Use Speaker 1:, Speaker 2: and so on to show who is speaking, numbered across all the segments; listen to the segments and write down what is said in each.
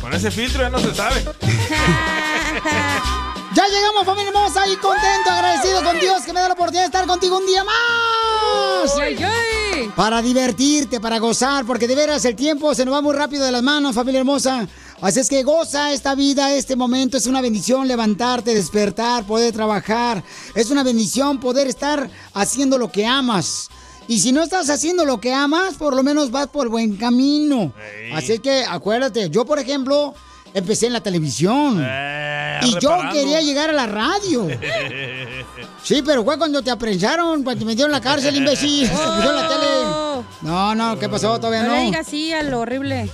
Speaker 1: Con ese filtro ya no se sabe.
Speaker 2: Ya llegamos, familia hermosa, y contento, agradecido con Dios que me da la oportunidad de estar contigo un día más. Para divertirte, para gozar, porque de veras el tiempo se nos va muy rápido de las manos, familia hermosa. Así es que goza esta vida, este momento. Es una bendición levantarte, despertar, poder trabajar. Es una bendición poder estar haciendo lo que amas. Y si no estás haciendo lo que amas, por lo menos vas por buen camino.
Speaker 1: Ey.
Speaker 2: Así que acuérdate, yo por ejemplo empecé en la televisión.
Speaker 3: Eh,
Speaker 2: y yo
Speaker 1: reparando.
Speaker 2: quería llegar a la radio. Sí, pero fue cuando te apresaron, cuando te metieron en la cárcel, imbécil. Te pusieron en la tele. No, no, ¿qué pasó? Todavía
Speaker 4: No le
Speaker 2: no.
Speaker 4: digas Oh. sí a lo horrible.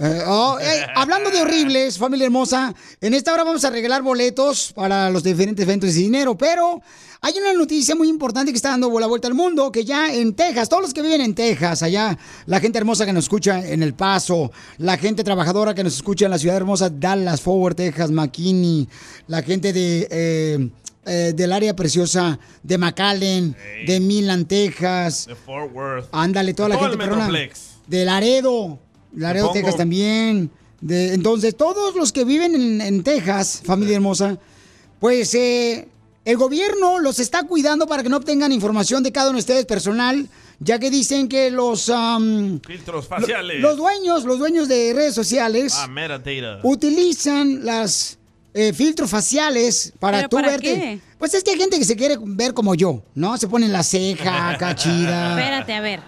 Speaker 2: Eh, oh, eh, hablando de horribles, familia hermosa, en esta hora vamos a regalar boletos para los diferentes eventos de dinero, pero hay una noticia muy importante que está dando la vuelta al mundo, que ya en Texas, todos los que viven en Texas, allá, la gente hermosa que nos escucha en El Paso, la gente trabajadora que nos escucha en la ciudad hermosa, Dallas, Forward, Texas, McKinney, la gente de... eh, eh, del área preciosa de McAllen, de Milan, Texas,
Speaker 1: De Fort Worth.
Speaker 2: Ándale, toda la
Speaker 1: Todo
Speaker 2: gente
Speaker 1: el
Speaker 2: perrona.
Speaker 1: Metroplex.
Speaker 2: De Laredo. Laredo,
Speaker 1: Supongo.
Speaker 2: Texas también. De, entonces, todos los que viven en, en Texas, familia hermosa, pues eh, el gobierno los está cuidando para que no obtengan información de cada uno de ustedes personal, ya que dicen que los, am,
Speaker 1: Filtros faciales.
Speaker 2: los dueños, los dueños de redes sociales
Speaker 1: Ah, metadata.
Speaker 2: utilizan las eh, filtros faciales para
Speaker 4: ¿Pero
Speaker 2: tú
Speaker 4: para
Speaker 2: verte.
Speaker 4: qué?
Speaker 2: Pues es que hay gente que se quiere ver como yo, ¿no? Se ponen la ceja, cachida.
Speaker 4: Espérate, a ver.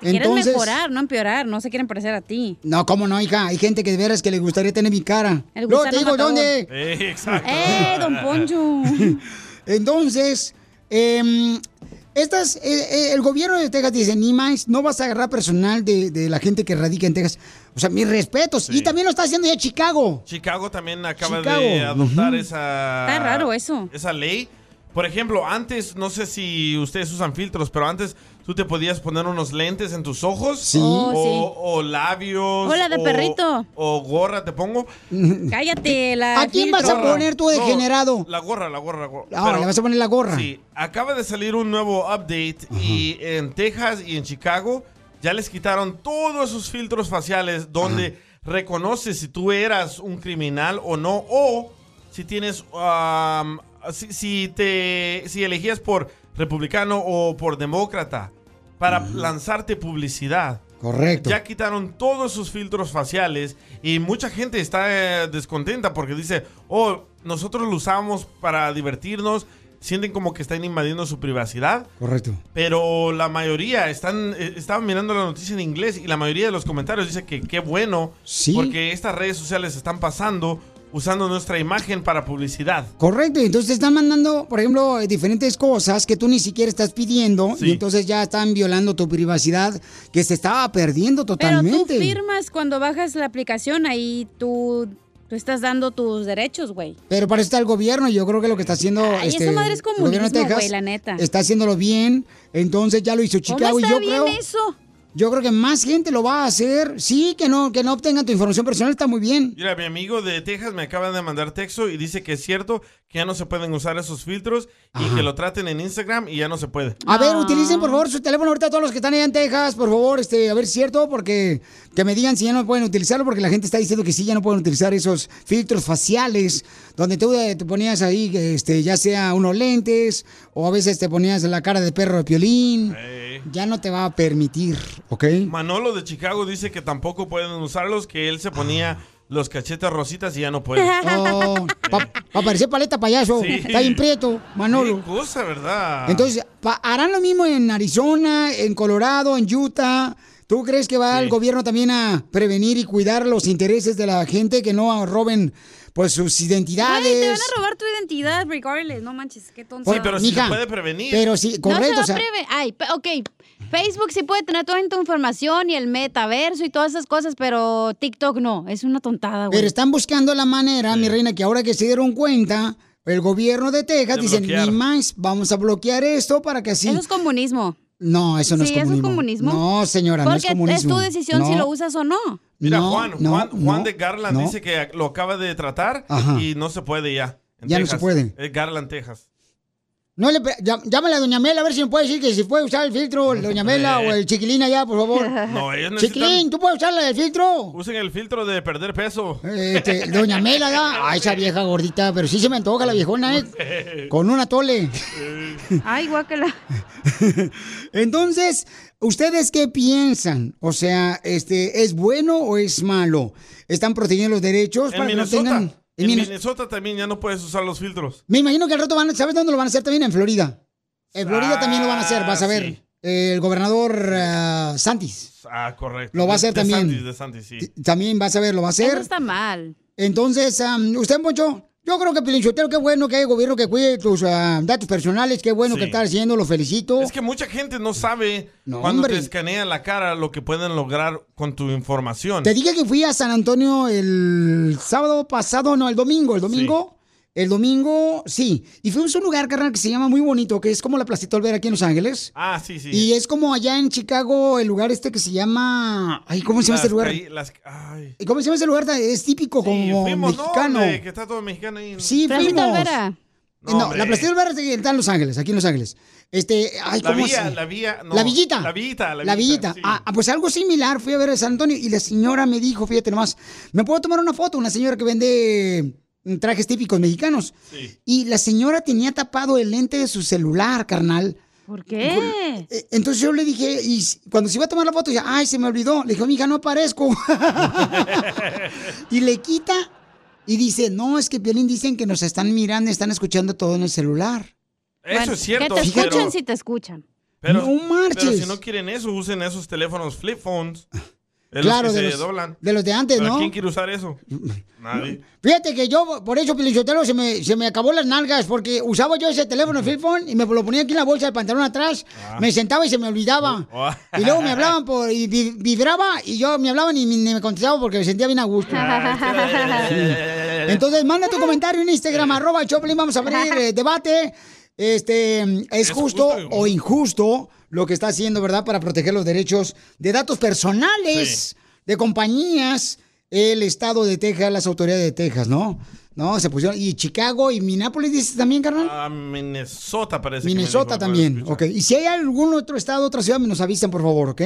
Speaker 4: Quieren
Speaker 2: Entonces-
Speaker 4: mejorar, no empeorar. No se quieren parecer a ti.
Speaker 2: No, cómo no, hija. Hay gente que de veras que le gustaría tener mi cara.
Speaker 4: El
Speaker 2: Luego te
Speaker 4: gusano
Speaker 2: digo
Speaker 4: matador.
Speaker 2: dónde.
Speaker 1: Eh, exacto.
Speaker 4: ¡Eh, don Poncho!
Speaker 2: Entonces, em, estas, eh, eh, el gobierno de Texas dice, ni más, no vas a agarrar personal de, de la gente que radica en Texas. O sea, mis respetos. Y también lo está haciendo ya Chicago.
Speaker 1: Chicago también acaba de
Speaker 2: Chicago.
Speaker 1: adoptar esa.
Speaker 4: Está raro eso.
Speaker 1: Esa ley. Por ejemplo, antes, no sé si ustedes usan filtros, pero antes tú te podías poner unos lentes en tus ojos.
Speaker 2: Sí.
Speaker 4: Oh,
Speaker 1: O, o labios.
Speaker 4: Hola, de
Speaker 1: o-
Speaker 4: perrito.
Speaker 1: O gorra, te pongo.
Speaker 4: Cállate, la.
Speaker 2: ¿A quién vas a
Speaker 4: filtro.
Speaker 2: poner tú degenerado?
Speaker 1: La gorra, la gorra, la gorra.
Speaker 2: Ahora
Speaker 1: Pero-
Speaker 2: le vas a poner la gorra.
Speaker 1: Sí, acaba de salir un nuevo update y en Texas y en Chicago ya les quitaron todos esos filtros faciales donde reconoce si tú eras un criminal o no o si tienes um, si, si te si elegías por republicano o por demócrata para lanzarte publicidad.
Speaker 2: Correcto.
Speaker 1: Ya quitaron todos sus filtros faciales y mucha gente está eh, descontenta porque dice, oh, nosotros lo usamos para divertirnos, sienten como que están invadiendo su privacidad,
Speaker 2: Correcto.
Speaker 1: pero la mayoría están, eh, estaban mirando la noticia en inglés y la mayoría de los comentarios dice que qué bueno,
Speaker 2: Sí.
Speaker 1: porque estas redes sociales están pasando usando nuestra imagen para publicidad.
Speaker 2: Correcto, y entonces te están mandando, por ejemplo, eh, diferentes cosas que tú ni siquiera estás pidiendo
Speaker 1: Sí.
Speaker 2: y entonces ya están violando tu privacidad que se estaba perdiendo
Speaker 4: Pero tú
Speaker 2: totalmente.
Speaker 4: firmas cuando bajas la aplicación, ahí tú, tú estás dando tus derechos, güey.
Speaker 2: Pero para eso está el gobierno, yo creo que lo que está haciendo
Speaker 4: Ay,
Speaker 2: este,
Speaker 4: esa madre es
Speaker 2: el gobierno de
Speaker 4: comunismo,
Speaker 2: Texas
Speaker 4: güey, la neta.
Speaker 2: Está haciéndolo bien, entonces ya lo hizo
Speaker 4: ¿Cómo
Speaker 2: Chicago y
Speaker 4: está
Speaker 2: yo
Speaker 4: bien
Speaker 2: creo,
Speaker 4: eso?
Speaker 2: yo creo que más gente lo va a hacer. Sí, que no que no obtengan tu información personal está muy bien.
Speaker 1: Mira, mi amigo de Texas me acaba de mandar texto y dice que es cierto que ya no se pueden usar esos filtros y que lo traten en Instagram y ya no se puede.
Speaker 2: A ver, utilicen por favor su teléfono ahorita todos los que están allá en Texas, por favor, este, a ver si es cierto, porque que me digan si ya no pueden utilizarlo, porque la gente está diciendo que sí, ya no pueden utilizar esos filtros faciales, donde tú eh, te ponías ahí, este, ya sea unos lentes, o a veces te ponías la cara de perro de piolín.
Speaker 1: Ey.
Speaker 2: Ya no te va a permitir, ¿ok?
Speaker 1: Manolo de Chicago dice que tampoco pueden usarlos, que él se ponía los cachetes rositas y ya no puede.
Speaker 2: Ah. Oh, pa- pa- parecer paleta payaso.
Speaker 1: Pues, Sí.
Speaker 2: Está bien prieto, Manolo.
Speaker 1: Qué cosa,
Speaker 4: Ah.
Speaker 1: ¿verdad?
Speaker 2: Entonces, pa- harán lo mismo en Arizona, en Colorado, en Utah. ¿Tú crees que va el gobierno también a prevenir y cuidar los intereses de la gente que no roben pues sus
Speaker 4: Ay,
Speaker 2: identidades?
Speaker 4: te van a robar tu identidad, regardless. No manches, qué tonto.
Speaker 2: Sí, pero si se Mija, puede prevenir. pero sí, correcto,
Speaker 4: No
Speaker 2: o
Speaker 4: se
Speaker 2: sea-
Speaker 4: va a preve- Ay, pe- ok. Facebook sí puede tener toda tu información y el metaverso y todas esas cosas, pero TikTok no. Es una tontada, güey.
Speaker 2: Pero están buscando la manera, mi reina, que ahora que se dieron cuenta, el gobierno de Texas
Speaker 4: De
Speaker 2: dicen,
Speaker 4: bloquear.
Speaker 2: ni más, vamos a bloquear esto para que así...
Speaker 4: Eso es comunismo.
Speaker 2: No, eso no
Speaker 4: Sí,
Speaker 2: es
Speaker 4: eso es
Speaker 2: comunismo.
Speaker 4: comunismo.
Speaker 2: No, señora, no
Speaker 4: Porque
Speaker 2: es comunismo.
Speaker 4: es tu decisión si
Speaker 2: No,
Speaker 4: lo usas o no.
Speaker 1: Mira,
Speaker 2: no,
Speaker 1: Juan,
Speaker 2: no,
Speaker 1: Juan, Juan
Speaker 2: no,
Speaker 1: de Garland
Speaker 2: no.
Speaker 1: dice que lo acaba de tratar
Speaker 2: Ajá.
Speaker 1: y no se puede ya. en
Speaker 2: Ya no se puede.
Speaker 1: Eh, Garland, Texas.
Speaker 2: No le, pre- llá- llámale a Doña Mela a ver si me puede decir que si puede usar el filtro, Doña Mela
Speaker 1: Eh.
Speaker 2: o el chiquilín allá, por favor.
Speaker 1: No, ellos necesitan-
Speaker 2: Chiquilín, ¿tú puedes usar el filtro?
Speaker 1: Usen el filtro de perder peso.
Speaker 2: Este, Doña Mela, ya. Ay, esa vieja gordita, pero sí se me antoja la viejona, ¿eh? Con una tole.
Speaker 4: Ay, guácala.
Speaker 2: Entonces, ¿ustedes qué piensan? O sea, este, ¿es bueno o es malo? ¿Están protegiendo los derechos
Speaker 1: En
Speaker 2: para que no
Speaker 1: Minnesota.
Speaker 2: tengan?
Speaker 1: En
Speaker 2: en Minnes-
Speaker 1: Minnesota también ya no puedes usar los filtros.
Speaker 2: Me imagino que al rato van a, ¿sabes dónde lo van a hacer también? En Florida. En Florida
Speaker 1: Ah,
Speaker 2: también lo van a hacer, vas a ver.
Speaker 1: sí.
Speaker 2: Eh, El gobernador ah, Santis
Speaker 1: Ah, correcto.
Speaker 2: Lo va a hacer
Speaker 1: De- de
Speaker 2: también.
Speaker 1: Santis, de Santis, sí.
Speaker 2: también vas a ver, lo va a hacer.
Speaker 4: Eso está mal.
Speaker 2: Entonces, am, usted, Poncho, yo creo que Pilinchotero, qué bueno que hay gobierno que cuide tus ah, datos personales, qué bueno
Speaker 1: Sí.
Speaker 2: que está haciendo, lo felicito.
Speaker 1: Es que mucha gente no sabe cuando
Speaker 2: hombre.
Speaker 1: te escanean la cara lo que pueden lograr con tu información.
Speaker 2: Te dije que fui a San Antonio el sábado pasado, no, el domingo, el domingo. El domingo, sí. Y fuimos a un lugar, carnal, que se llama muy bonito, que es como la Placita Olvera aquí en Los Ángeles.
Speaker 1: Ah, sí, sí.
Speaker 2: Y es como allá en Chicago, el lugar este que se llama... Ay, ¿cómo se llama
Speaker 1: Las
Speaker 2: este lugar?
Speaker 1: caí- las- ay,
Speaker 2: ¿Y ¿Cómo se llama ese lugar? Es típico como
Speaker 1: fuimos, ¿no?
Speaker 2: mexicano.
Speaker 1: Hombre, que está todo mexicano ahí.
Speaker 2: Sí,
Speaker 1: Placita
Speaker 2: fuimos. Eh,
Speaker 1: Olvera.
Speaker 2: No,
Speaker 1: No,
Speaker 2: la
Speaker 1: hombre.
Speaker 2: Placita Olvera está en Los Ángeles, aquí en Los Ángeles. Este, ay,
Speaker 1: La
Speaker 2: ¿cómo
Speaker 1: villa,
Speaker 2: se-
Speaker 1: la villa, no,
Speaker 2: la villita.
Speaker 1: la villita, la
Speaker 2: La
Speaker 1: villita,
Speaker 2: villita. Ah, ah, pues algo similar. Fui a ver a San Antonio y la señora me dijo, fíjate nomás, ¿me puedo tomar una foto? Una señora que vende mm, trajes típicos mexicanos. Y la señora tenía tapado el lente de su celular, carnal.
Speaker 4: ¿Por qué?
Speaker 2: Eh, Entonces yo le dije, y s- cuando se iba a tomar la foto, ya, ay, se me olvidó. Le dijo, mija, no aparezco. y le quita y dice, no, es que Piolín dicen que nos están mirando, están escuchando todo en el celular.
Speaker 1: Eso
Speaker 4: Bueno,
Speaker 1: es cierto.
Speaker 4: Que te
Speaker 1: pero-
Speaker 4: escuchen si te escuchan.
Speaker 1: Pero,
Speaker 2: No marches. Ah,
Speaker 1: pero si no quieren eso, usen esos teléfonos flip phones. de los
Speaker 2: Claro,
Speaker 1: que
Speaker 2: de
Speaker 1: se
Speaker 2: los-
Speaker 1: doblan.
Speaker 2: de los de antes,
Speaker 1: ¿Pero
Speaker 2: ¿no?
Speaker 1: ¿Quién quiere usar eso? Nadie.
Speaker 2: Fíjate que yo, por eso, Pelichotero, se me, se me acabó las nalgas, porque usaba yo ese teléfono flip phone y me lo ponía aquí en la bolsa del pantalón atrás, me sentaba y se me olvidaba.
Speaker 1: Oh.
Speaker 2: Y luego me hablaban por, y vi- vibraba y yo me hablaban y ni me contestaba porque me sentía bien a gusto. Entonces, manda
Speaker 1: Eh.
Speaker 2: tu comentario en Instagram, arroba Choplin, vamos a abrir eh, debate. Este, ¿es, justo, o injusto lo que está haciendo, verdad, para proteger los derechos de datos personales de compañías, el estado de Texas, las autoridades de Texas, ¿no? No, se pusieron, y Chicago y Minneapolis, dices también, carnal.
Speaker 1: A Minnesota parece que Ah, me
Speaker 2: Minnesota
Speaker 1: dijo,
Speaker 2: también, ok. Y si hay algún otro estado, otra ciudad, nos avisan, por favor, ¿ok?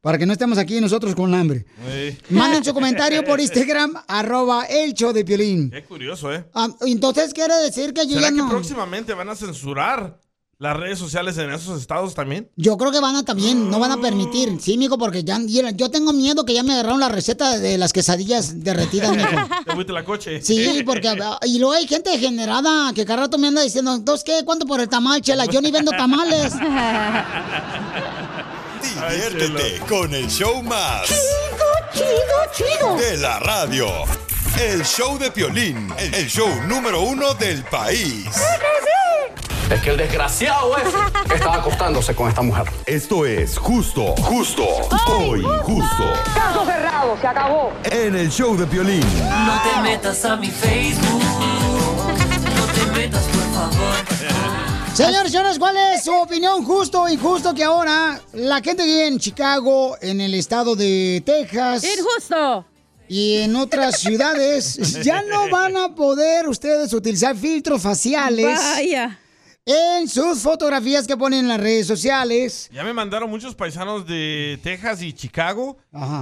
Speaker 2: Para que no estemos aquí nosotros con hambre.
Speaker 1: Eh.
Speaker 2: Manden su comentario por Instagram, arroba el show de Piolín.
Speaker 1: Qué curioso, ¿eh?
Speaker 2: Ah, entonces quiere decir que yo
Speaker 1: ¿Será
Speaker 2: ya
Speaker 1: que
Speaker 2: no.
Speaker 1: próximamente van a censurar las redes sociales en esos estados también?
Speaker 2: Yo creo que van a también, no van
Speaker 1: Ah.
Speaker 2: a permitir, sí, mijo, porque ya, yo tengo miedo que ya me agarraron la receta de las quesadillas derretidas, mijo.
Speaker 1: Te fuiste la coche.
Speaker 2: Sí, porque ah, y luego hay gente degenerada que cada rato me anda diciendo, entonces qué, ¿cuánto por el tamal, chela? Yo ni vendo tamales.
Speaker 5: Diviértete con el show más.
Speaker 2: Chido, chido, chido.
Speaker 5: De la radio. El show de Piolín. El show número uno del país.
Speaker 6: Es que el desgraciado ese estaba acostándose con esta mujer.
Speaker 5: Esto es justo, justo o injusto.
Speaker 3: Caso cerrado, se acabó.
Speaker 5: En el show de Piolín.
Speaker 3: No te metas a mi Facebook. No te metas, por favor.
Speaker 2: Señores, señores, ¿cuál es su opinión justo o injusto que ahora la gente que vive en Chicago, en el estado de Texas...
Speaker 4: Injusto.
Speaker 2: Y en otras ciudades ya no van a poder ustedes utilizar filtros faciales
Speaker 4: Vaya.
Speaker 2: en sus fotografías que ponen en las redes sociales.
Speaker 1: Ya me mandaron muchos paisanos de Texas y Chicago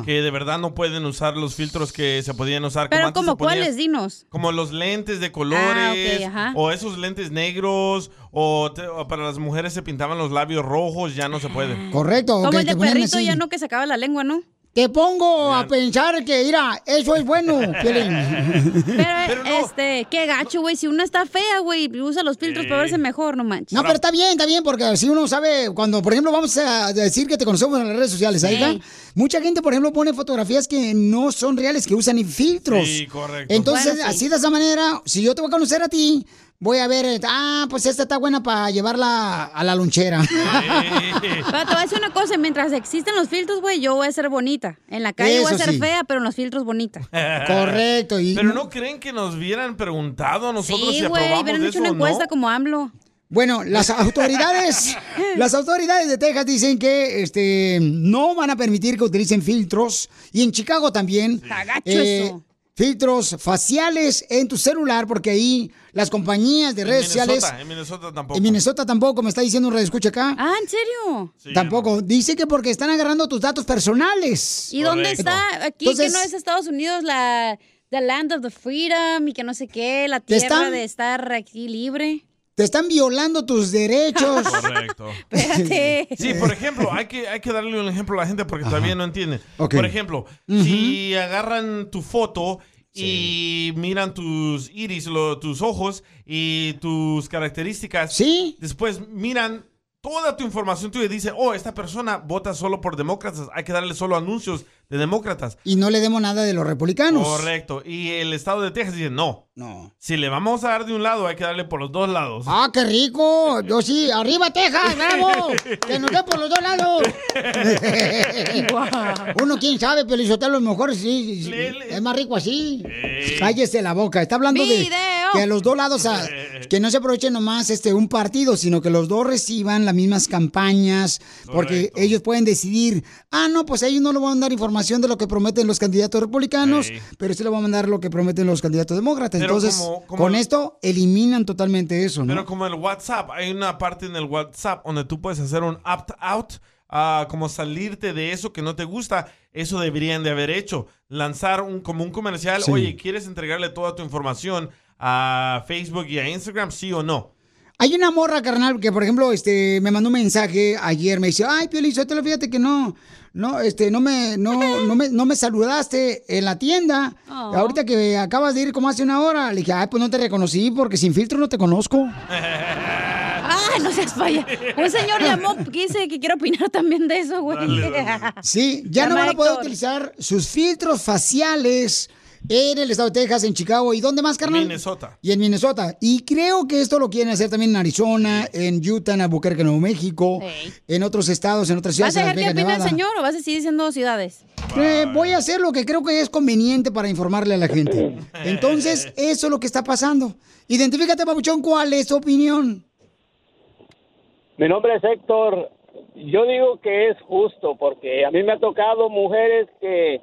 Speaker 1: que de verdad no pueden usar los filtros que se podían usar.
Speaker 4: Pero
Speaker 1: antes
Speaker 4: como
Speaker 1: se ponían-
Speaker 4: cuáles, dinos.
Speaker 1: Como los lentes de colores,
Speaker 4: ok, ajá.
Speaker 1: o esos lentes negros, o, te- o para las mujeres se pintaban los labios rojos, ya no se puede.
Speaker 2: Correcto.
Speaker 4: Como el de perrito ya no que se acaba la lengua, ¿no?
Speaker 2: Te pongo a pensar que, mira, eso es bueno, Piolín.
Speaker 4: Pero, este, qué gacho, güey. Si una está fea, güey, usa los filtros para verse mejor, no manches.
Speaker 2: No, pero está bien, está bien, porque si uno sabe, cuando, por ejemplo, vamos a decir que te conocemos en las redes sociales, ahí está.
Speaker 4: Ey.
Speaker 2: Mucha gente, por ejemplo, pone fotografías que no son reales, que usan filtros.
Speaker 1: Sí, correcto.
Speaker 2: Entonces,
Speaker 1: Bueno, sí.
Speaker 2: así de esa manera, si yo te voy a conocer a ti, voy a ver, eh, ah, pues esta está buena para llevarla a la lonchera.
Speaker 4: Pero te voy a decir una cosa, mientras existen los filtros, güey, yo voy a ser bonita. En la calle voy a
Speaker 1: Eso
Speaker 4: ser
Speaker 1: sí.
Speaker 4: fea, pero en los filtros bonita.
Speaker 2: Correcto.
Speaker 1: Pero no creen que nos hubieran preguntado a nosotros
Speaker 4: Sí,
Speaker 1: si
Speaker 4: güey,
Speaker 1: aprobamos
Speaker 4: hubieran
Speaker 1: de
Speaker 4: hecho
Speaker 1: eso
Speaker 4: una
Speaker 1: o
Speaker 4: encuesta
Speaker 1: no.
Speaker 4: como AMLO.
Speaker 2: Bueno, las autoridades, las autoridades de Texas dicen que este no van a permitir que utilicen filtros y en Chicago también eh,
Speaker 4: Está gacho eso.
Speaker 2: filtros faciales en tu celular porque ahí las compañías de
Speaker 1: En
Speaker 2: redes
Speaker 1: Minnesota,
Speaker 2: sociales
Speaker 1: En Minnesota tampoco.
Speaker 2: en Minnesota tampoco me está diciendo un escucha acá.
Speaker 4: Ah, ¿en serio?
Speaker 2: tampoco. Dice que porque están agarrando tus datos personales.
Speaker 4: ¿Y dónde está? Aquí
Speaker 2: Entonces,
Speaker 4: que no es Estados Unidos la the land of the freedom y que no sé qué, la
Speaker 2: Te
Speaker 4: tierra
Speaker 2: están-
Speaker 4: de estar aquí libre.
Speaker 2: te están violando tus derechos.
Speaker 1: Correcto.
Speaker 4: Espérate.
Speaker 1: Sí, por ejemplo, hay que, hay que darle un ejemplo a la gente porque todavía no entiende.
Speaker 2: Ok.
Speaker 1: Por ejemplo, si agarran tu foto y miran tus iris, lo- tus ojos y tus características, después miran toda tu información tuya y dicen, oh, esta persona vota solo por demócratas, hay que darle solo anuncios de demócratas.
Speaker 2: Y no le demos nada de los republicanos.
Speaker 1: Correcto. Y el estado de Texas dice, no.
Speaker 2: No.
Speaker 1: Si le vamos a dar de un lado, hay que darle por los dos lados.
Speaker 2: Ah, qué rico. Yo sí, arriba Texas, bravo. Que nos dé por los dos lados. Uno quién sabe, pero Isotelo a lo mejor sí, sí, es más rico así. Cállese la boca. Está hablando de que a los dos lados, a- que no se aproveche nomás este un partido, sino que los dos reciban las mismas campañas, porque ellos pueden decidir, ah, no, pues a ellos no le van a dar información de lo que prometen los candidatos republicanos, pero sí le van a mandar lo que prometen los candidatos demócratas.
Speaker 1: Pero
Speaker 2: Entonces,
Speaker 1: como- como
Speaker 2: con
Speaker 1: el-
Speaker 2: esto eliminan totalmente eso, ¿no?
Speaker 1: Pero como el WhatsApp, hay una parte en el WhatsApp donde tú puedes hacer un opt-out, ah, como salirte de eso que no te gusta. Eso deberían de haber hecho. Lanzar un, como un comercial,
Speaker 2: Sí.
Speaker 1: oye, ¿quieres entregarle toda tu información a Facebook y a Instagram? Sí o no.
Speaker 2: Hay una morra, carnal, que por ejemplo, este, me mandó un mensaje ayer, me dice, ay, Piolín, Sotelo, fíjate que no, no, este, no me, no, no me, no me saludaste en la tienda.
Speaker 3: Oh.
Speaker 2: Ahorita que acabas de ir como hace una hora, le dije, ay, pues no te reconocí porque sin filtro no te conozco.
Speaker 4: Ah, no seas falla. Un señor llamó, quise que quiero opinar también de eso, güey.
Speaker 2: Sí, ya no
Speaker 4: Llama
Speaker 2: van a poder
Speaker 4: Héctor.
Speaker 2: utilizar sus filtros faciales en el estado de Texas, en Chicago y dónde más, carnal.
Speaker 1: Minnesota.
Speaker 2: Y en Minnesota. Y creo que esto lo quieren hacer también en Arizona, en Utah, en Albuquerque, Nuevo México, en otros estados, en otras ciudades.
Speaker 4: ¿Vas a
Speaker 2: en Las
Speaker 4: dejar que
Speaker 2: Vegas,
Speaker 4: opine el
Speaker 2: Nevada.
Speaker 4: señor o vas a seguir diciendo ciudades?
Speaker 2: Eh, voy a hacer lo que creo que es conveniente para informarle a la gente. Entonces, eso es lo que está pasando. Identifícate, Papuchón, ¿cuál es tu opinión?
Speaker 7: Mi nombre es Héctor. Yo digo que es justo porque a mí me ha tocado mujeres que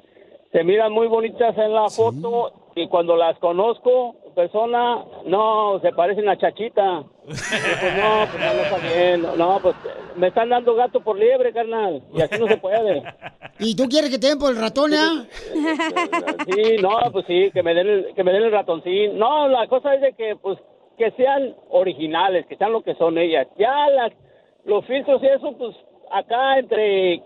Speaker 7: se miran muy bonitas en la foto y cuando las conozco en persona, no, se parecen a Chachita. Y pues no, pues no, no está bien. No, pues me están dando gato por liebre, carnal. Y así no se puede.
Speaker 2: ¿Y tú quieres que te den por el ratón, ah? ya?
Speaker 7: Sí, no, pues sí, que me den el, que me den el ratoncín. No, la cosa es de que pues que sean originales, que sean lo que son ellas. Ya las los filtros y eso pues acá entre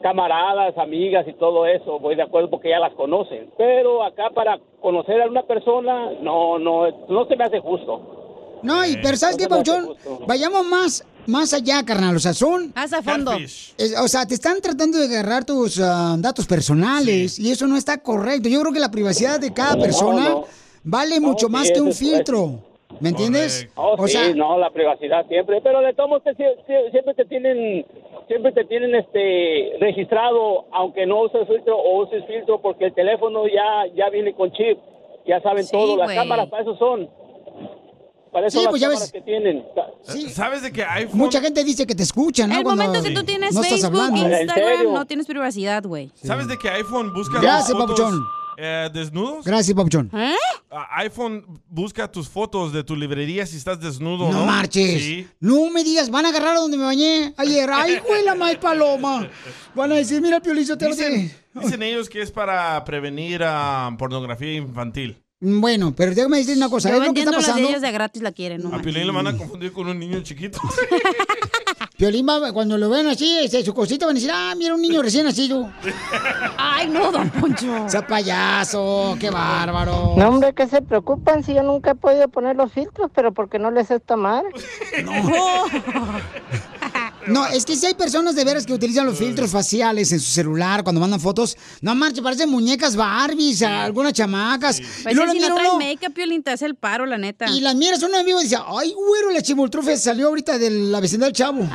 Speaker 7: camaradas, amigas y todo eso, voy de acuerdo porque ya las conocen. Pero acá para conocer a una persona, no, no, no se me hace justo.
Speaker 2: No, y, pero ¿sabes qué, Papuchón? Vayamos más, más allá, carnal. O sea, son...
Speaker 4: Haz a fondo.
Speaker 2: Es- o sea, te están tratando de agarrar tus ah, datos personales y eso no está correcto. Yo creo que la privacidad de cada
Speaker 7: No,
Speaker 2: persona
Speaker 7: no.
Speaker 2: vale mucho
Speaker 7: sí,
Speaker 2: más que
Speaker 7: eso
Speaker 2: un
Speaker 7: es correcto.
Speaker 2: filtro. ¿Me entiendes?
Speaker 7: Oh,
Speaker 2: Pues, O
Speaker 7: sí,
Speaker 2: sea-
Speaker 7: no, la privacidad siempre, pero de todos modos te- sie- sie- siempre te tienen siempre te tienen este registrado aunque no uses filtro o uses filtro porque el teléfono ya ya viene con chip, ya saben
Speaker 1: Sí,
Speaker 7: todo, las
Speaker 1: güey.
Speaker 7: cámaras para eso son. Para eso
Speaker 2: Sí,
Speaker 7: las
Speaker 2: pues ya ves.
Speaker 7: cámaras que tienen.
Speaker 1: ¿Sabes de qué iPhone?
Speaker 2: Mucha gente dice que te escucha, ¿no?
Speaker 4: El
Speaker 2: Cuando
Speaker 4: momento que tú tienes
Speaker 2: no estás
Speaker 4: Facebook,
Speaker 2: hablando.
Speaker 4: Instagram, no tienes privacidad, güey.
Speaker 1: ¿Sabes de que iPhone busca
Speaker 2: Gracias,
Speaker 1: tus fotos
Speaker 2: Papuchón.
Speaker 1: eh, desnudos?
Speaker 2: Gracias, Papuchón.
Speaker 4: ¿Eh?
Speaker 1: Ah, iPhone busca tus fotos de tu librería si estás desnudo.
Speaker 2: No,
Speaker 1: No,
Speaker 2: marches.
Speaker 1: Sí.
Speaker 2: No me digas, van a agarrar a donde me bañé ayer. Ay, güey, la mal paloma. Van a decir, mira, Piolizo, te
Speaker 1: Dicen, dicen ellos que es para prevenir ah, pornografía infantil.
Speaker 2: Mm, Bueno, pero déjame decir una cosa.
Speaker 4: Yo
Speaker 2: ¿Es lo que está
Speaker 4: vendiendo las de
Speaker 2: pasando?
Speaker 4: Pues ellos de gratis la quieren, ¿no?
Speaker 1: A Pilín lo van a confundir con un niño chiquito.
Speaker 2: Ah, Piolín va- cuando lo ven así, este, su cosita van a decir, ah, mira un niño recién nacido. Ay, no, don Poncho. Sea payaso, qué bárbaro.
Speaker 8: No, hombre, que se preocupan si yo nunca he podido poner los filtros, pero porque no les sé tomar.
Speaker 2: No. No, es que si hay personas de veras que utilizan los filtros faciales en su celular cuando mandan fotos, no marche, parecen muñecas Barbies, algunas chamacas.
Speaker 4: Pues
Speaker 2: luego
Speaker 4: si
Speaker 2: la mira
Speaker 4: no trae
Speaker 2: uno-
Speaker 4: make-up, Piolín, te hace el paro, la neta.
Speaker 2: Y las miras uno en vivo y dice, ay, güero, la chimultrufe salió ahorita de la vecindad del chavo.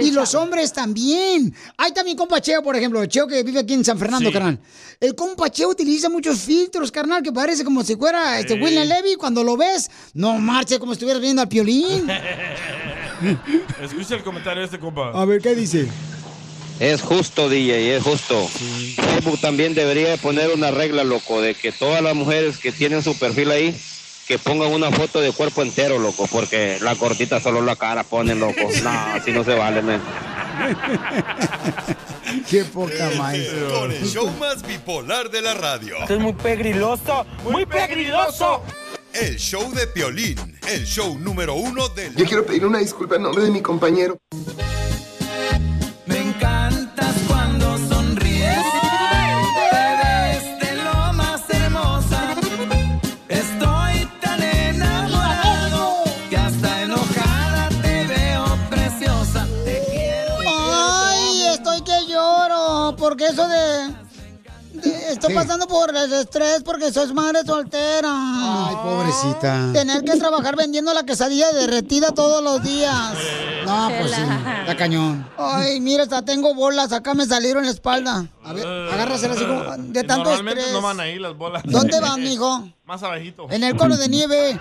Speaker 2: y los hombres también. Hay también compa Cheo, por ejemplo, Cheo que vive aquí en San Fernando,
Speaker 9: Sí.
Speaker 2: carnal. El compa Cheo utiliza muchos filtros, carnal, que parece como si fuera este
Speaker 9: Sí.
Speaker 2: William Levy. Cuando lo ves, no marche como si estuvieras viendo al piolín.
Speaker 1: Escucha el comentario de este compa.
Speaker 2: A ver, ¿qué dice?
Speaker 10: Es justo, DJ, es justo. Facebook también debería de poner una regla, loco, de que todas las mujeres que tienen su perfil ahí, que pongan una foto de cuerpo entero, loco, porque la cortita solo la cara ponen, loco. No, así no se vale, men.
Speaker 2: Qué poca más.
Speaker 5: Con el show más bipolar de la radio.
Speaker 10: Esto es
Speaker 5: muy pegriloso, muy, pegriloso. El show de Piolín, el show número uno del... Yo quiero pedir una disculpa en nombre de mi compañero.
Speaker 3: encantas cuando sonríes. Te ves de lo más hermosa. Estoy tan enamorado que hasta enojada te veo preciosa. Te quiero.
Speaker 2: Ay, estoy que lloro, porque eso de... de- estoy
Speaker 3: ¿Qué?
Speaker 2: pasando por el estrés porque soy madre soltera. Ay,
Speaker 1: Ah.
Speaker 9: Pobrecita.
Speaker 2: Tener que trabajar vendiendo la quesadilla derretida todos los días. No, pues sí, está cañón. Ay, mira, hasta tengo bolas, acá me salieron en la espalda. A ver, agárrasela así como de
Speaker 1: Y
Speaker 2: tanto
Speaker 1: Eh, Normalmente
Speaker 2: estrés. Ah,
Speaker 1: no van ahí las bolas.
Speaker 2: ¿Dónde van, mijo?
Speaker 1: Más abajito.
Speaker 2: En el colo de nieve.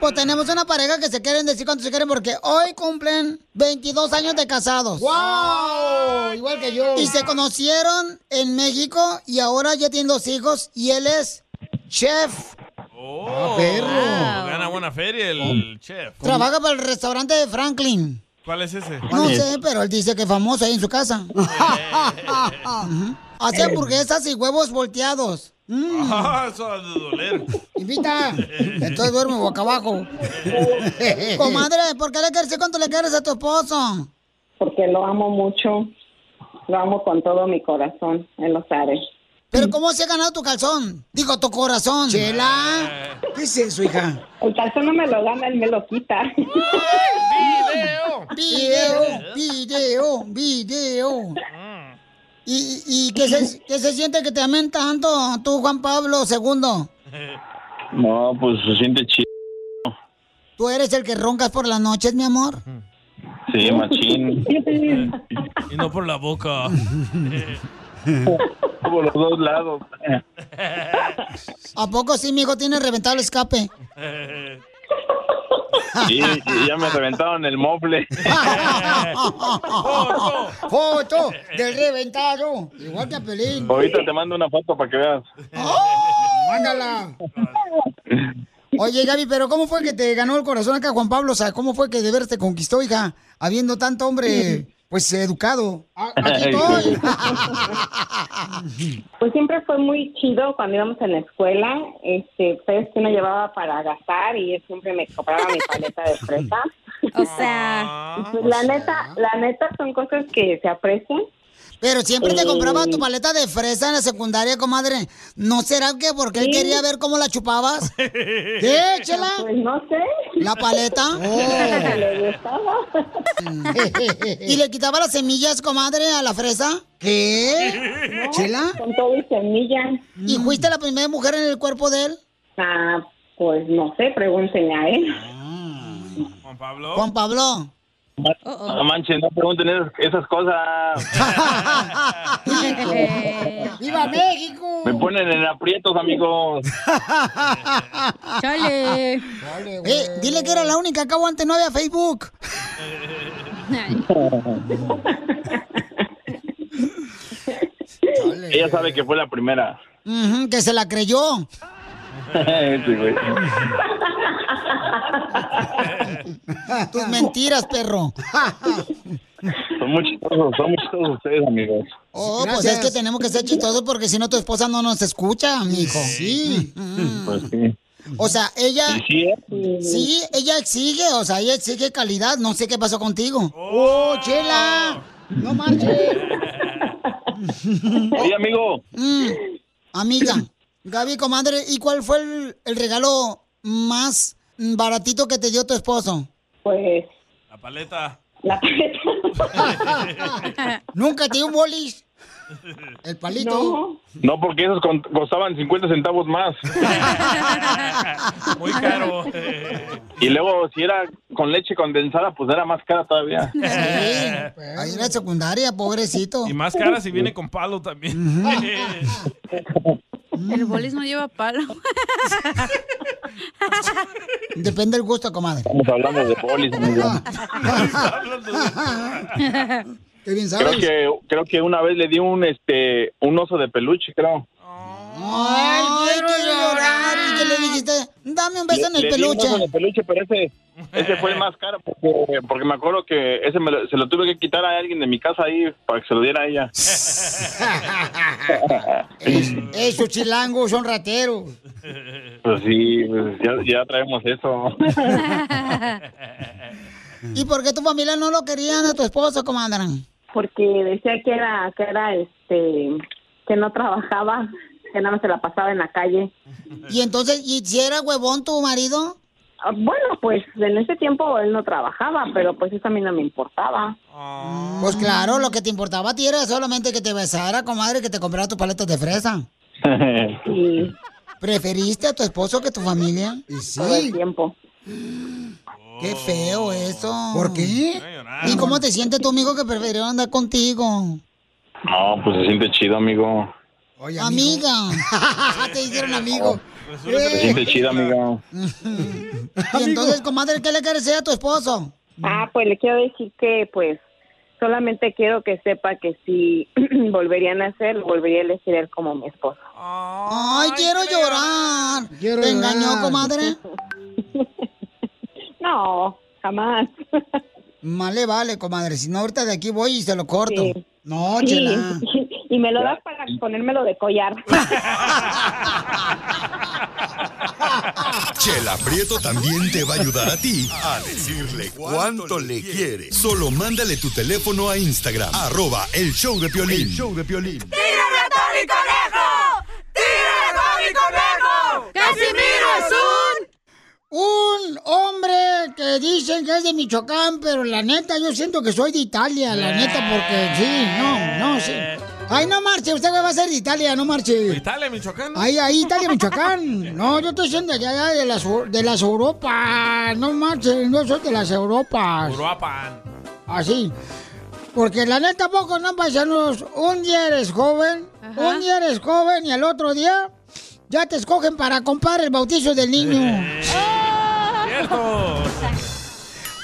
Speaker 2: Pues tenemos una pareja que se quieren decir cuánto se quieren porque hoy cumplen 22 años de casados.
Speaker 9: ¡Guau!
Speaker 2: Igual que yo. Y se conocieron en México y ahora ya tienen dos hijos y él es chef.
Speaker 1: Oh,
Speaker 2: perro. Oh.
Speaker 1: Gana buena feria el chef.
Speaker 2: Trabaja para el restaurante de Franklin.
Speaker 1: ¿Cuál es Eh, ese?
Speaker 2: No sé, pero él dice que es famoso ahí en su casa. Ujú. Hace hamburguesas y huevos volteados. Mm.
Speaker 1: Ah, eso ha de doler.
Speaker 2: Invita. Entonces duerme boca abajo. Comadre, ¿por qué le quieres decir cuánto le quieres a tu esposo?
Speaker 11: porque lo amo mucho, lo amo con todo mi corazón, él lo sabe.
Speaker 2: ¿Pero cómo se ha ganado tu calzón? Digo, tu corazón. Chela. ¿Qué es eso, hija?
Speaker 11: El calzón no me lo gana, él me lo quita.
Speaker 2: ¡Video! ¡Video! ¡Video! Mm. ¡Video! ¿Y, y qué, se, qué se siente que te amen tanto tú, Juan Pablo II?
Speaker 12: No, pues se siente chido.
Speaker 2: ¿Tú eres el que roncas por las noches, mi amor?
Speaker 12: Sí, machín.
Speaker 1: Y no por la boca.
Speaker 12: Por los dos lados.
Speaker 2: ¿A poco sí, mi hijo, tiene reventado el escape?
Speaker 12: Sí, y ya me reventaron el mofle.
Speaker 2: ¡Foto del reventado! Igual que a Pelín.
Speaker 12: Ahorita te mando una foto para que veas.
Speaker 2: ¡Mándala! Oye, Gaby, pero ¿cómo fue que te ganó el corazón acá Juan Pablo? O sea, ¿cómo fue que de ver te conquistó, hija? Habiendo tanto hombre, pues, educado. A- Aquí estoy.
Speaker 11: Pues siempre fue muy chido cuando íbamos en la escuela, este, pues que uno llevaba para gastar y él siempre me compraba mi paleta de fresa. Pues,
Speaker 4: O sea...
Speaker 11: La neta, la neta son cosas que se aprecian.
Speaker 2: Pero siempre te compraba tu
Speaker 11: Eh,
Speaker 2: paleta de fresa en la secundaria, comadre. ¿No será que porque él
Speaker 11: Sí.
Speaker 2: quería ver cómo la chupabas? ¿Qué, chela? Pues
Speaker 11: no sé.
Speaker 2: ¿La paleta?
Speaker 11: Le
Speaker 2: ¿Y le quitaba las semillas, comadre, a la fresa? ¿Qué?
Speaker 11: No,
Speaker 2: ¿Chela?
Speaker 11: Con todo y semillas.
Speaker 2: ¿Y fuiste la primera mujer en el cuerpo de él?
Speaker 11: Ah, pues no sé, pregúntenle a él.
Speaker 1: Juan Pablo.
Speaker 2: Juan Pablo.
Speaker 12: No manches, no pregunten esas, esas cosas.
Speaker 2: ¡Viva México!
Speaker 12: Me ponen en aprietos, amigos.
Speaker 2: Chale. Eh, dile que era la única, acabo antes no había Facebook.
Speaker 12: Ella sabe que fue la primera.
Speaker 2: Ujú, que se la creyó.
Speaker 12: Sí, güey.
Speaker 2: Tus mentiras, perro.
Speaker 12: Son muy chistosos, son muy chistosos ustedes, amigos.
Speaker 2: Oh, pues es que tenemos que ser chistosos porque si no tu esposa no nos escucha, mijo. Sí.
Speaker 12: Pues sí.
Speaker 2: O sea, ella.
Speaker 12: Sí,
Speaker 2: Sí, ella exige, o sea, ella exige calidad. No sé qué pasó contigo. ¡Oh, chela! No marches.
Speaker 12: Oye, amigo.
Speaker 2: Mm, amiga, Gaby, comadre, ¿y cuál fue el, el regalo más baratito que te dio tu esposo?
Speaker 11: Pues.
Speaker 1: La paleta.
Speaker 11: La
Speaker 2: ¿Nunca te dio un bolis? El palito.
Speaker 12: No, porque esos con- costaban 50 centavos más.
Speaker 1: Muy caro.
Speaker 12: Y luego, si era con leche condensada, pues era más cara todavía.
Speaker 2: Ahí en la secundaria, pobrecito.
Speaker 1: Y más cara si viene con palo también. Eh,
Speaker 4: El bolis no lleva palo.
Speaker 2: Depende del gusto, comadre.
Speaker 12: Estamos hablando de bolis. amigo.
Speaker 2: Ah, Qué bien
Speaker 12: Creo
Speaker 2: sabes.
Speaker 12: que, creo que una vez le di un, este, un oso de peluche, creo.
Speaker 2: Ay, quiero llorar. ¿Y qué le dijiste? Dame un beso en el
Speaker 12: Le di un
Speaker 2: peluche.
Speaker 12: oso de peluche, pero ese, ese fue el más caro porque, porque me acuerdo que ese me lo- se lo tuve que quitar a alguien de mi casa ahí para que se lo diera a ella.
Speaker 2: Esos chilangos son rateros.
Speaker 12: Pues sí, pues ya, ya traemos eso.
Speaker 2: ¿Y por qué tu familia no lo querían a tu esposo, comadre?
Speaker 11: Porque decía que era, que era este, que no trabajaba, que nada más se la pasaba en la calle.
Speaker 2: ¿Y entonces, y si era huevón tu marido?
Speaker 11: Bueno, pues en ese tiempo él no trabajaba, pero pues eso a mí no me importaba.
Speaker 2: Pues claro, lo que te importaba a ti era solamente que te besara, comadre, que te comprara tus paletas de fresa.
Speaker 11: Sí.
Speaker 2: ¿Preferiste a tu esposo que tu familia? Y
Speaker 11: Todo el
Speaker 2: sí.
Speaker 11: tiempo.
Speaker 2: Qué feo eso. ¿Por qué? ¿Y cómo te siente tu amigo que prefirió andar contigo?
Speaker 12: No, pues se siente chido, amigo.
Speaker 2: Amiga. Ah, te dijeron amigo.
Speaker 12: Se
Speaker 2: eh.
Speaker 12: siente chido, amigo.
Speaker 2: Y entonces, comadre, ¿qué le quieres decir a tu esposo?
Speaker 11: Ah, pues le quiero decir que pues solamente quiero que sepa que si volverían a hacer, lo volvería a elegir él como mi esposo.
Speaker 2: Ay, quiero llorar. ¿Te engañó,
Speaker 11: llorar.
Speaker 2: comadre?
Speaker 11: No, jamás.
Speaker 2: Más le vale, comadre. Si no, ahorita de aquí voy y se lo corto. No,
Speaker 11: Sí,
Speaker 2: chela.
Speaker 11: Y me lo das para ponérmelo de collar.
Speaker 5: Chela Prieto también te va a ayudar a ti a decirle cuánto le quiere. Solo mándale tu teléfono a Instagram, arroba el show de Piolín. El show de Piolín.
Speaker 3: ¡Tírame a Tony Conejo! ¡Tírame a Tony Conejo! ¡Casimiro es un...
Speaker 2: Un hombre que dicen que es de Michoacán, pero la neta, yo siento que soy de Italia, la neta, porque sí, no, no, sí. Ay, no marche, usted va a ser de Italia, no marche.
Speaker 1: Italia, Michoacán.
Speaker 2: Ahí, ahí, Italia, Michoacán. No, yo estoy siendo de allá de las, de las Europas, no marche, no soy de las Europas.
Speaker 1: Uruapan.
Speaker 2: Así. Porque la neta poco no paisanos. Un día eres joven, un día eres joven y al otro día ya te escogen para comprar el bautizo del niño.
Speaker 1: Cierto.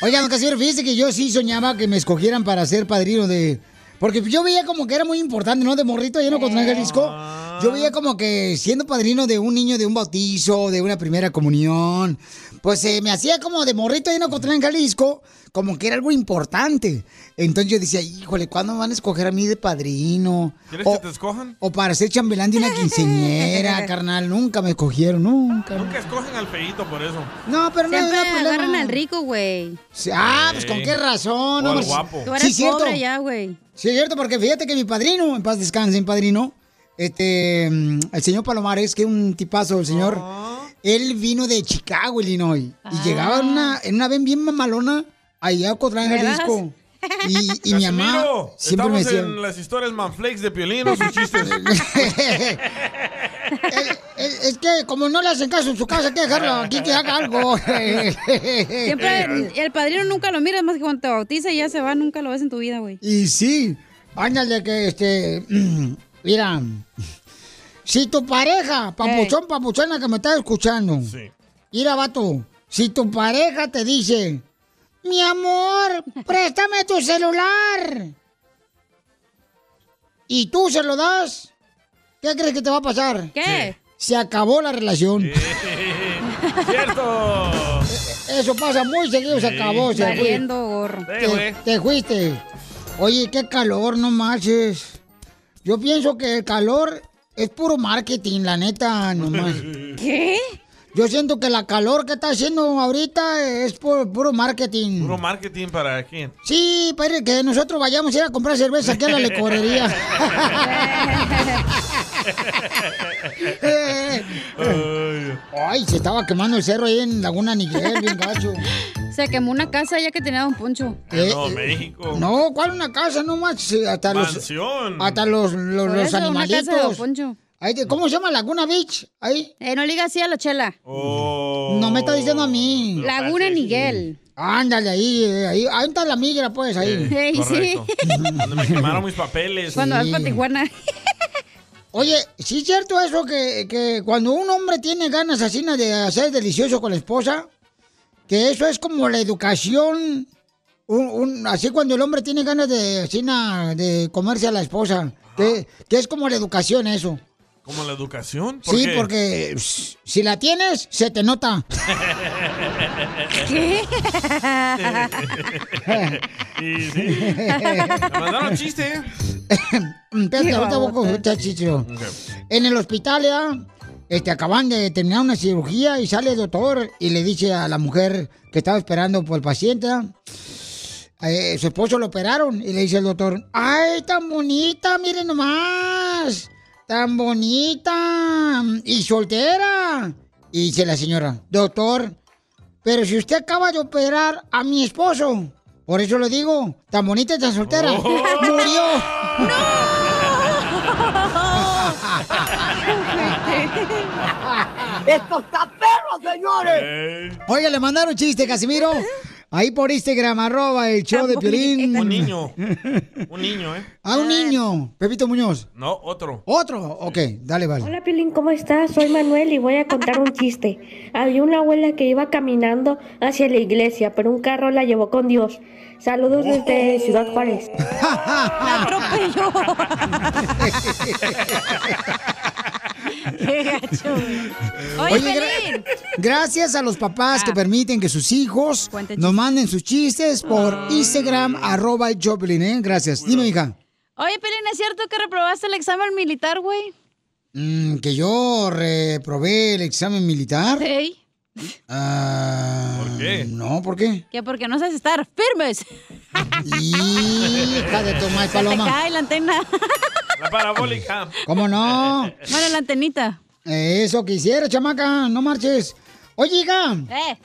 Speaker 2: Oigan, don Casimiro, fíjese que yo sí soñaba que me escogieran para ser padrino de. Porque yo veía como que era muy importante, ¿no? De morrito allá en Ocotlán, Jalisco. Yo veía como que siendo padrino de un niño de un bautizo, de una primera comunión, pues eh, me hacía como de morrito allá en Ocotlán, Jalisco, como que era algo importante. Entonces yo decía, híjole, ¿cuándo me van a escoger a mí de padrino?
Speaker 1: ¿Quieres
Speaker 2: O,
Speaker 1: que te escojan?
Speaker 2: o para ser chambelán de una quinceñera, carnal. Nunca me escogieron, nunca.
Speaker 1: Nunca escogen al feíto por eso.
Speaker 2: No, pero no
Speaker 4: Siempre
Speaker 2: no hay problema.
Speaker 4: agarran al rico, güey.
Speaker 2: Sí, Ah, pues con qué razón,
Speaker 4: O
Speaker 2: no,
Speaker 4: al
Speaker 2: pues,
Speaker 4: guapo. Tú eres pobre ya, güey.
Speaker 2: Sí, es cierto, porque fíjate que mi padrino, en paz descanse, mi padrino, este, mm, el señor Palomares, que un tipazo el señor, él vino de Chicago, Illinois, y llegaba en una, en una ven bien mamalona allá a Cotlán,
Speaker 1: ¿Verdad?
Speaker 2: Jalisco. Y, y mi mamá
Speaker 1: Casimiro,
Speaker 2: siempre me
Speaker 1: estamos
Speaker 2: decía...
Speaker 1: en las historias manflakes de Piolín o sus chistes.
Speaker 2: Es, es que como no le hacen caso en su casa, hay que dejarlo aquí que haga algo.
Speaker 4: Siempre el, el padrino nunca lo miras más que cuando te bautiza y ya se va, nunca lo ves en tu vida, güey.
Speaker 2: Y sí, ándale que este, mira, si tu pareja, papuchón, papuchona que me estás escuchando, mira vato, si tu pareja te dice, mi amor, préstame tu celular, y tú se lo das, ¿qué crees que te va a pasar?
Speaker 4: ¿Qué?
Speaker 2: Se acabó la relación.
Speaker 1: Cierto.
Speaker 2: Eso pasa muy seguido, se
Speaker 1: Sí.
Speaker 2: acabó, se fue.
Speaker 4: Valiendo gorro.
Speaker 2: Te- Te fuiste. Oye, qué calor, no marches. Yo pienso que el calor es puro marketing, la neta, no más.
Speaker 4: ¿Qué?
Speaker 2: Yo siento que la calor que está haciendo ahorita es por puro marketing.
Speaker 1: Puro marketing para quién.
Speaker 2: Sí, para que nosotros vayamos a ir a comprar cerveza aquí a la licorería. Ay, se estaba quemando el cerro ahí en Laguna Niguel, bien gacho.
Speaker 4: Se quemó una casa ya que tenía Don Poncho.
Speaker 2: Eh,
Speaker 1: no,
Speaker 2: eh,
Speaker 1: México.
Speaker 2: No, ¿cuál una casa? No más, sí, hasta
Speaker 1: Mansión.
Speaker 2: los hasta los, los,
Speaker 4: Por
Speaker 2: los
Speaker 4: eso, una casa de Don
Speaker 2: animalitos.
Speaker 4: Poncho.
Speaker 2: Ahí de- ¿Cómo se llama Laguna Beach? Ahí.
Speaker 4: Eh, no le digas así a la chela.
Speaker 1: Oh.
Speaker 2: No me está diciendo a mí.
Speaker 4: Laguna Niguel.
Speaker 2: Ándale, ahí, eh, ahí, ahí está la migra, pues, ahí.
Speaker 4: Eh,
Speaker 1: Correcto. Donde me quemaron mis papeles.
Speaker 2: Tijuana. Oye, ¿sí es cierto eso que, que cuando un hombre tiene ganas así ¿no? de hacer delicioso con la esposa, que eso es como la educación, un- un- así cuando el hombre tiene ganas de, así, ¿no? de comerse a la esposa, que, que es como la educación eso?
Speaker 1: Como la educación. ¿Por
Speaker 2: Sí,
Speaker 1: qué? Eh,
Speaker 2: porque pss, si la tienes, se te nota.
Speaker 1: ¿Qué? sí, sí. Me mandaron chiste. ¿eh?
Speaker 2: Espérate, ahorita voy con usted, Chicho. En el hospital, ya, este, acaban de terminar una cirugía y sale el doctor y le dice a la mujer que estaba esperando por el paciente, ¿ya? Eh, su esposo lo operaron y le dice el doctor, "Ah, ¡ay, tan bonita, miren nomás! ¡Tan bonita! ¡Y soltera! Y dice la señora, doctor, pero si usted acaba de operar a mi esposo, por eso lo digo, tan bonita y tan soltera,
Speaker 1: Oh.
Speaker 2: murió.
Speaker 9: ¡Esto está perro, señores!
Speaker 2: Oiga, le mandaron chiste, Casimiro. Ahí por Instagram, arroba el show de Piolín.
Speaker 1: Un niño. Un niño, ¿eh?
Speaker 2: A Ah, un niño. Pepito Muñoz.
Speaker 1: No, otro.
Speaker 2: Otro. Ok, dale, vale.
Speaker 13: Hola Piolín, ¿cómo estás? Soy Manuel y voy a contar un chiste. Había una abuela que iba caminando hacia la iglesia, pero un carro la llevó con Dios. Saludos desde Ciudad Juárez.
Speaker 9: ¡La atropelló!
Speaker 4: ¡Qué gacho! güey. Oye,
Speaker 2: Oye, gra-
Speaker 4: Pelín.
Speaker 2: gracias a los papás que permiten que sus hijos nos manden sus chistes por Instagram, arroba el Joplin, ¿eh? Gracias. Dime, hija.
Speaker 4: Oye, Pelín, ¿es cierto que reprobaste el examen militar, güey?
Speaker 2: Mm, que yo reprobé el examen militar.
Speaker 4: Sí.
Speaker 2: ¿Por qué? No, ¿por qué?
Speaker 4: Que porque no sabes estar firmes.
Speaker 2: Hija de tu madre, Paloma.
Speaker 4: Se te cae la antena.
Speaker 1: La parabólica.
Speaker 2: ¿Cómo no?
Speaker 4: Bueno, la antenita.
Speaker 2: Eso quisiera, chamaca, no marches. Oye, hija. Eh,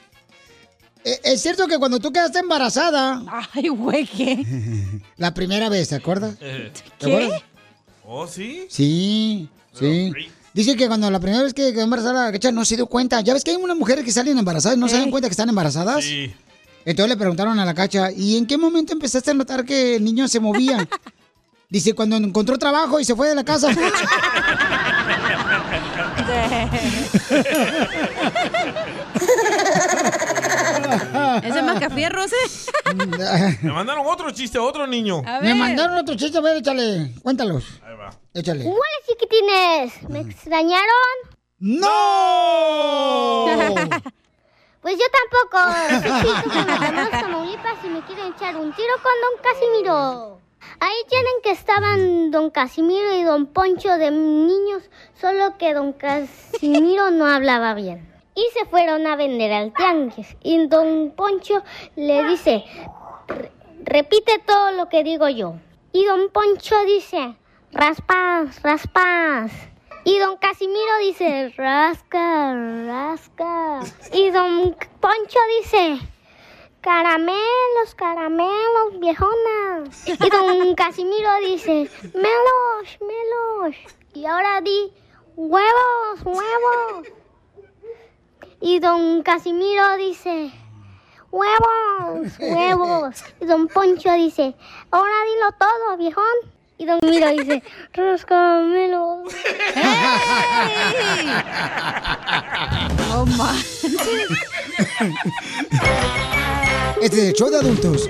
Speaker 4: Eh.
Speaker 2: ¿Es cierto que cuando tú quedaste embarazada...
Speaker 4: Ay, güey, ¿qué? Eh.
Speaker 2: La primera vez, ¿te acuerdas? ¿Te
Speaker 1: ¿Qué?
Speaker 2: acuerdas?
Speaker 1: ¿Oh, sí?
Speaker 2: Sí, sí. Dice que cuando la primera vez que quedó embarazada la gacha no se dio cuenta. Ya ves que hay unas mujeres que salen embarazadas y no se dan cuenta que están embarazadas.
Speaker 1: Sí.
Speaker 2: Entonces le preguntaron a la cacha, ¿y en qué momento empezaste a notar que el niño se movía? Dice, cuando encontró trabajo y se fue de la casa.
Speaker 4: ¿Es de Macafierros, eh?
Speaker 1: Me mandaron otro chiste, otro niño.
Speaker 2: Me mandaron otro chiste, a ver, échale, cuéntalos.
Speaker 1: Ahí va.
Speaker 2: Échale.
Speaker 14: Hola chiquitines, ¿me extrañaron?
Speaker 2: ¡No!
Speaker 14: Pues yo tampoco. Soy Chico de Matamoros, Tamaulipas y me quiero echar un tiro con Don Casimiro. Ahí tienen que estaban Don Casimiro y Don Poncho de niños, solo que Don Casimiro no hablaba bien. Y se fueron a vender al tianguis. Y Don Poncho le dice, "Re- repite todo lo que digo yo. Y Don Poncho dice, raspas, raspas. Y don Casimiro dice, rasca, rasca. Y don Poncho dice, caramelos, caramelos, viejonas. Y don Casimiro dice, melos, melos. Y ahora di, huevos, huevos. Y don Casimiro dice, huevos, huevos. Y don Poncho dice, ahora dilo todo, viejón. Y don Miro dice, rascamelo.
Speaker 4: ¡Oh, man!
Speaker 2: Este es el show de adultos.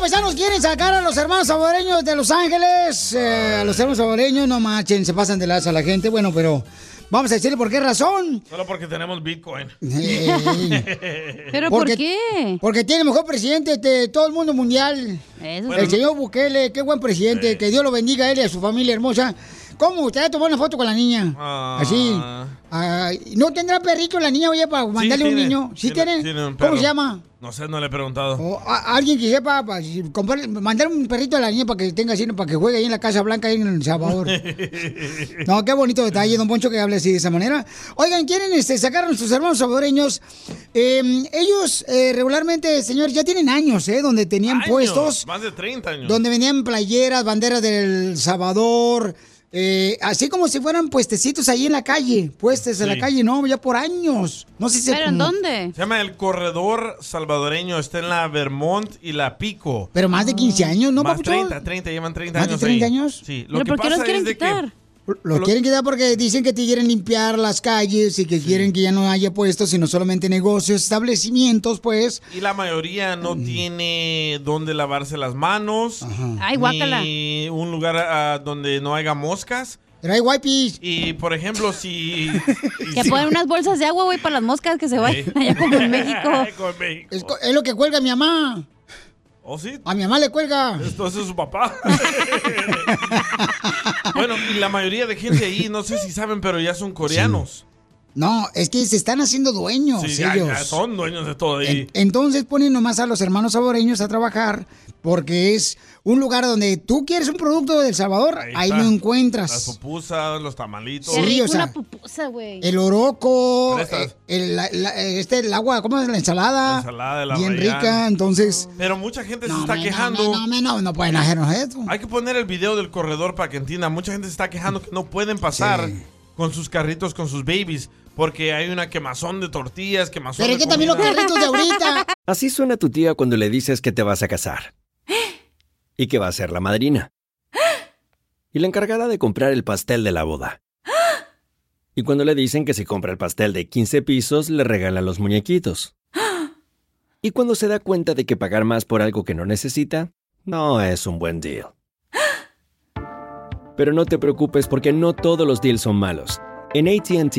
Speaker 2: paisanos, quieren sacar a los hermanos saboreños de Los Ángeles. Eh, a los hermanos saboreños, no machen, se pasan de las a la gente. Bueno, pero vamos a decirle por qué razón.
Speaker 1: Solo porque tenemos Bitcoin.
Speaker 2: Ey. qué? Porque tiene el mejor presidente de todo el mundo mundial.
Speaker 1: Bueno,
Speaker 2: el señor Bukele, qué buen presidente. Que Dios lo bendiga a él y a su familia hermosa. ¿Cómo? Usted tomó una foto con la niña.
Speaker 1: Ah.
Speaker 2: Así. Ay, ¿No tendrá perrito la niña, oye, para mandarle un
Speaker 1: tiene,
Speaker 2: niño? ¿Sí tiene?
Speaker 1: tiene un
Speaker 2: ¿Cómo
Speaker 1: perro.
Speaker 2: se llama?
Speaker 1: No sé, no le he preguntado.
Speaker 2: O a- alguien que sepa, pa- si comprar- mandar un perrito a la niña para que tenga así, para que juegue ahí en la Casa Blanca, ahí en El Salvador. No, qué bonito detalle, don Poncho, que hable así de esa manera. Oigan, quieren este, sacar a nuestros hermanos salvadoreños. Eh, ellos eh, regularmente, señor, ya tienen años, ¿eh? Donde tenían
Speaker 1: Años,
Speaker 2: puestos,
Speaker 1: Más de 30 años.
Speaker 2: donde venían playeras, banderas del Salvador. eh, así como si fueran puestecitos ahí en la calle, puestes en la
Speaker 1: Sí.
Speaker 2: calle, no, ya por años. No sé si se- como-
Speaker 1: Se llama el Corredor Salvadoreño. Está en la Vermont y la Pico.
Speaker 2: Pero más de
Speaker 1: Ah.
Speaker 2: 15 años, ¿no,
Speaker 1: Más
Speaker 2: papuchón?
Speaker 1: 30, 30, llevan 30
Speaker 2: ¿Más de
Speaker 1: años.
Speaker 2: 30
Speaker 1: ahí.
Speaker 2: años?
Speaker 1: Sí, lo que pasa es de que-
Speaker 2: Los
Speaker 1: lo-
Speaker 2: quieren quitar porque dicen que te quieren limpiar las calles y que quieren que ya no haya puestos, sino solamente negocios, establecimientos, pues.
Speaker 1: Y la mayoría no
Speaker 2: Mm.
Speaker 1: tiene dónde lavarse las manos.
Speaker 2: Ay, guácala.
Speaker 1: Ni un lugar ah, donde no haya moscas.
Speaker 2: Pero hay guaypis.
Speaker 1: Y, por ejemplo, si...
Speaker 4: Que ponen unas bolsas de agua, güey, para las moscas que se vayan allá como en México.
Speaker 1: Con México.
Speaker 2: Es, co- es lo que cuelga mi mamá.
Speaker 1: ¿O sí?
Speaker 2: A mi mamá le cuelga.
Speaker 1: Entonces su papá. bueno, y la mayoría de gente ahí, no sé si saben, pero ya son coreanos.
Speaker 2: No, es que se están haciendo dueños
Speaker 1: Sí, ya-
Speaker 2: ellos.
Speaker 1: ya son dueños de todo ahí.
Speaker 2: Entonces ponen nomás a los hermanos saboreños a trabajar porque es un lugar donde tú quieres un producto de El Salvador, ahí,
Speaker 1: está.
Speaker 2: lo
Speaker 1: Las
Speaker 2: encuentras.
Speaker 1: pupusas, los tamalitos.
Speaker 2: Sí, o sea,
Speaker 4: Pupusa, güey.
Speaker 2: El oroco,
Speaker 1: Prestas.
Speaker 2: eh, el, la- la- este, el agua, ¿cómo es? La ensalada.
Speaker 1: La ensalada de la
Speaker 2: bien
Speaker 1: Rayán.
Speaker 2: rica, entonces...
Speaker 1: Pero mucha gente se está
Speaker 2: me-
Speaker 1: quejando.
Speaker 2: No, me- no, no pueden hacernos esto.
Speaker 1: Hay que poner el video del corredor para que entienda. Mucha gente se está quejando que no pueden pasar con sus carritos, con sus babies, porque hay una quemazón de tortillas, quemazón
Speaker 2: Pero
Speaker 1: de
Speaker 2: es que también los
Speaker 1: comida.
Speaker 2: carritos de ahorita.
Speaker 15: Así suena tu tía cuando le dices que te vas a casar. Y que va a ser la madrina. Y la encargada de comprar el pastel de la boda. Y cuando le dicen que si compra el pastel de 15 pisos, le regalan los muñequitos. Y cuando se da cuenta de que pagar más por algo que no necesita, no es un buen deal. Pero no te preocupes porque no todos los deals son malos. En ATT,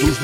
Speaker 16: ¿Tus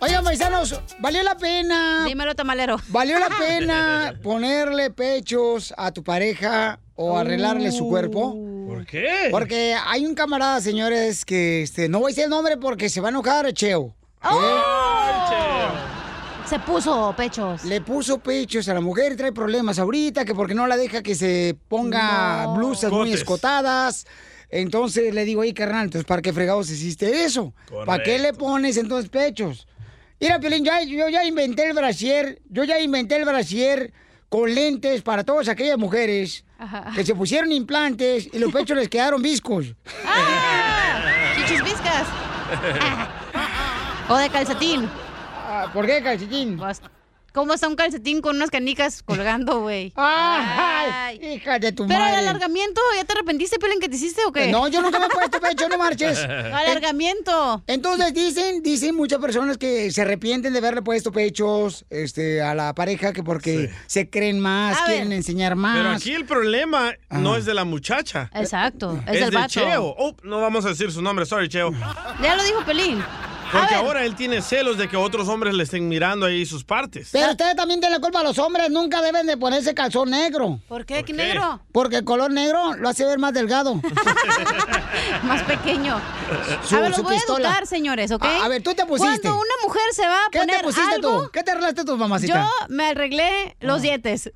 Speaker 2: Oigan, paisanos, ¿valió la pena? Dímelo, tamalero. ¿Valió la pena ponerle pechos a tu pareja o arreglarle su cuerpo?
Speaker 1: Uh. ¿Por qué?
Speaker 2: Porque hay un camarada, señores, que este, no voy a decir el nombre porque se va a enojar, Cheo. ¿Eh? Se puso pechos. Le puso pechos a la mujer y trae problemas ahorita, que porque no la deja que se ponga blusas muy
Speaker 9: Escotes.
Speaker 2: escotadas. Entonces le digo, oye, carnal, entonces, ¿para qué fregados hiciste eso? ¿Para qué le pones entonces pechos? Mira, Piolín, ya, yo ya inventé el brasier, yo ya inventé el brasier con lentes para todas aquellas mujeres
Speaker 4: Ajá.
Speaker 2: que se pusieron implantes y los pechos les quedaron viscos.
Speaker 4: ¡Ah! Chichis viscas. O de calcetín.
Speaker 2: ¿Por qué Ah, calcetín?
Speaker 4: ¿Cómo está un calcetín con unas canicas colgando, güey?
Speaker 2: ¡Ay! Hija de tu
Speaker 4: Pero
Speaker 2: madre.
Speaker 4: el alargamiento, ¿ya te arrepentiste, Pelín, que te hiciste o qué?
Speaker 2: No, yo nunca me he puesto pecho, no marches.
Speaker 4: Alargamiento.
Speaker 2: Entonces dicen, dicen muchas personas que se arrepienten de haberle puesto pechos este, a la pareja que porque se creen más, quieren enseñar más.
Speaker 1: Pero aquí el problema no es de la muchacha.
Speaker 4: Exacto, es,
Speaker 1: es
Speaker 4: del
Speaker 1: de
Speaker 4: vato.
Speaker 1: Cheo. Oh, no vamos a decir su nombre, sorry, Cheo.
Speaker 4: Ya lo dijo Pelín.
Speaker 1: Porque
Speaker 4: ver.
Speaker 1: ahora él tiene celos de que otros hombres le estén mirando ahí sus partes.
Speaker 2: Pero ustedes también tienen la culpa a los hombres, nunca deben de ponerse calzón negro.
Speaker 4: ¿Por qué? ¿Qué
Speaker 1: qué? negro?
Speaker 2: Porque el color negro lo hace ver más delgado.
Speaker 4: más pequeño.
Speaker 2: Eh, Su-
Speaker 4: a ver, los
Speaker 2: su
Speaker 4: voy
Speaker 2: pistola. Ah,
Speaker 4: a educar, señores, ¿ok?
Speaker 2: A- a ver, tú te pusiste.
Speaker 4: Cuando una mujer se va a
Speaker 2: ¿Qué
Speaker 4: poner
Speaker 2: te pusiste
Speaker 4: algo,
Speaker 2: tú? ¿Qué te arreglaste tu mamacita? Ah. Eh,
Speaker 4: yo me arreglé los dietes.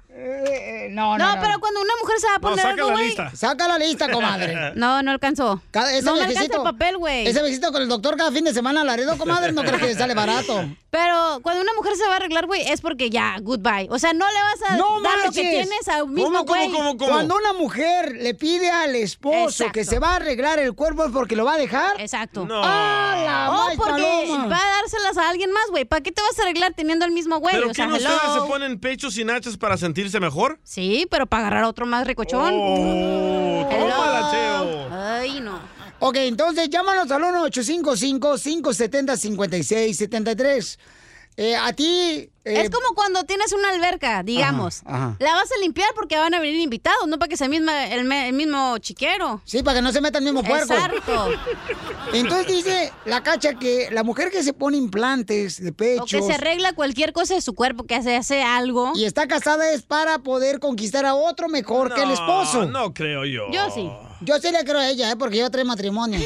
Speaker 2: no, no, no.
Speaker 4: pero cuando una mujer se va a poner algo, güey...
Speaker 2: Saca la lista, comadre.
Speaker 4: No, no alcanzó.
Speaker 2: Cada- ese
Speaker 4: no me
Speaker 2: viajecito-
Speaker 4: alcanza el papel, güey.
Speaker 2: Ese visito con el doctor cada fin de semana la Laredo, comadre, no creo que sale barato.
Speaker 4: Pero cuando una mujer se va a arreglar, güey, es porque ya, goodbye. O sea, no le vas a
Speaker 2: ¡No
Speaker 4: dar lo que
Speaker 2: marches!
Speaker 4: tienes a un mismo güey.
Speaker 2: Cuando una mujer le pide al esposo
Speaker 4: Exacto.
Speaker 2: que se va a arreglar el cuerpo es porque lo va a dejar.
Speaker 4: Exacto.
Speaker 2: No. ¡Hala,
Speaker 4: o
Speaker 2: más
Speaker 4: Oh, porque
Speaker 2: paloma!
Speaker 4: va a dárselas a alguien más, güey. ¿Para qué te vas a arreglar teniendo el mismo güey?
Speaker 1: ¿Pero
Speaker 4: O
Speaker 1: qué
Speaker 4: sea,
Speaker 1: no ustedes
Speaker 4: hello.
Speaker 1: se ponen pechos y nachas para sentirse mejor?
Speaker 4: Sí, pero para agarrar a otro más ricochón.
Speaker 1: Oh, tómala,
Speaker 2: oh.
Speaker 4: Hello. Ay, no.
Speaker 2: Ok, entonces llámanos al 1-855-570-5673. Eh, a ti. eh,
Speaker 4: es como cuando tienes una alberca, digamos.
Speaker 2: ajá.
Speaker 4: La vas a limpiar porque van a venir invitados, no para que sea misma, el, me- el mismo chiquero.
Speaker 2: Sí, para que no se meta el mismo puerco.
Speaker 4: Exacto.
Speaker 2: Entonces dice la cacha que la mujer que se pone implantes de pecho.
Speaker 4: O que se arregla cualquier cosa de su cuerpo, que se hace algo.
Speaker 2: Y está casada es para poder conquistar a otro mejor que el esposo.
Speaker 1: No creo yo.
Speaker 2: sí. Yo sí le creo a ella, ¿eh? porque yo trae matrimonio.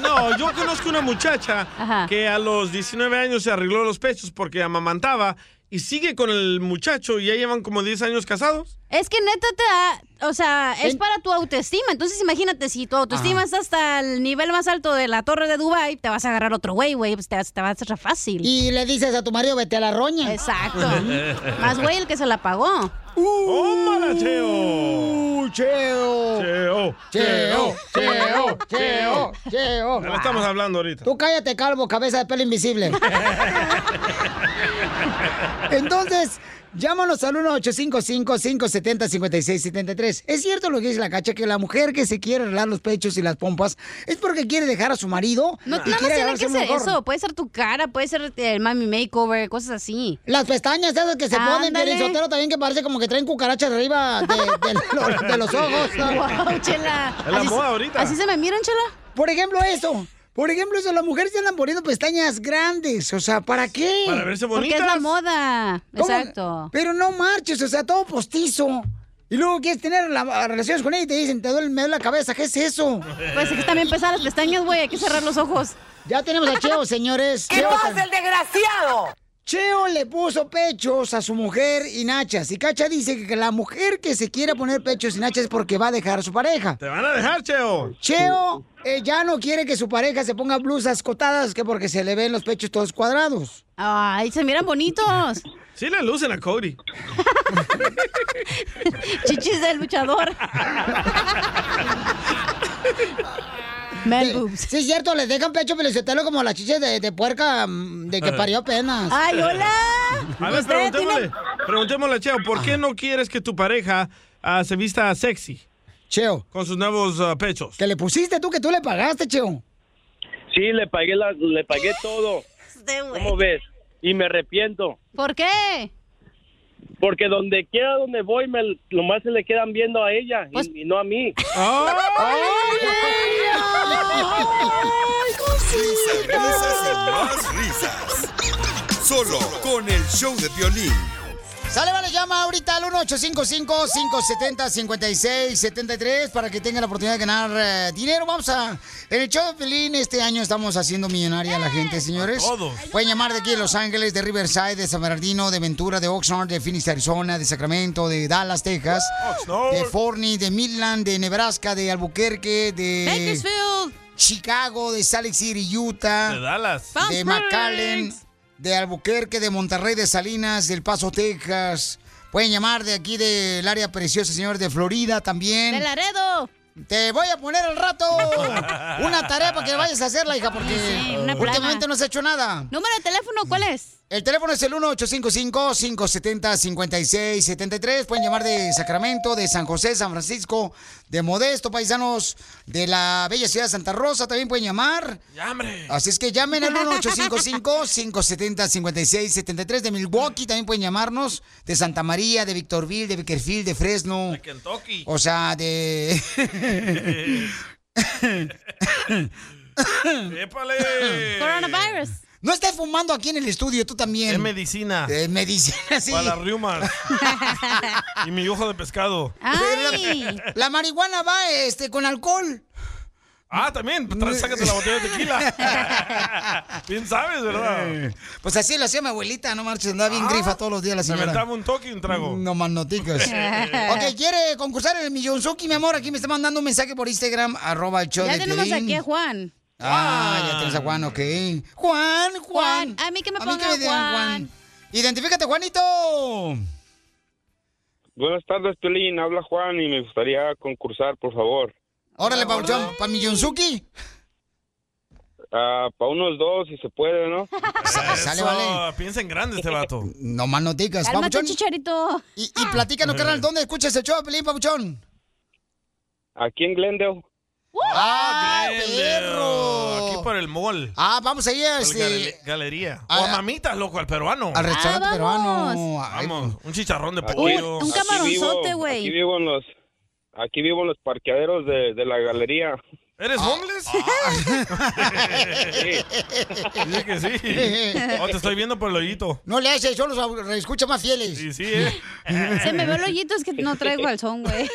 Speaker 1: No, yo conozco una muchacha
Speaker 2: Ajá.
Speaker 1: que a los 19 años se arregló los pechos porque amamantaba y sigue con el muchacho y ya llevan como 10 años casados.
Speaker 4: Es que neta te da, o sea, es para tu autoestima. Entonces imagínate, si tu autoestima es hasta el nivel más alto de la torre de Dubai, te vas a agarrar otro güey, güey, pues te, vas- te va a hacer fácil.
Speaker 2: Y le dices a tu marido, vete a la roña.
Speaker 4: Exacto. Más güey el que se la pagó.
Speaker 1: ¡Tómala,
Speaker 2: Cheo! Cheo.
Speaker 1: Cheo.
Speaker 2: Cheo. Cheo. Cheo. Cheo.
Speaker 4: Oh,
Speaker 1: No le estamos hablando ahorita.
Speaker 2: Tú cállate, calvo, cabeza de pelo invisible. Entonces, llámanos al 1-855-570-5673. Es cierto lo que dice la cacha, que la mujer que se quiere arreglar los pechos y las pompas es porque quiere dejar a su marido.
Speaker 4: No,
Speaker 2: y
Speaker 4: no,
Speaker 2: quiere
Speaker 4: tiene
Speaker 2: agarrarse
Speaker 4: que
Speaker 2: un
Speaker 4: ser
Speaker 2: mejor.
Speaker 4: eso. Puede ser tu cara, puede ser el mami makeover, cosas así.
Speaker 2: Las pestañas esas que se ponen,
Speaker 4: Ándale.
Speaker 2: Piolín Sotelo, también que parece como que traen cucarachas arriba de, de lo- de los ojos.
Speaker 4: Guau, chela. Es la Así- moda ahorita. así se me miran, chela.
Speaker 2: Por ejemplo, eso. Por ejemplo, eso, las mujeres se andan poniendo pestañas grandes. O sea, ¿para qué?
Speaker 1: Para verse
Speaker 4: Porque es la moda.
Speaker 2: ¿Cómo?
Speaker 4: Exacto.
Speaker 2: Pero no marches, o sea, todo postizo. Y luego quieres tener la- ah, relaciones con ella y te dicen, te duele, me duele la cabeza, ¿qué es eso?
Speaker 4: Pues es que también pesan las pestañas, güey, hay que cerrar los ojos.
Speaker 2: Ya tenemos a Cheo, señores.
Speaker 4: ¿Qué pasa,
Speaker 2: el desgraciado? Cheo le puso pechos a su mujer y nachas. Y Cacha dice que la mujer que se quiere poner pechos y nachas es porque va a dejar a su pareja.
Speaker 1: Te van a dejar, Cheo.
Speaker 2: Cheo eh, ya no quiere que su pareja se ponga blusas cotadas que porque se le ven los pechos todos cuadrados.
Speaker 4: Ay, se miran bonitos.
Speaker 1: Sí le lucen a Cody.
Speaker 4: Chichis del luchador.
Speaker 2: Man boobs. Sí, es cierto, les dejan pecho pelicetelo como las chiches de, de puerca mm, de que parió apenas.
Speaker 4: ¡Ay, hola!
Speaker 1: A ver, preguntémosle, preguntémosle a Cheo, ¿por
Speaker 2: Ah.
Speaker 1: qué no quieres que tu pareja ah, se vista sexy?
Speaker 2: Cheo.
Speaker 1: Con sus nuevos ah, pechos.
Speaker 2: Que le pusiste tú, que tú le pagaste, Cheo.
Speaker 7: Sí, le pagué, la- le pagué todo. ¿Cómo ves? Y me arrepiento.
Speaker 4: ¿Por qué?
Speaker 7: Porque donde quiera donde voy, me, lo más se le quedan viendo a ella y- y, no a mí.
Speaker 5: Risas, risas y más risas. Solo con el show de violín.
Speaker 2: Sale, vale, llama ahorita al 1-855-570-5673 para que tenga la oportunidad de ganar eh, dinero. Vamos a. En el show de Pelín este año estamos haciendo millonaria a la gente, señores.
Speaker 1: todos.
Speaker 2: Pueden llamar de aquí de Los Ángeles, de Riverside, de San Bernardino, de Ventura, de Oxnard, de Phoenix, Arizona, de Sacramento, de Dallas, Texas, de Forney, de Midland, de Nebraska, de Albuquerque, de.
Speaker 4: Bakersfield.
Speaker 2: Chicago, de Salt Lake City, Utah.
Speaker 1: De Dallas.
Speaker 2: De
Speaker 1: Palm
Speaker 2: McAllen, de Albuquerque, de Monterrey, de Salinas, del Paso, Texas. Pueden llamar de aquí del área preciosa, señor, de Florida también.
Speaker 4: ¡De Laredo!
Speaker 2: Te voy a poner al rato una tarea para que vayas a hacerla, hija, porque
Speaker 4: una plana.
Speaker 2: últimamente no has hecho nada.
Speaker 4: ¿Número de teléfono cuál es?
Speaker 2: El teléfono es el 1-855-570-5673. Pueden llamar de Sacramento, de San José, San Francisco, de Modesto, paisanos de la bella ciudad de Santa Rosa. También pueden llamar.
Speaker 1: ¡Hambre!
Speaker 2: Así es que llamen al 1-855-570-5673 de Milwaukee. También pueden llamarnos de Santa María, de Victorville, de Bakersfield, de Fresno. De
Speaker 1: Kentucky.
Speaker 2: O sea, de...
Speaker 1: ¡Épale!
Speaker 4: Coronavirus.
Speaker 2: No estés fumando aquí en el estudio, tú también.
Speaker 1: Es medicina.
Speaker 2: Es medicina, sí.
Speaker 1: Para las riumas. y mi ojo de pescado.
Speaker 2: Ah. Pero La, la marihuana va este, con alcohol.
Speaker 1: Ah, también. tra- Sácate la botella de tequila. Bien sabes, ¿verdad? Ah,
Speaker 2: Pues así lo hacía mi abuelita, no marches, andaba bien grifa todos los días la
Speaker 1: Se me
Speaker 2: señora.
Speaker 1: estaba un toque y un trago.
Speaker 2: No más noticas. ok, ¿quiere concursar el Millonzuki, mi amor? Aquí me está mandando un mensaje por Instagram, arroba el show
Speaker 4: Ya
Speaker 2: de
Speaker 4: tenemos
Speaker 2: Piolín.
Speaker 4: aquí a Juan.
Speaker 2: Ah, ya tienes a Juan, ok. Juan, Juan.
Speaker 4: A mí que me
Speaker 2: A mí que
Speaker 4: ponga
Speaker 2: me digan
Speaker 4: Juan.
Speaker 2: Identifícate, Juanito.
Speaker 17: Buenas tardes, Piolín. Habla Juan y me gustaría concursar, por favor.
Speaker 2: Órale, Pabuchón, para Millonzuki.
Speaker 17: para Ah, unos dos, si se puede, ¿no?
Speaker 2: Sale, vale.
Speaker 1: Piensa en grande este vato.
Speaker 2: No más noticas,
Speaker 4: Cálmate,
Speaker 2: Pabuchón.
Speaker 4: chicharito.
Speaker 2: Y, y platícanos,
Speaker 17: Eh.
Speaker 2: carnal, ¿dónde escuchas el show de Piolín, Pabuchón?
Speaker 17: Aquí en Glendale.
Speaker 2: ¡Ah,
Speaker 1: perro! Aquí por el mall.
Speaker 2: Ah, vamos a ir a
Speaker 1: Al
Speaker 2: este-
Speaker 1: gale- galería. O a mamitas, loco, al peruano.
Speaker 2: Al restaurante Ah, vamos. Ah. peruano. Ay,
Speaker 1: Vamos, un chicharrón de
Speaker 17: Aquí-
Speaker 1: pollo.
Speaker 17: aquí vivo- Aquí vivo en los, aquí vivo en los parqueaderos de, de la galería.
Speaker 1: ¿Eres
Speaker 2: Ah.
Speaker 3: Ah.
Speaker 1: homeless? Dice que sí. Oh, te estoy viendo por el hoyito.
Speaker 2: No le haces, yo los escucho más fieles.
Speaker 1: Sí, sí, ¿eh?
Speaker 4: Se me ve el hoyito, es que no traigo al son, güey.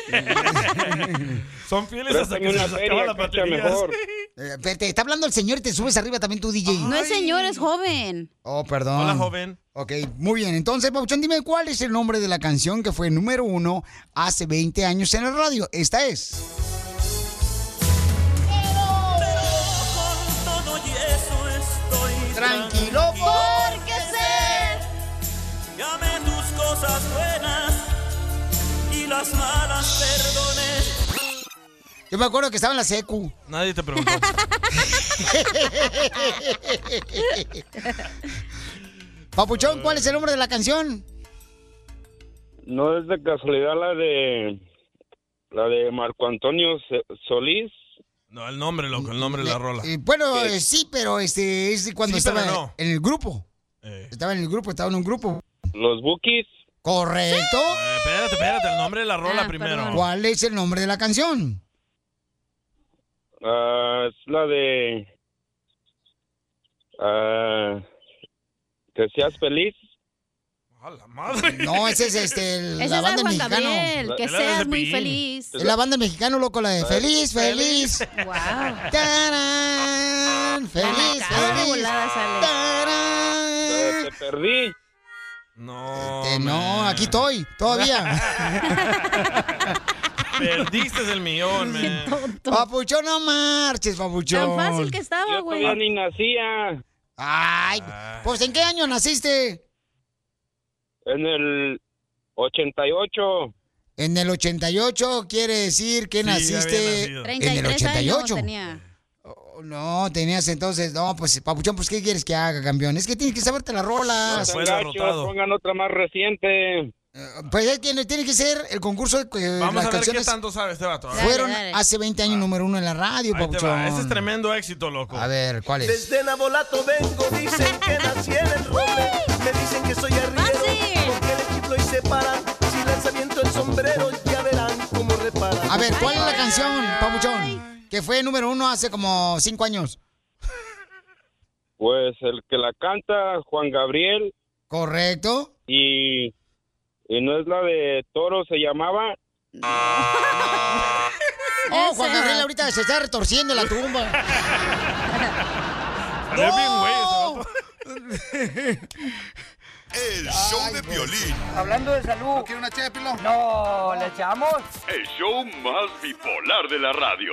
Speaker 1: Son fieles hasta que
Speaker 17: Préstame
Speaker 1: se
Speaker 17: una
Speaker 1: les
Speaker 17: feria,
Speaker 1: acaba la
Speaker 17: cacha,
Speaker 1: batería.
Speaker 17: mejor.
Speaker 2: Eh, pero te está hablando el señor y te subes arriba también tú, DJ.
Speaker 4: No es señor, es joven.
Speaker 2: Oh, perdón.
Speaker 1: Hola, joven.
Speaker 2: Ok, muy bien. Entonces, Pauchón, dime cuál es el nombre de la canción que fue número uno hace 20 años en la radio. Esta es.
Speaker 3: Todo y eso estoy
Speaker 2: Tranquilo,
Speaker 3: porque sé. Llame tus cosas buenas y las malas perdoné.
Speaker 2: Yo me acuerdo que estaba en la secu.
Speaker 1: Nadie te preguntó.
Speaker 2: Papuchón, ¿cuál es el nombre de la canción?
Speaker 17: No es de casualidad la de la de Marco Antonio Se- Solís.
Speaker 1: No, el nombre, loco, el nombre de la rola.
Speaker 2: Eh, bueno, eh, sí, pero este es de cuando
Speaker 1: Sí, pero
Speaker 2: estaba
Speaker 1: no. Eh.
Speaker 2: en el grupo. Estaba en el grupo, estaba en un grupo.
Speaker 17: Los Bookies.
Speaker 2: Correcto.
Speaker 1: Eh, espérate, espérate, el nombre de la
Speaker 4: Ah,
Speaker 1: rola primero.
Speaker 2: Ah, ¿Cuál es el nombre de la canción?
Speaker 17: ah, es la de ah, que seas feliz.
Speaker 2: No, ese es este, el-
Speaker 4: Ese es
Speaker 2: la
Speaker 4: de
Speaker 2: banda
Speaker 4: Juan
Speaker 2: mexicana.
Speaker 4: Gabriel, que Es la de seas muy Cepillín. feliz.
Speaker 2: Es la banda mexicana, loco, la de feliz, feliz.
Speaker 4: Wow.
Speaker 2: Tarán, feliz, feliz.
Speaker 17: Te perdí.
Speaker 1: No.
Speaker 2: Eh, no, aquí estoy, todavía.
Speaker 1: Perdiste el millón, man.
Speaker 2: papuchón, no marches, papuchón.
Speaker 17: Tan fácil que
Speaker 2: estaba,
Speaker 17: güey. todavía ni nacía.
Speaker 2: Ay, pues ¿en qué año naciste?
Speaker 17: En el 88.
Speaker 2: En el 88 quiere decir que
Speaker 17: Sí, ya había
Speaker 2: naciste
Speaker 17: nacido.
Speaker 2: en el 88. No, tenías entonces, no, pues papuchón, pues ¿qué quieres que haga, campeón? Es que tienes que saberte las rolas.
Speaker 17: Sean gachos, Pongan otra más reciente.
Speaker 2: Pues es que no- tiene que ser el concurso de que las
Speaker 1: Vamos a ver qué
Speaker 2: canciones
Speaker 1: tanto sabe este vato. A ver.
Speaker 2: fueron hace 20 años número uno en la radio,
Speaker 1: Ahí te va. Ese es
Speaker 2: papuchón.
Speaker 1: tremendo éxito, loco. A
Speaker 2: ver, ¿cuál es?
Speaker 3: Desde Nabolato vengo, dicen que nací en el roble. Me dicen que soy arriero, porque le chiflo y se paran. Si lanzamiento el sombrero, ya verán cómo reparan.
Speaker 2: A ver, ¿cuál es la canción, papuchón? Que fue número uno hace como cinco años.
Speaker 17: Pues el que la canta, Juan Gabriel.
Speaker 2: Correcto.
Speaker 17: Y, y no es la de Toro, se llamaba.
Speaker 2: Oh, Juan Gabriel ahorita se está retorciendo en la tumba.
Speaker 5: bien,
Speaker 2: ¡No!
Speaker 5: El show de Piolín.
Speaker 18: Hablando de salud. ¿No quiere una No, ¿le echamos?
Speaker 5: El show más bipolar de la radio.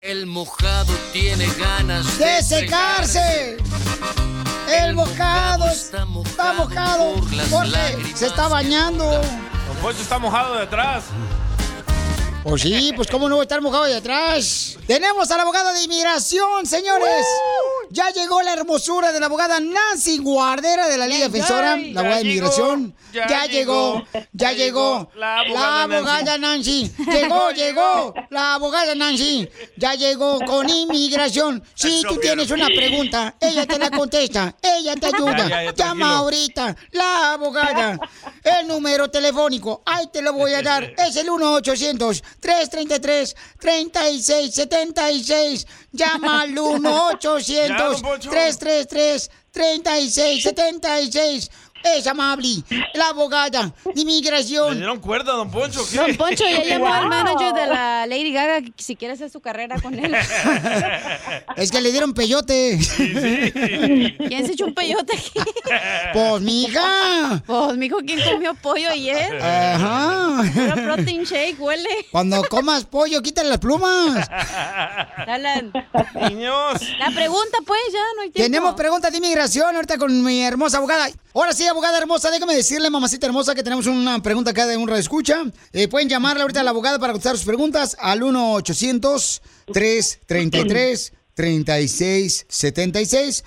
Speaker 19: El mojado tiene ganas
Speaker 2: ¡De secarse! El mojado está mojado
Speaker 19: las
Speaker 2: porque
Speaker 19: lágrimas
Speaker 2: se está bañando.
Speaker 1: Don Poncho está mojado de atrás.
Speaker 2: O sí, pues cómo no va a estar mojado de atrás. Tenemos a la abogada de inmigración, señores. Ya llegó la hermosura de la abogada Nancy Guardera de la Liga Defensora,
Speaker 6: ya
Speaker 2: la abogada de
Speaker 6: llegó,
Speaker 2: inmigración.
Speaker 6: ya
Speaker 2: Ya, llegó, ya llegó la abogada, Nancy. Llegó, llegó la abogada Nancy. Ya llegó con inmigración. Si tú tienes una pregunta, ella te la contesta, ella te
Speaker 6: Ya,
Speaker 2: ayuda.
Speaker 6: ya, ya, tranquilo.
Speaker 2: Llama ahorita, la abogada. El número telefónico, ahí te lo voy a dar. Es el 1-800-333-3676. Llama al
Speaker 6: Ya, don Poncho.
Speaker 2: 1-800-333-3676. Es amable, la abogada de
Speaker 1: ¿Le
Speaker 2: inmigración.
Speaker 1: dieron cuerda, Don Poncho? o qué?
Speaker 4: Don Poncho ya llamó al
Speaker 2: Wow.
Speaker 4: manager de la Lady Gaga que si quiere hacer su carrera con él.
Speaker 2: Es que le dieron peyote.
Speaker 4: ¿Quién se echó un peyote aquí?
Speaker 2: Pues, mija.
Speaker 4: Pues, mijo, ¿quién comió pollo ayer?
Speaker 2: Ajá.
Speaker 4: Una protein shake, huele.
Speaker 2: Cuando comas pollo, quítale las plumas.
Speaker 4: Alan. La pregunta, pues, ya no hay tiempo.
Speaker 2: Tenemos preguntas de inmigración ahorita con mi hermosa abogada. Ahora sí, abogada hermosa, déjame decirle, mamacita hermosa, que tenemos una pregunta acá de un radioescucha. Eh, pueden llamarle ahorita a la abogada para contestar sus preguntas al 1-800-333-3676.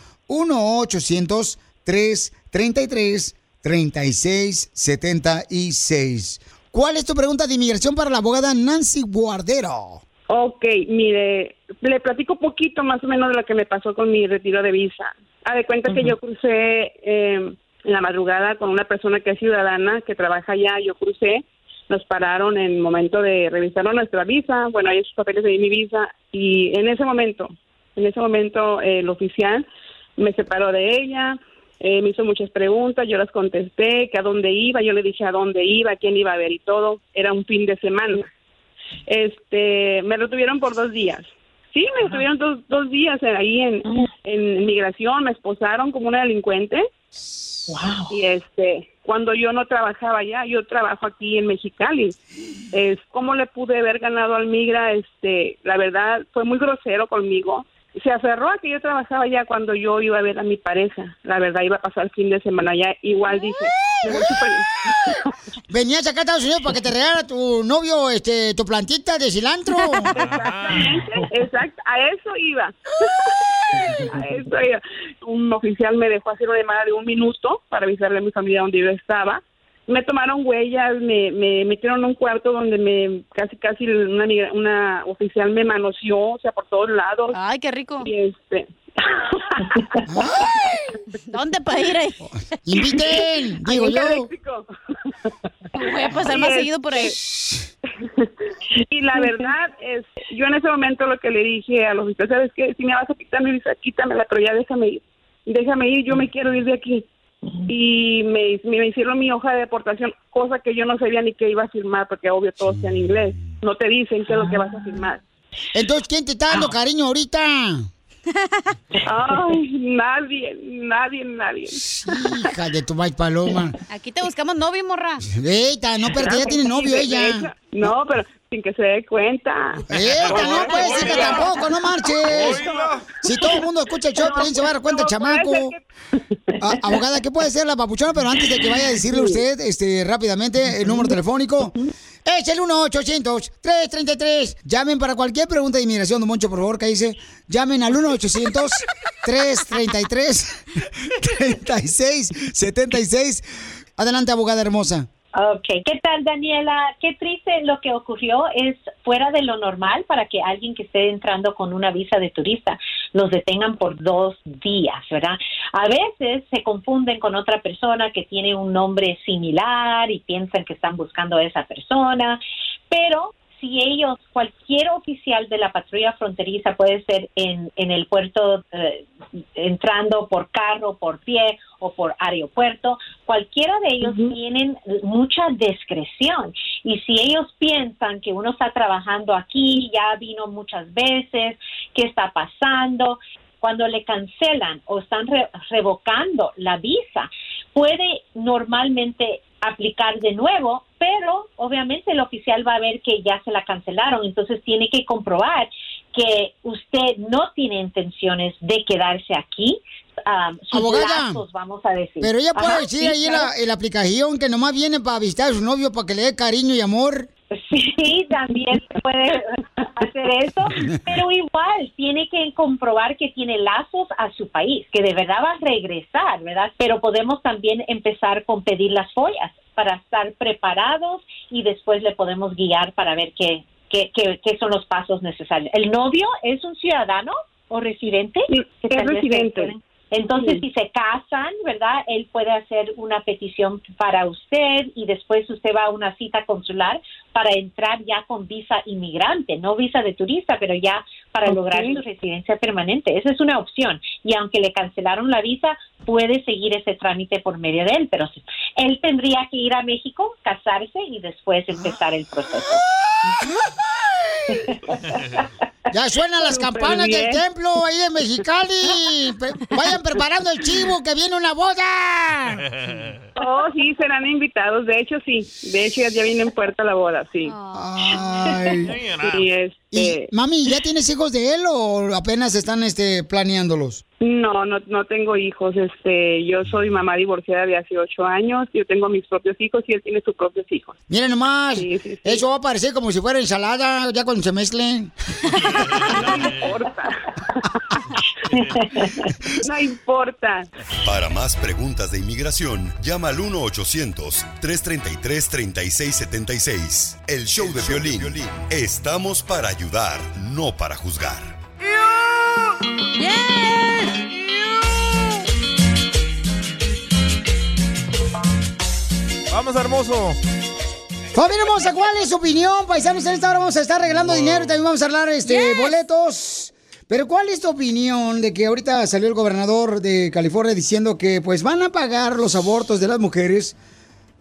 Speaker 2: 1-800-333-3676. ¿Cuál es tu pregunta de inmigración para la abogada Nancy Guardero?
Speaker 20: Ok, mire, le platico poquito más o menos de lo que me pasó con mi retiro de visa. A de cuenta que yo crucé eh, en la madrugada con una persona que es ciudadana, que trabaja allá, yo crucé, nos pararon en el momento de revisar nuestra visa, bueno, hay sus papeles de mi visa, y en ese momento, en ese momento eh, el oficial me separó de ella, eh, me hizo muchas preguntas, yo las contesté, que a dónde iba, yo le dije a dónde iba, quién iba a ver y todo, era un fin de semana este me retuvieron por dos días sí me retuvieron dos, dos días eh, ahí en, en migración me esposaron como una delincuente y este cuando yo no trabajaba allá yo trabajo aquí en Mexicali es cómo le pude haber ganado al migra este la verdad fue muy grosero conmigo se aferró a que yo trabajaba allá cuando yo iba a ver a mi pareja la verdad iba a pasar fin de semana allá igual dije me voy súper-
Speaker 2: Venías acá a Estados Unidos para que te regalara tu novio este, tu plantita de cilantro.
Speaker 20: Exacto, a eso iba. A eso iba. Un oficial me dejó hacer una llamada de un minuto para avisarle a mi familia donde yo estaba. Me tomaron huellas, me, me metieron en un cuarto donde me casi casi una, migra- una oficial me manoseó, o sea, por todos lados.
Speaker 4: Ay, qué rico.
Speaker 20: Y este,
Speaker 4: ¿Dónde para ir ahí?
Speaker 20: Inviten, digo Algún yo.
Speaker 4: Voy a pasar más
Speaker 20: Y
Speaker 4: seguido por ahí.
Speaker 20: Y la verdad es, yo en ese momento lo que le dije a los oficial, ¿sabes qué? Si me vas a quitar mi visa, quítamela, pero ya déjame ir. Déjame ir, yo me quiero ir de aquí. Y me, me hicieron mi hoja de deportación, cosa que yo no sabía ni qué iba a firmar, porque obvio todo está en inglés. No te dicen qué es lo que vas a firmar. Ah.
Speaker 2: Entonces, ¿quién te está dando cariño ahorita?
Speaker 20: Ay, nadie, nadie, nadie.
Speaker 2: Hija de tu maíz paloma.
Speaker 4: Aquí te buscamos novio, morra.
Speaker 2: Eita, no, pero ya tiene novio ella.
Speaker 20: No, pero sin que se dé cuenta.
Speaker 2: Eita, no puede ser que tampoco, no marches. Si todo el mundo escucha el show, Pelín se va a dar cuenta, chamaco. Ah, abogada, ¿qué puede ser la papuchona? Pero antes de que vaya a decirle usted este, rápidamente el número telefónico, es el 1-800-333. Llamen para cualquier pregunta de inmigración, don Moncho, por favor, que dice, llamen al 1-800-333-3676. Adelante, abogada hermosa.
Speaker 21: Ok, ¿qué tal Daniela? Qué triste lo que ocurrió es fuera de lo normal para que alguien que esté entrando con una visa de turista los detengan por dos días, ¿verdad? A veces se confunden con otra persona que tiene un nombre similar y piensan que están buscando a esa persona, pero si ellos, cualquier oficial de la patrulla fronteriza puede ser en, en el puerto eh, entrando por carro, por pie o por aeropuerto, cualquiera de ellos tienen mucha discreción y si ellos piensan que uno está trabajando aquí, ya vino muchas veces, qué está pasando, cuando le cancelan o están re- revocando la visa, puede normalmente aplicar de nuevo, pero obviamente el oficial va a ver que ya se la cancelaron, entonces tiene que comprobar que usted no tiene intenciones de quedarse aquí. ah, sus
Speaker 2: Abogada,
Speaker 21: lazos, vamos a decir.
Speaker 2: Pero ella puede
Speaker 21: Ajá,
Speaker 2: decir
Speaker 21: sí,
Speaker 2: ahí en, la,
Speaker 21: claro.
Speaker 2: en la aplicación que nomás viene para visitar a su novio para que le dé cariño y amor.
Speaker 21: Sí, también puede hacer eso, pero igual tiene que comprobar que tiene lazos a su país, que de verdad va a regresar, ¿verdad? Pero podemos también empezar con pedir las follas para estar preparados y después le podemos guiar para ver qué, qué, qué, qué son los pasos necesarios. ¿El novio es un ciudadano o residente? Que
Speaker 20: es
Speaker 21: tal vez se
Speaker 20: residente.
Speaker 21: pueden- entonces,
Speaker 20: Sí.
Speaker 21: si se casan, ¿verdad? Él puede hacer una petición para usted y después usted va a una cita consular para entrar ya con visa inmigrante, no visa de turista, pero ya para
Speaker 20: Ok.
Speaker 21: lograr su residencia permanente. Esa es una opción. Y aunque le cancelaron la visa, puede seguir ese trámite por medio de él, pero él tendría que ir a México, casarse y después
Speaker 20: Ah.
Speaker 21: empezar el proceso.
Speaker 2: Ya suenan las
Speaker 21: Súper
Speaker 2: campanas del
Speaker 21: bien.
Speaker 2: templo ahí de Mexicali. Pre- Vayan preparando el chivo que viene una boda.
Speaker 20: Oh, sí, serán invitados. De hecho, sí. De hecho, ya, ya viene en puerta la boda, sí.
Speaker 2: Ay.
Speaker 20: Y este,
Speaker 2: Y, mami, ¿ya tienes hijos de él o apenas están este, planeándolos?
Speaker 20: No, no, no tengo hijos. Este, yo soy mamá divorciada de hace ocho años. Yo tengo mis propios hijos y él tiene sus propios hijos.
Speaker 2: Miren nomás, eso va a parecer como si fuera ensalada ya cuando se mezclen.
Speaker 20: No importa.
Speaker 5: Para más preguntas de inmigración, llama al 1-800-333-3676. El show de violín. Estamos para ayudar, no para juzgar.
Speaker 1: Vamos, hermoso.
Speaker 2: Familia hermosa, ¿cuál es su opinión? Paisanos, en esta hora vamos a estar regalando dinero y también vamos a hablar este, boletos. Pero ¿cuál es tu opinión de que ahorita salió el gobernador de California diciendo que pues van a pagar los abortos de las mujeres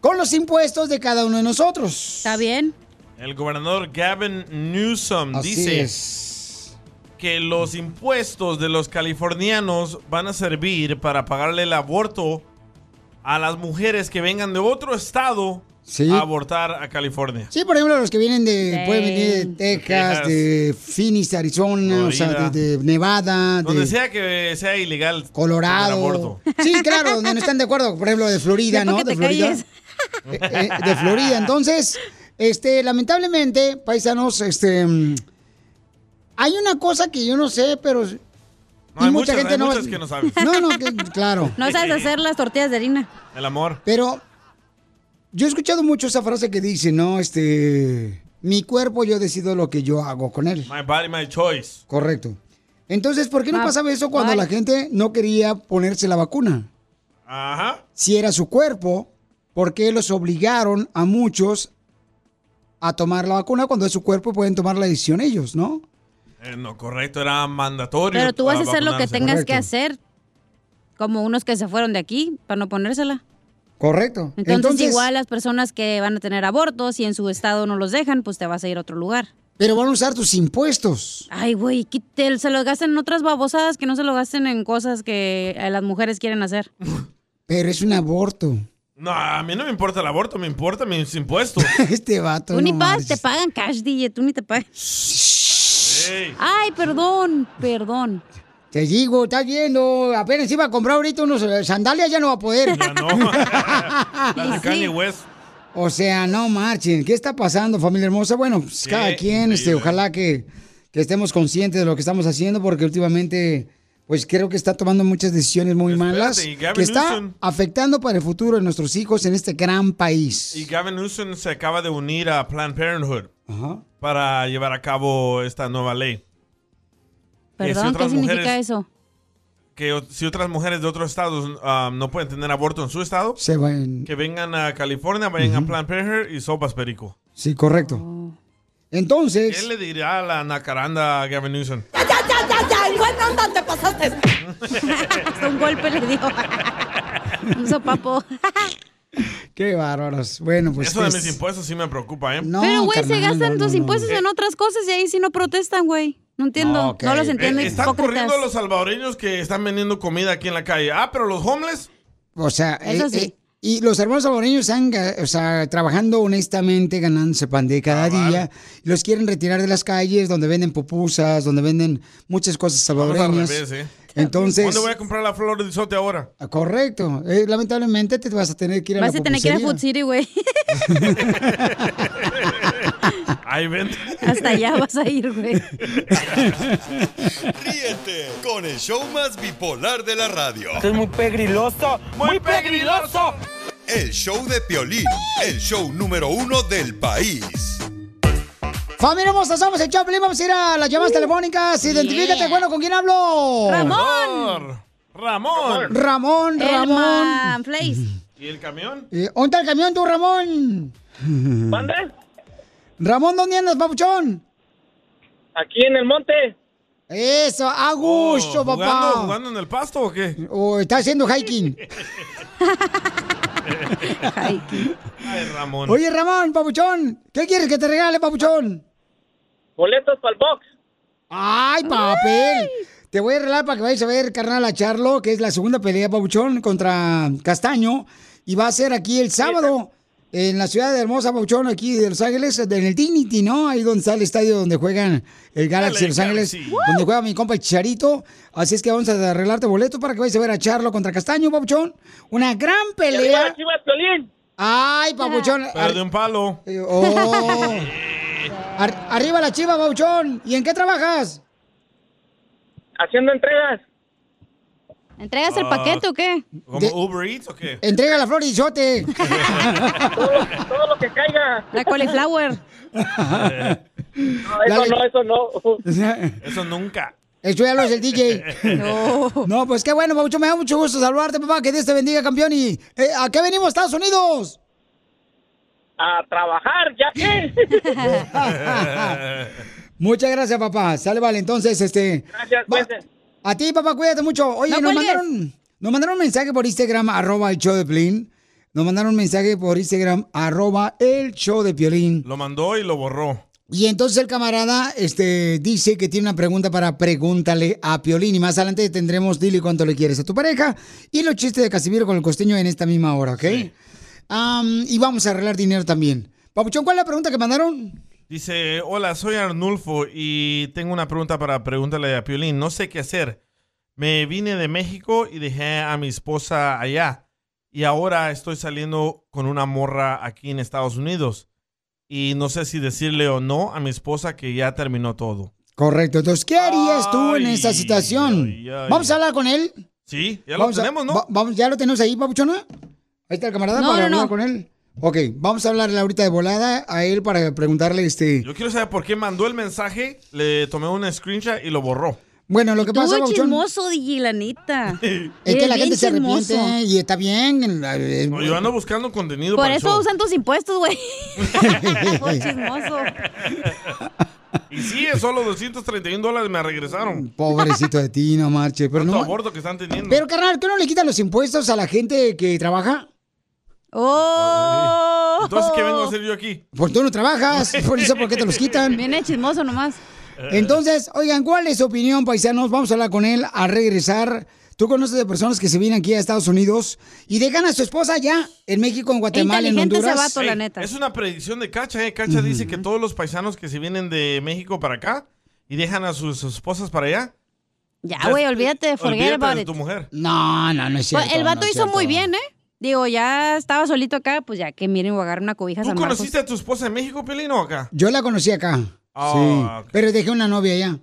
Speaker 2: con los impuestos de cada uno de nosotros? Está bien.
Speaker 1: El gobernador Gavin Newsom
Speaker 2: Así
Speaker 1: dice
Speaker 2: es.
Speaker 1: que los impuestos de los californianos van a servir para pagarle el aborto a las mujeres que vengan de otro estado
Speaker 2: Sí.
Speaker 1: a abortar a California.
Speaker 2: Sí, por ejemplo, los que vienen de,
Speaker 1: Sí.
Speaker 2: pueden venir de Texas,
Speaker 1: Texas.
Speaker 2: de Phoenix, de Arizona, o sea,
Speaker 1: Florida.
Speaker 2: de, de Nevada,
Speaker 1: Donde
Speaker 2: de
Speaker 1: sea que sea ilegal.
Speaker 2: Colorado.
Speaker 1: el aborto.
Speaker 2: Sí, claro, donde no están de acuerdo, por ejemplo, de Florida,
Speaker 1: Ya,
Speaker 2: ¿no?
Speaker 1: ¿para qué
Speaker 2: De
Speaker 1: te
Speaker 2: Florida.
Speaker 1: calles?
Speaker 2: Eh, eh, de Florida. Entonces, este, lamentablemente, paisanos, este mm, hay una cosa que yo no sé, pero y
Speaker 1: No, hay muchas, hay muchas que no sabes.
Speaker 2: No, no, que- claro.
Speaker 4: No sabes hacer las tortillas de harina.
Speaker 1: El amor.
Speaker 2: Pero yo he escuchado mucho esa frase que dice, ¿no? Este, mi cuerpo yo decido lo que yo hago con él.
Speaker 1: My body, my choice.
Speaker 2: Correcto. Entonces, ¿por qué no
Speaker 1: Ah,
Speaker 2: pasaba eso cuando
Speaker 1: vale.
Speaker 2: la gente no quería ponerse la vacuna?
Speaker 1: Ajá.
Speaker 2: si era su cuerpo, ¿por qué los obligaron a muchos a tomar la vacuna cuando es su cuerpo y pueden tomar la decisión ellos, ¿no?
Speaker 1: Eh, no, correcto, era mandatorio.
Speaker 4: Pero tú vas a hacer lo que
Speaker 1: vacunarse.
Speaker 4: tengas que hacer. Como unos que se fueron de aquí para no ponérsela.
Speaker 2: Correcto.
Speaker 4: Entonces, igual las personas que van a tener abortos y en su estado no los dejan, pues te vas a ir a otro lugar.
Speaker 2: Pero van a usar tus impuestos.
Speaker 4: Ay, güey, quítel- se los gasten en otras babosadas que no se lo gasten en cosas que eh, las mujeres quieren hacer.
Speaker 2: Pero es un aborto.
Speaker 1: No, a mí no me importa el aborto, me importan mis impuestos.
Speaker 2: Este vato.
Speaker 4: Tú ni
Speaker 2: no
Speaker 4: pagas,
Speaker 2: marches.
Speaker 4: te pagan cash, DJ, tú ni te pagas. Ay, perdón, perdón.
Speaker 2: Te digo, estás viendo, apenas iba a comprar ahorita unos eh, sandalias, ya no va a poder.
Speaker 1: Las de Kanye West.
Speaker 2: O sea, no marchen. ¿Qué está pasando, familia hermosa? Bueno, pues
Speaker 1: Qué
Speaker 2: cada quien,
Speaker 1: eh.
Speaker 2: este, ojalá que, que estemos conscientes de lo que estamos haciendo, porque últimamente, pues creo que está tomando muchas decisiones muy malas
Speaker 1: y Gavin
Speaker 2: que está
Speaker 1: Newsom.
Speaker 2: afectando para el futuro de nuestros hijos en este gran país.
Speaker 1: Y Gavin Newsom se acaba de unir a Planned Parenthood
Speaker 2: Ajá.
Speaker 1: para llevar a cabo esta nueva ley. Y así
Speaker 4: Perdón, ¿qué
Speaker 1: otras
Speaker 4: significa
Speaker 1: mujeres-
Speaker 4: eso?
Speaker 1: que o- si otras mujeres de otros estados ah, no pueden tener aborto en su estado,
Speaker 2: Se va en-
Speaker 1: que vengan a California, vayan a Planned Parenthood y sopas perico.
Speaker 2: Sí, correcto.
Speaker 1: Oh.
Speaker 2: Entonces,
Speaker 1: ¿Qué le dirá a la nacaranda a Gavin Newsom?
Speaker 9: ya, ya, ya! ¿En buena onda te pasaste?
Speaker 4: Hasta un golpe le dio. un sopapo.
Speaker 2: qué bárbaros. Bueno, pues.
Speaker 1: Eso de
Speaker 2: es-
Speaker 1: mis impuestos sí me preocupa, ¿eh?
Speaker 4: Pero, güey, se
Speaker 2: carnal,
Speaker 4: gastan
Speaker 2: no,
Speaker 4: tus
Speaker 2: no, no.
Speaker 4: impuestos en otras cosas y ahí sí no protestan, güey. No entiendo. No,
Speaker 1: ok.
Speaker 4: los entiendo.
Speaker 1: Eh, Están
Speaker 4: hipócritas.
Speaker 1: corriendo a los salvadoreños que están vendiendo comida aquí en la calle. Ah, pero los homeless.
Speaker 2: O sea,
Speaker 1: Eso
Speaker 2: eh,
Speaker 1: sí.
Speaker 2: eh, y los hermanos salvadoreños están ga- o sea, trabajando honestamente, ganándose pan de cada día. Los quieren retirar de las calles donde venden pupusas, donde venden muchas cosas
Speaker 1: Vamos al
Speaker 2: salvadoreñas.
Speaker 1: revés, ¿eh?
Speaker 2: Entonces, ah,
Speaker 1: ¿Dónde voy a comprar la flor de isote ahora?
Speaker 2: correcto. Eh, lamentablemente te vas a tener que ir a
Speaker 4: Vas
Speaker 2: la
Speaker 4: a tener que ir a Food
Speaker 2: pupusería.
Speaker 4: City, güey.
Speaker 1: Ahí vende.
Speaker 4: Hasta allá vas a ir, güey.
Speaker 5: Ríete con el show más bipolar de la radio.
Speaker 18: Esto es muy pegriloso, muy pegriloso.
Speaker 5: El show de Piolín, el show número uno del país.
Speaker 2: Familia hermosa, somos el Choplin. Vamos a ir a las
Speaker 4: Uh.
Speaker 2: llamadas telefónicas. Identifícate, bueno, ¿con quién hablo?
Speaker 1: Ramón. Ramón.
Speaker 2: Ramón, Ramón.
Speaker 1: ¿Y el camión?
Speaker 2: Eh, ¿Dónde está el camión tú, Ramón?
Speaker 1: ¿Dónde?
Speaker 2: Ramón, ¿dónde andas, papuchón?
Speaker 8: Aquí en el monte.
Speaker 2: Eso, a gusto,
Speaker 1: Oh, ¿Jugando,
Speaker 2: papá.
Speaker 1: ¿Jugando en el pasto o qué?
Speaker 2: O está haciendo hiking.
Speaker 1: Ay, Ramón.
Speaker 2: Oye, Ramón, papuchón, ¿qué quieres que te regale, papuchón?
Speaker 8: Boletos para el box.
Speaker 2: ¡Ay, papel! Te voy a regalar para que vayas a ver, carnal, a Charlo, que es la segunda pelea, papuchón, contra Castaño. Y va a ser aquí el sábado, en la ciudad de Hermosa, papuchón, aquí de Los Ángeles, en el Dignity, ¿no? Ahí donde está el estadio donde juegan el Galaxy de Los Ángeles, donde juega mi compa el Chicharito. Así es que vamos a arreglarte boletos para que vayas a ver a Charlo contra Castaño, papuchón. Una gran
Speaker 8: arriba
Speaker 2: pelea.
Speaker 8: las Chivas, Piolín.
Speaker 2: ¡Ay, papuchón!
Speaker 1: Pero de un palo.
Speaker 2: Oh. Ar- arriba la chiva, Bauchón. ¿Y en qué trabajas?
Speaker 8: Haciendo entregas.
Speaker 4: ¿Entregas el
Speaker 1: Ah.
Speaker 4: paquete o qué?
Speaker 1: ¿Como
Speaker 2: De-
Speaker 1: Uber Eats o qué?
Speaker 2: Entrega la flor y sote.
Speaker 8: Todo lo que caiga.
Speaker 4: La cauliflower.
Speaker 8: No, eso
Speaker 2: Dale.
Speaker 8: no, eso no.
Speaker 1: Eso nunca.
Speaker 2: Eso ya lo es el DJ. No. pues qué bueno, Bauchón. Me da mucho gusto saludarte, papá. Que Dios te bendiga, campeón. ¿Y eh, a qué venimos, Estados Unidos?
Speaker 8: A trabajar, ya que.
Speaker 2: Este Muchas gracias, papá. Sale, vale. Entonces, este.
Speaker 8: Gracias,
Speaker 2: va- A ti, papá, cuídate mucho. Oye,
Speaker 8: No
Speaker 2: nos
Speaker 8: cuelgues.
Speaker 2: mandaron. Nos mandaron un mensaje por Instagram, arroba el show de Piolín. Nos mandaron un mensaje por Instagram, arroba el show de Piolín.
Speaker 1: Lo mandó y lo borró.
Speaker 2: Y entonces el camarada este, dice que tiene una pregunta para pregúntale a Piolín. Y más adelante tendremos dile cuánto le quieres a tu pareja. Y los chistes de Casimiro con el costeño en esta misma hora, ¿ok? Am, y vamos a arreglar dinero también. Papuchón, ¿cuál es la pregunta que mandaron?
Speaker 1: Dice, hola, soy Arnulfo y tengo una pregunta para preguntarle a Piolín. No sé qué hacer. Me vine de México y dejé a mi esposa allá. Y ahora estoy saliendo con una morra aquí en Estados Unidos. Y no sé si decirle o no a mi esposa que ya terminó todo.
Speaker 2: Correcto. Entonces, ¿qué harías tú en esta situación?
Speaker 1: ay.
Speaker 2: Vamos a hablar con él.
Speaker 1: Sí, ya
Speaker 2: Vamos
Speaker 1: lo
Speaker 2: a-
Speaker 1: tenemos, ¿no?
Speaker 2: va- vamos, ¿Ya lo tenemos ahí, papuchona? Ahí está el camarada
Speaker 1: No,
Speaker 2: para
Speaker 1: no,
Speaker 2: hablar
Speaker 1: no.
Speaker 2: con él. Ok, vamos a hablarle ahorita de volada a él para preguntarle este...
Speaker 1: Yo quiero saber por qué mandó el mensaje, le tomé un screenshot y lo borró.
Speaker 2: Bueno, lo que pasa,
Speaker 4: Tú
Speaker 2: papuchón...
Speaker 4: chismoso, DJ, la neta.
Speaker 2: Es que
Speaker 4: Eres
Speaker 2: la
Speaker 4: bien
Speaker 2: gente se
Speaker 4: chismoso.
Speaker 2: arrepiente y está bien. la- es-
Speaker 1: No, yo ando buscando contenido
Speaker 4: Por
Speaker 1: para el
Speaker 4: eso
Speaker 1: show.
Speaker 4: usan tus impuestos, güey. Por chismoso.
Speaker 1: Y sí, solo 231 dólares me regresaron.
Speaker 2: Pobrecito de ti, no marche. Pero,
Speaker 1: Tanto
Speaker 2: Mm, no,
Speaker 1: aborto que están teniendo.
Speaker 2: pero carnal, ¿qué no le quitan los impuestos a la gente que trabaja?
Speaker 4: ¡Oh!
Speaker 1: Entonces, ¿qué vengo a hacer yo aquí?
Speaker 2: Pues tú no trabajas, por eso ¿por qué te los quitan?
Speaker 4: Viene chismoso nomás.
Speaker 2: Entonces, oigan, ¿cuál es su opinión, paisanos? Vamos a hablar con él a regresar. Tú conoces de personas que se vienen aquí a Estados Unidos y dejan a su esposa allá en México, en Guatemala, en Honduras.
Speaker 1: Ey, Es una predicción de Cacha, ¿eh? Cacha dice que todos los paisanos que se vienen de México para acá y dejan a sus esposas para allá.
Speaker 4: Ya, güey, olvídate, forget about
Speaker 1: de
Speaker 4: it.
Speaker 1: tu mujer.
Speaker 2: No, no, no es
Speaker 4: Pues,
Speaker 2: cierto.
Speaker 4: el vato
Speaker 2: no es
Speaker 4: hizo
Speaker 2: cierto.
Speaker 4: muy bien, ¿eh? Digo, ya estaba solito acá, pues ya que miren, voy a agarrar una cobija a
Speaker 1: ¿Tú
Speaker 4: San Marcos.
Speaker 1: conociste a tu esposa en México, Pelino, o acá?
Speaker 2: Yo la conocí acá.
Speaker 1: Ah,
Speaker 2: sí.
Speaker 1: ok.
Speaker 2: Pero dejé una novia allá.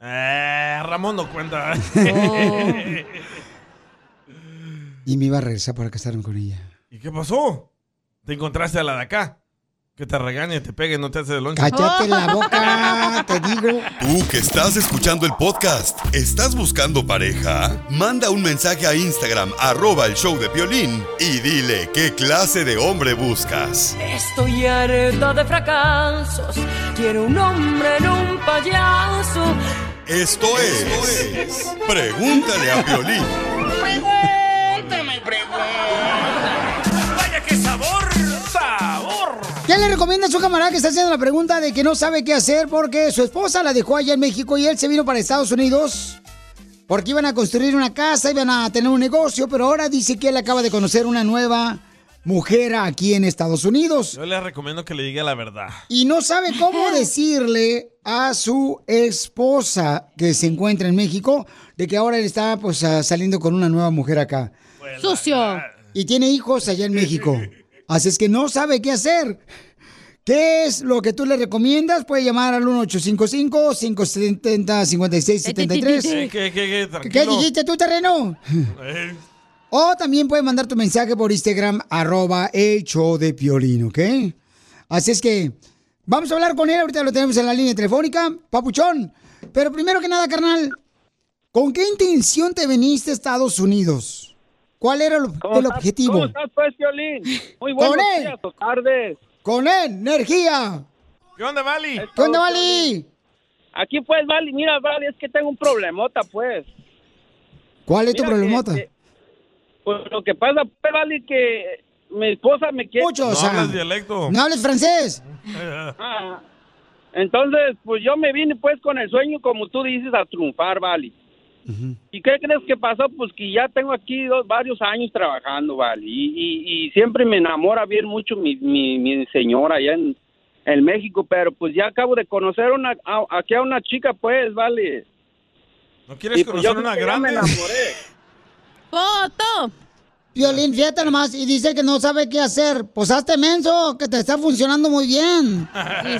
Speaker 1: Eh, Ramón no cuenta.
Speaker 2: Y me iba a regresar para casarme con ella.
Speaker 1: ¿Y qué pasó? ¿Te encontraste a la de acá? Que te regañe, te pegue, no te hace de lonche.
Speaker 2: Cállate la boca, te digo.
Speaker 5: Tú que estás escuchando el podcast, ¿estás buscando pareja? Manda un mensaje a Instagram, arroba el show de violín, y dile qué clase de hombre buscas.
Speaker 14: Estoy harta de fracasos. Quiero un hombre en un payaso.
Speaker 5: Esto es, Pregúntale a Violín.
Speaker 14: Pregúntame,
Speaker 3: Vaya qué sabor, sabor.
Speaker 2: ¿Qué le recomienda a su camarada que está haciendo la pregunta de que no sabe qué hacer porque su esposa la dejó allá en México y él se vino para Estados Unidos? Porque iban a construir una casa, iban a tener un negocio, pero ahora dice que él acaba de conocer una nueva mujer aquí en Estados Unidos.
Speaker 1: Yo le recomiendo que le diga la verdad.
Speaker 2: Y no sabe cómo decirle a su esposa que se encuentra en México de que ahora él está pues ah, saliendo con una nueva mujer acá.
Speaker 4: Sucio.
Speaker 2: Y tiene hijos allá en México. Así es que no sabe qué hacer. ¿Qué es lo que tú le recomiendas? Puede llamar al 1855-570-5673.
Speaker 1: Eh, ¿Qué, qué, qué,
Speaker 2: ¿Qué
Speaker 1: tranquilo.
Speaker 2: dijiste tú, terreno?
Speaker 1: Eh,
Speaker 2: O también puedes mandar tu mensaje por Instagram, arroba el show de Piolín, ¿ok? Así es que vamos a hablar con él, ahorita lo tenemos en la línea telefónica, Papuchón. Pero primero que nada, carnal, ¿con qué intención te viniste a Estados Unidos? ¿Cuál era el, el
Speaker 8: estás-
Speaker 2: objetivo?
Speaker 8: cómo estás, pues, Piolín? Muy buenos
Speaker 2: Con él.
Speaker 8: días o tardes.
Speaker 2: ¡Con energía!
Speaker 1: ¿Qué onda, Vali?
Speaker 2: ¿Qué onda, Vali?
Speaker 8: Aquí, pues, Vali, mira, Vali, es que tengo un problemota, pues.
Speaker 2: ¿Cuál es tu
Speaker 8: Mira que-
Speaker 2: problemota?
Speaker 8: que- Pues lo que pasa, pues, Vali, que mi esposa me quiere...
Speaker 2: Mucho, o No sea, hables
Speaker 1: dialecto.
Speaker 2: ¿No hables francés?
Speaker 8: Ah, entonces, pues yo me vine pues con el sueño, como tú dices, a triunfar, Vali. ¿Y qué crees que pasó? Pues que ya tengo aquí dos, varios años trabajando, Vali. Y, y- y siempre me enamora bien mucho mi, mi, mi señora allá en, en México, pero pues ya acabo de conocer una, a- aquí a una chica, pues, Vali. pues,
Speaker 1: ¿No quieres conocer una grande?
Speaker 2: ¡Foto! Violín, fíjate nomás, y dice que no sabe qué hacer. Pues hazte menso, que te está funcionando muy bien.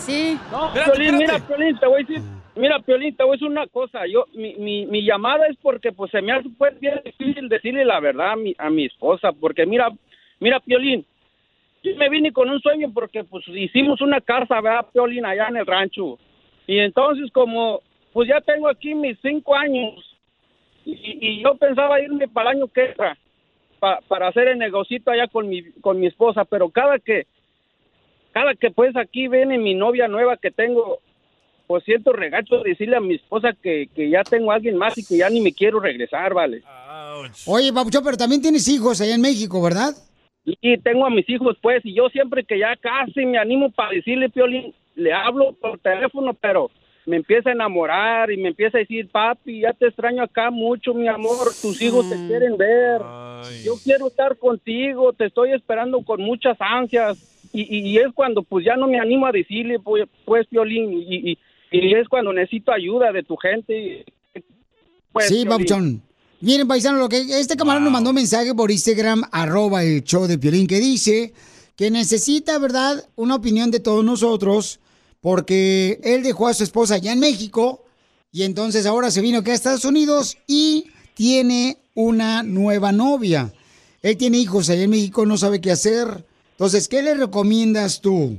Speaker 2: sí.
Speaker 8: No, Piolín, mira, Piolín, te voy a decir, mira, Piolín, te voy a decir una cosa. Yo, mi, mi, mi llamada es porque, pues, se me hace pues, bien difícil decirle la verdad a mi, a mi esposa, porque mira, mira, Piolín, yo me vine con un sueño porque, pues, hicimos una casa, ¿verdad, Piolín, allá en el rancho? Y entonces, como, pues, ya tengo aquí mis cinco años y, y yo pensaba irme para el año que entra pa- para hacer el negocito allá con mi, con mi esposa, pero cada que cada que pues aquí viene mi novia nueva que tengo, pues siento regacho decirle a mi esposa que, que ya tengo a alguien más y que ya ni me quiero regresar, ¿vale?
Speaker 2: Oye, Papuchón, pero también tienes hijos allá en México, ¿verdad?
Speaker 8: Y, y tengo a mis hijos pues y yo siempre que ya casi me animo para decirle, Piolín, le hablo por teléfono, pero me empieza a enamorar y me empieza a decir, papi, ya te extraño acá mucho, mi amor, tus hijos te quieren ver, yo quiero estar contigo, te estoy esperando con muchas ansias. Y, y- y es cuando pues ya no me animo a decirle, pues, pues Piolín, y, y- y es cuando necesito ayuda de tu gente. Pues,
Speaker 2: sí,
Speaker 8: Piolín.
Speaker 2: Papuchón. Miren, paisano, lo que este camarón nos mandó un mensaje por Instagram, arroba el show de Piolín, que dice que necesita, ¿verdad?, una opinión de todos nosotros, porque él dejó a su esposa allá en México y entonces ahora se vino aquí a Estados Unidos y tiene una nueva novia. Él tiene hijos allá en México, no sabe qué hacer. Entonces, ¿qué le recomiendas tú?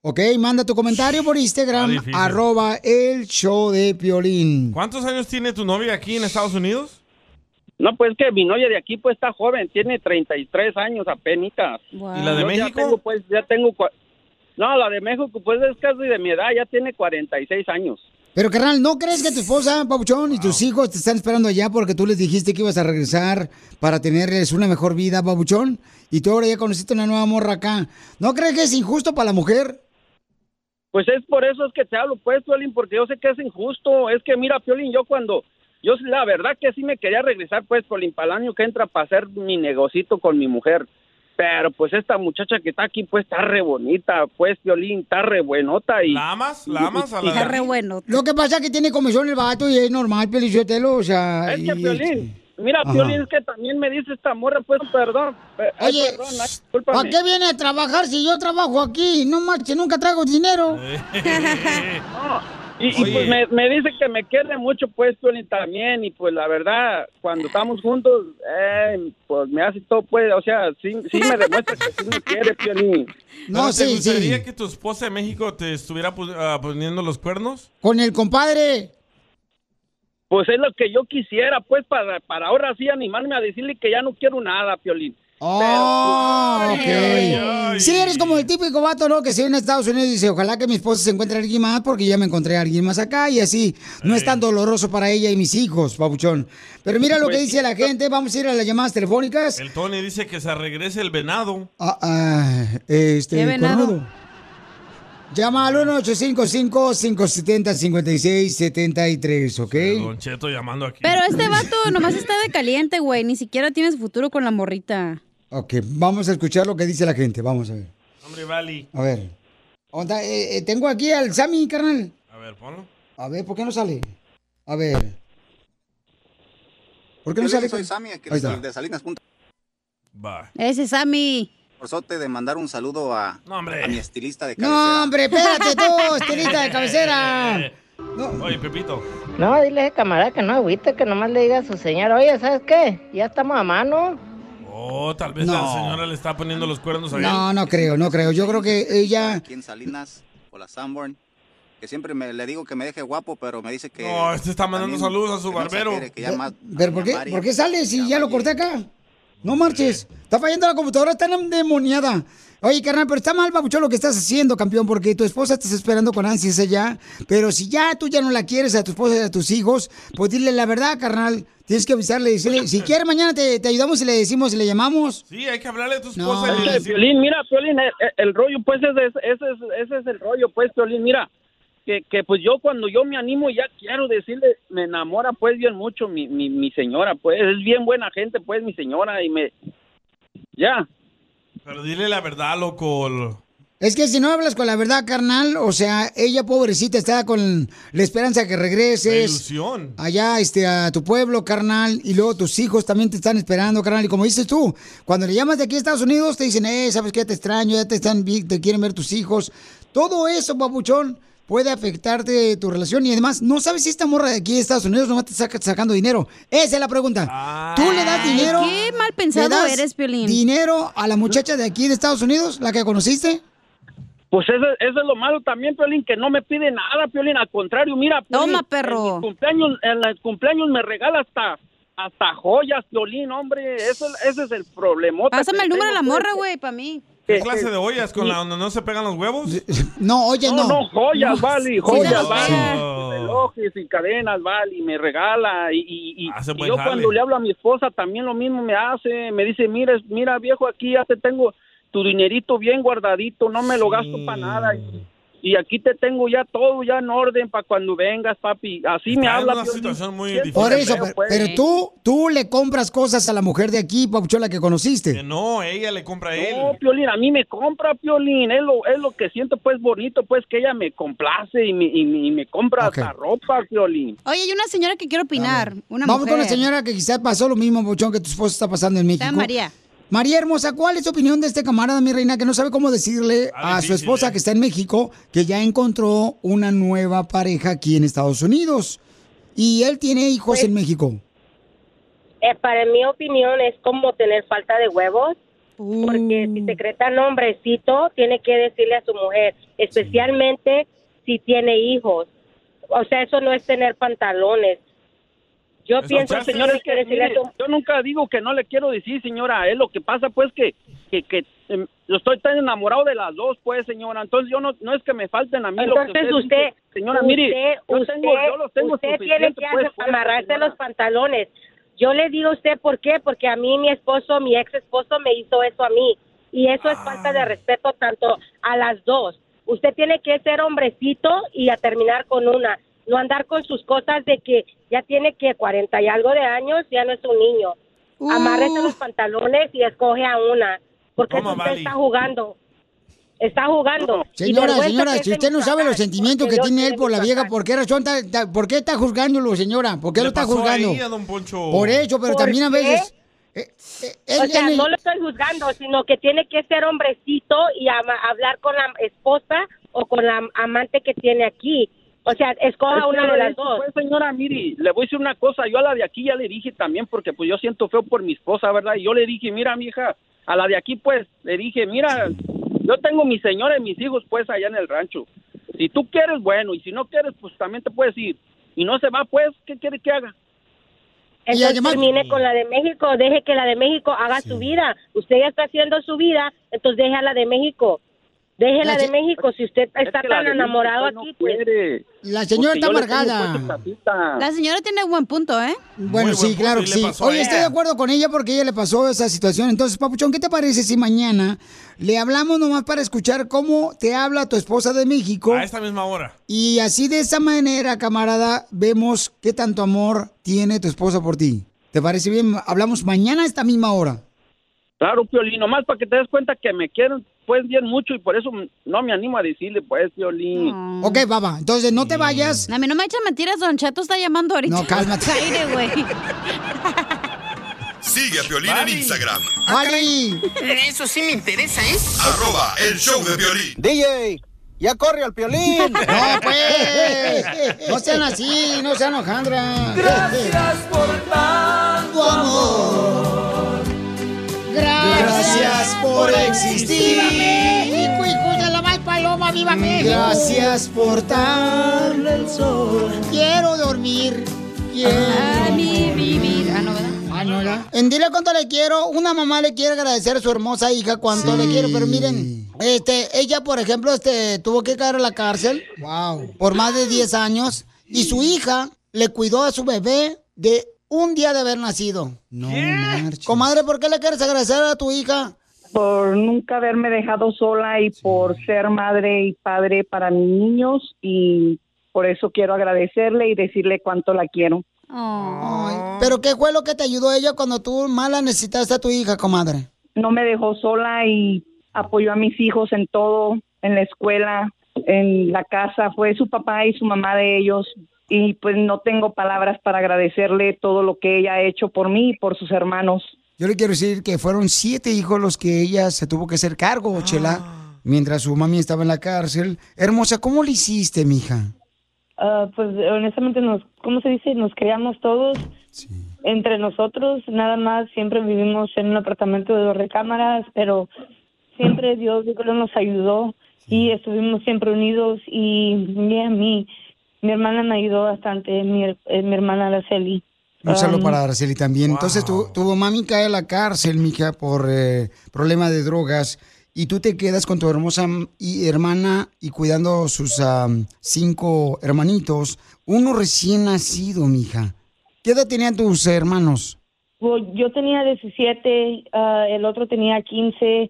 Speaker 2: Ok, manda tu comentario por
Speaker 1: Está
Speaker 2: Instagram,
Speaker 1: difícil.
Speaker 2: arroba el show de Piolín.
Speaker 1: ¿Cuántos años tiene tu novia aquí en Estados Unidos?
Speaker 8: No, pues que mi novia de aquí pues está joven, tiene 33 años apenas.
Speaker 1: ¿Y la de
Speaker 8: Yo
Speaker 1: México?
Speaker 8: Ya tengo, pues, ya tengo... cua- No, la de México pues es casi de mi edad, ya tiene 46 años.
Speaker 2: Pero carnal, ¿no crees que tu esposa, Papuchón, y tus hijos te están esperando allá porque tú les dijiste que ibas a regresar para tenerles una mejor vida, Papuchón? Y tú ahora ya conociste una nueva morra acá. ¿No crees que es injusto para la mujer?
Speaker 8: Pues es por eso es que te hablo, pues, Piolín, porque yo sé que es injusto. Es que, mira, Piolín, yo cuando... Yo la verdad que sí me quería regresar, pues, Piolín, para el año que entra para hacer mi negocito con mi mujer. Pero, pues, esta muchacha que está aquí, pues, está re bonita, pues, Piolín, está re buenota. Y, ¿La
Speaker 1: amas?
Speaker 8: ¿La amas
Speaker 1: a
Speaker 2: Está re bueno. Lo que pasa es que tiene comisión el vato y es normal, Pelichotelo, o sea...
Speaker 8: Es que,
Speaker 2: y-
Speaker 8: Piolín, mira,
Speaker 2: Ajá.
Speaker 8: Piolín, es que también me dice esta morra, pues, perdón. pe- ay,
Speaker 2: Oye,
Speaker 8: perdón, ay,
Speaker 2: ¿para
Speaker 8: discúlpame.
Speaker 2: qué viene a trabajar si yo trabajo aquí? No marche, nunca traigo dinero.
Speaker 8: Y, y, pues me, me dice que me quiere mucho, pues, Piolín también. Y pues la verdad, cuando estamos juntos, eh, pues me hace todo, pues, o sea, sí, sí me demuestra que sí me quiere, Piolín.
Speaker 1: ¿Pero ¿Te gustaría que tu esposa de México te estuviera pu- ah, poniendo los cuernos?
Speaker 2: Con el compadre.
Speaker 8: Pues es lo que yo quisiera, pues, para, para ahora sí animarme a decirle que ya no quiero nada, Piolín.
Speaker 2: Oh, ok. Sí, eres como el típico vato, ¿no? Que se viene a Estados Unidos y dice, ojalá que mi esposa se encuentre a alguien más porque ya me encontré a alguien más acá y así. No es tan doloroso para ella y mis hijos, papuchón. Pero mira lo que
Speaker 1: Pues-
Speaker 2: dice la gente. Vamos a ir a las llamadas telefónicas.
Speaker 1: El Tony dice que se regrese el venado.
Speaker 2: Ah, ah, este,
Speaker 1: ¿Qué venado?
Speaker 2: cornudo. Llama al 1-855-570-5673, ¿ok?
Speaker 1: Don Cheto llamando aquí.
Speaker 4: Pero este vato nomás está de caliente, güey. Ni siquiera tienes futuro con la morrita.
Speaker 2: Ok, vamos a escuchar lo que dice la gente. Vamos a ver.
Speaker 1: Hombre, Vali.
Speaker 2: A ver. Onda, eh, eh, tengo aquí al Sammy, carnal.
Speaker 1: A ver, ponlo.
Speaker 2: A ver, ¿por qué no sale? A ver. ¿Por qué no
Speaker 18: Yo le
Speaker 2: sale?
Speaker 18: soy Sammy, aquí
Speaker 2: Ahí está.
Speaker 18: de Salinas. Punta. Va.
Speaker 4: Ese Sammy.
Speaker 18: Orzote de mandar un saludo a, a mi estilista de cabecera.
Speaker 2: No, hombre, espérate tú, estilista de cabecera.
Speaker 1: Oye, Pepito.
Speaker 10: No, dile a ese camarada que no agüite, que nomás le diga a su señora, oye, ¿sabes qué? Ya estamos a mano.
Speaker 1: Oh, tal vez la señora le está poniendo los cuernos a él.
Speaker 2: No, no creo, no creo. Yo creo que ella.
Speaker 18: Aquí en Salinas, o la Sanborn, que siempre me, le digo que me deje guapo, pero me dice que...
Speaker 1: No, este está mandando
Speaker 18: también
Speaker 1: saludos a su
Speaker 18: que no
Speaker 1: barbero.
Speaker 18: exagere, que ya más-
Speaker 2: ¿Pero por qué,
Speaker 18: María.
Speaker 2: por qué sale si ya lo corté acá? No marches. Está fallando la computadora, está endemoniada. Oye, carnal, pero está mal, babuchón, lo que estás haciendo, campeón, porque tu esposa te está esperando con ansias allá. Pero si ya tú ya no la quieres a tu esposa y a tus hijos, pues dile la verdad, carnal. Tienes que avisarle, decirle, si quieres mañana te, te ayudamos y le decimos, y le llamamos.
Speaker 1: Sí, hay que hablarle a tu
Speaker 2: No.
Speaker 1: esposa. y
Speaker 8: Este,
Speaker 1: le decir-
Speaker 8: Piolín, mira, Piolín, el, el- el rollo, pues, ese es, ese, es, ese es el rollo, pues, Piolín, mira, que, que pues yo cuando yo me animo ya quiero decirle, me enamora, pues, bien mucho mi, mi, mi señora, pues, es bien buena gente, pues, mi señora, y me, ya.
Speaker 1: Pero dile la verdad, loco. lo-
Speaker 2: Es que si no hablas con la verdad, carnal, o sea, ella pobrecita está con la esperanza que regreses.
Speaker 1: ilusión.
Speaker 2: Allá, este, a tu pueblo, carnal, y luego tus hijos también te están esperando, carnal. Y como dices tú, cuando le llamas de aquí a Estados Unidos, te dicen, eh, sabes que te extraño, ya te están, vi- te quieren ver tus hijos. Todo eso, papuchón, puede afectarte tu relación. Y además, no sabes si esta morra de aquí a Estados Unidos nomás te saca sacando dinero. Esa es la pregunta. ¿Tú le das
Speaker 4: Ay,
Speaker 2: dinero?
Speaker 4: qué mal pensado
Speaker 2: ¿Le das
Speaker 4: eres, Piolín.
Speaker 2: ¿Dinero a la muchacha de aquí de Estados Unidos, la que conociste?
Speaker 8: Pues eso, eso es lo malo también, Piolín, que no me pide nada, Piolín, al contrario, mira, Piolín,
Speaker 4: Toma, perro.
Speaker 8: En mis cumpleaños, en los cumpleaños me regala hasta, hasta joyas, Piolín, hombre, eso, ese es el problemota. que
Speaker 4: Pásame el número de la
Speaker 8: tengo, pues.
Speaker 4: morra, güey, para mí.
Speaker 1: ¿Qué
Speaker 8: Eh,
Speaker 1: clase
Speaker 8: eh,
Speaker 1: de ollas con la donde no se pegan los huevos?
Speaker 2: No, oye,
Speaker 8: no. No, joyas,
Speaker 1: No.
Speaker 8: vale,
Speaker 1: Sí,
Speaker 8: joyas,
Speaker 1: no,
Speaker 8: vale.
Speaker 1: sí.
Speaker 8: Relojes y cadenas, vale, y me regala. Y, y- y-
Speaker 1: Hace
Speaker 8: y
Speaker 1: buen
Speaker 8: yo
Speaker 1: jale.
Speaker 8: cuando le hablo a mi esposa también lo mismo me hace. Me dice, mira, es- mira viejo, aquí ya te tengo tu dinerito bien guardadito, no me lo gasto para nada. Y, y aquí te tengo ya todo, ya en orden para cuando vengas, papi. Así me
Speaker 1: Está en
Speaker 8: habla.
Speaker 1: una
Speaker 8: Piolín.
Speaker 1: situación muy
Speaker 8: Siempre
Speaker 2: Por eso,
Speaker 8: veo,
Speaker 2: pero,
Speaker 8: pues.
Speaker 2: pero tú, tú le compras cosas a la mujer de aquí, papuchón, la que conociste.
Speaker 1: No, ella le compra a él.
Speaker 8: No, Piolín, a mí me compra Piolín, es lo, es lo que siento pues bonito, pues que ella me complace y me, y me, y me compra hasta ropa, Piolín.
Speaker 4: Oye, hay una señora que quiero opinar. Una
Speaker 2: Vamos
Speaker 4: mujer.
Speaker 2: con la señora que quizás pasó lo mismo, Bochón, que tu esposo está pasando en México.
Speaker 4: Está María.
Speaker 2: María Hermosa, ¿cuál es tu opinión de este camarada, mi reina, que no sabe cómo decirle a su esposa
Speaker 1: ¿eh?
Speaker 2: que está en México que ya encontró una nueva pareja aquí en Estados Unidos? Y él tiene hijos
Speaker 11: Pues,
Speaker 2: en México.
Speaker 11: Eh, para mi opinión es como tener falta de huevos, porque si secreta nombrecito tiene que decirle a su mujer, especialmente si tiene hijos. O sea, eso no es tener pantalones. Yo
Speaker 8: Eso,
Speaker 11: pienso
Speaker 8: ya,
Speaker 11: que
Speaker 8: señora,
Speaker 11: tiene
Speaker 8: es
Speaker 11: que
Speaker 8: que,
Speaker 11: decirle a
Speaker 8: mire,
Speaker 11: su
Speaker 8: yo nunca digo que no le quiero decir, señora. Es lo que pasa, pues, que, que, que em, yo estoy tan enamorado de las dos, pues, señora. Entonces, yo no, no es que me falten a mí lo que
Speaker 11: Entonces usted,
Speaker 8: dice. señora, mire,
Speaker 11: usted,
Speaker 8: yo, tengo,
Speaker 11: usted-
Speaker 8: yo los tengo
Speaker 11: usted tiene
Speaker 8: suficiente,
Speaker 11: que
Speaker 8: pues, fuera,
Speaker 11: amarrarse
Speaker 8: señora.
Speaker 11: los pantalones. Yo le digo a usted por qué, porque a mí mi esposo, mi ex esposo me hizo eso a mí y eso es falta
Speaker 8: Ah.
Speaker 11: de respeto tanto a las dos. Usted tiene que ser hombrecito y a terminar con una, no andar con sus cosas de que ya tiene que 40 y algo de años, ya no es un niño. Amárrese los pantalones y escoge a una, porque eso usted está jugando. Está jugando. Y
Speaker 2: Señora,
Speaker 11: vergüenza
Speaker 2: señora,
Speaker 11: que es
Speaker 2: si
Speaker 11: de
Speaker 2: usted no
Speaker 11: Michoacán,
Speaker 2: sabe los sentimientos
Speaker 11: porque
Speaker 2: que
Speaker 11: yo
Speaker 2: tiene
Speaker 11: soy
Speaker 2: él
Speaker 11: de
Speaker 2: por la vieja,
Speaker 11: Michoacán.
Speaker 2: ¿por qué razón? ta- ta- ¿Por qué está juzgándolo, señora? ¿Por qué
Speaker 1: Le
Speaker 2: lo está
Speaker 1: pasó a
Speaker 2: juzgando?
Speaker 1: ella, don Poncho.
Speaker 2: Por eso, pero
Speaker 11: ¿Por
Speaker 2: también a
Speaker 11: qué?
Speaker 2: veces... Eh,
Speaker 11: o
Speaker 2: él-
Speaker 11: sea,
Speaker 2: él-
Speaker 11: no lo estoy juzgando, sino que tiene que ser hombrecito y ama- hablar con la esposa o con la amante que tiene aquí. O sea, escoja una de las dos.
Speaker 8: Pues, señora, mire, le voy a decir una cosa. Yo a la de aquí ya le dije también, porque pues yo siento feo por mi esposa, ¿verdad? Y yo le dije, mira, mija, a la de aquí, pues, le dije, mira, yo tengo mi señora y mis hijos, pues, allá en el rancho. Si tú quieres, bueno, y si no quieres, pues, también te puedes ir. Y no se va, pues, ¿qué quiere que haga?
Speaker 11: Entonces termine con la de México, deje que la de México haga su vida. Usted ya está haciendo su vida, entonces deje a la de México. Deje la de México si usted está
Speaker 8: que la
Speaker 11: tan
Speaker 8: de
Speaker 11: enamorado
Speaker 8: México no
Speaker 11: aquí. pues.
Speaker 8: Mire,
Speaker 2: La señora
Speaker 8: porque
Speaker 2: está
Speaker 8: yo le tengo
Speaker 2: amargada.
Speaker 8: puesto tapita.
Speaker 4: La señora tiene buen punto, ¿eh?
Speaker 2: Bueno, sí, claro que sí. Oye, estoy de acuerdo con ella porque ella le pasó esa situación. Entonces, Papuchón, ¿qué te parece si mañana le hablamos nomás para escuchar cómo te habla tu esposa de México?
Speaker 1: A esta misma hora.
Speaker 2: Y así de esa manera, camarada, vemos qué tanto amor tiene tu esposa por ti. ¿Te parece bien? Hablamos mañana a esta misma hora.
Speaker 8: Claro, Piolín, nomás para que te des cuenta que me quieren, pues, bien mucho y por eso no me animo a decirle, pues, Piolín.
Speaker 2: Ok, baba, entonces no te vayas.
Speaker 4: A mí no me echan mentiras, Don Cheto está llamando ahorita.
Speaker 2: No, cálmate.
Speaker 4: Al aire, güey.
Speaker 5: Sigue a Piolín en Instagram.
Speaker 12: Eso sí me interesa, ¿eh?
Speaker 5: Arroba el show de Piolín.
Speaker 12: DJ, ya corre al piolín.
Speaker 2: No, pues. No sean así, no sean Alejandra.
Speaker 12: Gracias
Speaker 2: por tanto amor. Gracias por existir.
Speaker 12: ¡Viva
Speaker 2: México, hijo de la mal paloma, viva México. Gracias por darle el sol. Quiero dormir. Quiero
Speaker 4: ni vivir. Ah, no, ¿verdad?
Speaker 2: Ah, no, ¿verdad? En dile cuánto le quiero. Una mamá le quiere agradecer a su hermosa hija cuánto le quiero, pero miren, este, ella, por ejemplo, este, tuvo que caer a la cárcel. Wow. Por más de 10 años. Y su hija le cuidó a su bebé de un día de haber nacido. No, Comadre, ¿por qué le quieres agradecer a tu hija?
Speaker 13: por nunca haberme dejado sola y por ser madre y padre para mis niños y por eso quiero agradecerle y decirle cuánto la quiero.
Speaker 2: Ay, Pero ¿qué fue lo que te ayudó ella cuando tú mala necesitaste a tu hija, comadre?
Speaker 13: No me dejó sola y apoyó a mis hijos en todo, en la escuela, en la casa, fue su papá y su mamá de ellos y pues no tengo palabras para agradecerle todo lo que ella ha hecho por mí y por sus hermanos.
Speaker 2: Yo le quiero decir que fueron siete hijos los que ella se tuvo que hacer cargo,
Speaker 13: Ah.
Speaker 2: Chela, mientras su mami estaba en la cárcel. Hermosa, ¿cómo le hiciste, mija?
Speaker 22: Ah, pues honestamente nos, ¿cómo se dice? Nos criamos todos entre nosotros, nada más siempre vivimos en un apartamento de dos recámaras, pero siempre Dios yo creo, nos ayudó y estuvimos siempre unidos y mi, mi, mi hermana me ayudó bastante, mi, her- eh, mi hermana Araceli.
Speaker 2: Un saludo
Speaker 22: Um,
Speaker 2: para Araceli también. Entonces, tu, tu mami cae a la cárcel, mija, por eh, problema de drogas. Y tú te quedas con tu hermosa m- y hermana y cuidando sus am, cinco hermanitos. Uno recién nacido, mija. ¿Qué edad tenían tus hermanos?
Speaker 22: Bueno, Pues, Yo tenía 17, ah, el otro tenía 15,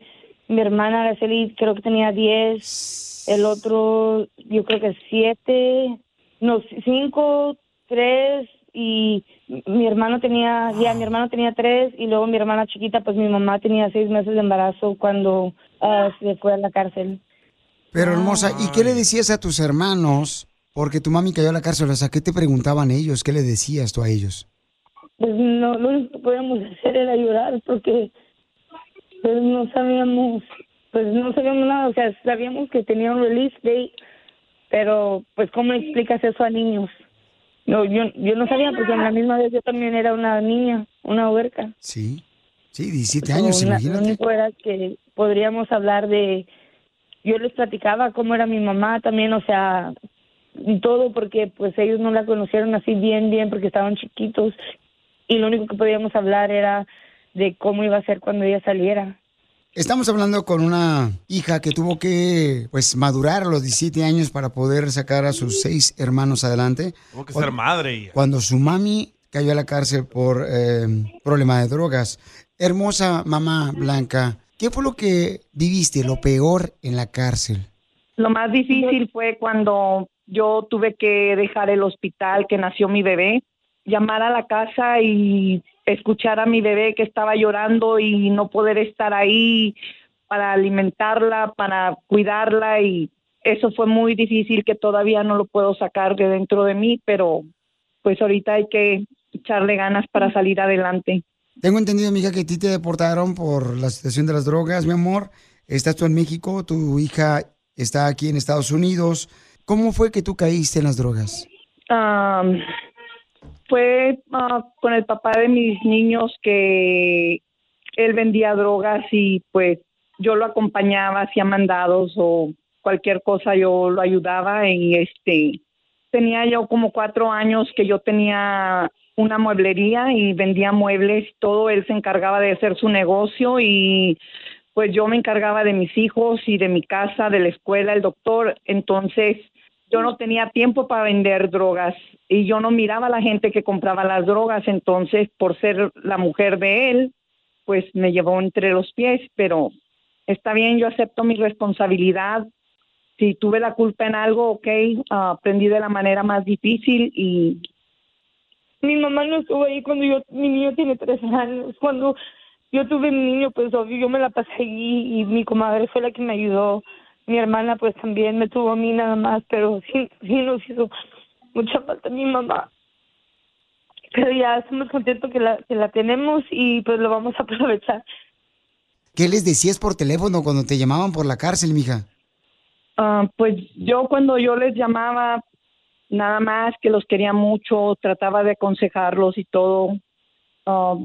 Speaker 22: mi hermana Araceli creo que tenía 10, el otro yo creo que 7, no, 5, 3 y mi hermano tenía, ya mi hermano tenía 3 y luego mi hermana chiquita, pues mi mamá tenía 6 meses de embarazo cuando ah, se fue a la cárcel.
Speaker 2: Pero hermosa, ¿y qué le decías a tus hermanos? Porque tu mami cayó a la cárcel. O sea, ¿qué te preguntaban ellos? ¿Qué le decías tú a ellos?
Speaker 22: Pues no, lo único que podíamos hacer era llorar porque pues no sabíamos, pues no sabíamos nada, o sea, sabíamos que tenía un release date, pero pues ¿cómo le explicas eso a niños? No, yo, yo no sabía porque en la misma vez yo también era una niña, una huerca.
Speaker 2: Sí. Sí, 17 años,
Speaker 22: So, na- Lo
Speaker 2: imagínate.
Speaker 22: único era que podríamos hablar de, yo les platicaba cómo era mi mamá también, o sea, y todo porque pues ellos no la conocieron así bien, bien porque estaban chiquitos y lo único que podíamos hablar era de cómo iba a ser cuando ella saliera.
Speaker 2: Estamos hablando con una hija que tuvo que pues madurar a los 17 años para poder sacar a sus seis hermanos adelante.
Speaker 1: Tuvo que ser madre ella.
Speaker 2: Cuando su mami cayó a la cárcel por eh, problema de drogas. Hermosa mamá Blanca, ¿qué fue lo que viviste, lo peor en la cárcel?
Speaker 13: Lo más difícil fue cuando yo tuve que dejar el hospital que nació mi bebé, llamar a la casa y escuchar a mi bebé que estaba llorando y no poder estar ahí para alimentarla, para cuidarla y eso fue muy difícil que todavía no lo puedo sacar de dentro de mí, pero pues ahorita hay que echarle ganas para salir adelante.
Speaker 2: Tengo entendido, amiga, que a ti te deportaron por la situación de las drogas, mi amor. Estás tú en México, tu hija está aquí en Estados Unidos. ¿Cómo fue que tú caíste en las drogas?
Speaker 13: Am, fue ah, con el papá de mis niños que él vendía drogas y pues yo lo acompañaba, hacía mandados o cualquier cosa, yo lo ayudaba y este tenía yo como cuatro años que yo tenía una mueblería y vendía muebles, todo él se encargaba de hacer su negocio y pues yo me encargaba de mis hijos y de mi casa, de la escuela, el doctor, entonces yo no tenía tiempo para vender drogas y yo no miraba a la gente que compraba las drogas, entonces por ser la mujer de él, pues me llevó entre los pies, pero está bien, yo acepto mi responsabilidad. Si tuve la culpa en algo, ok, ah, aprendí de la manera más difícil y
Speaker 22: Mi mamá no estuvo ahí cuando yo, mi niño tiene tres años. Cuando yo tuve mi niño, pues obvio, yo me la pasé allí y mi comadre fue la que me ayudó. Mi hermana, pues también me tuvo a mí nada más, pero sí, sí nos hizo mucha falta mi mamá. Pero ya estamos contentos que la, que la tenemos y pues lo vamos a aprovechar.
Speaker 2: ¿Qué les decías por teléfono cuando te llamaban por la cárcel, mija?
Speaker 13: Ah, pues yo cuando yo les llamaba, nada más que los quería mucho, trataba de aconsejarlos y todo. Ah,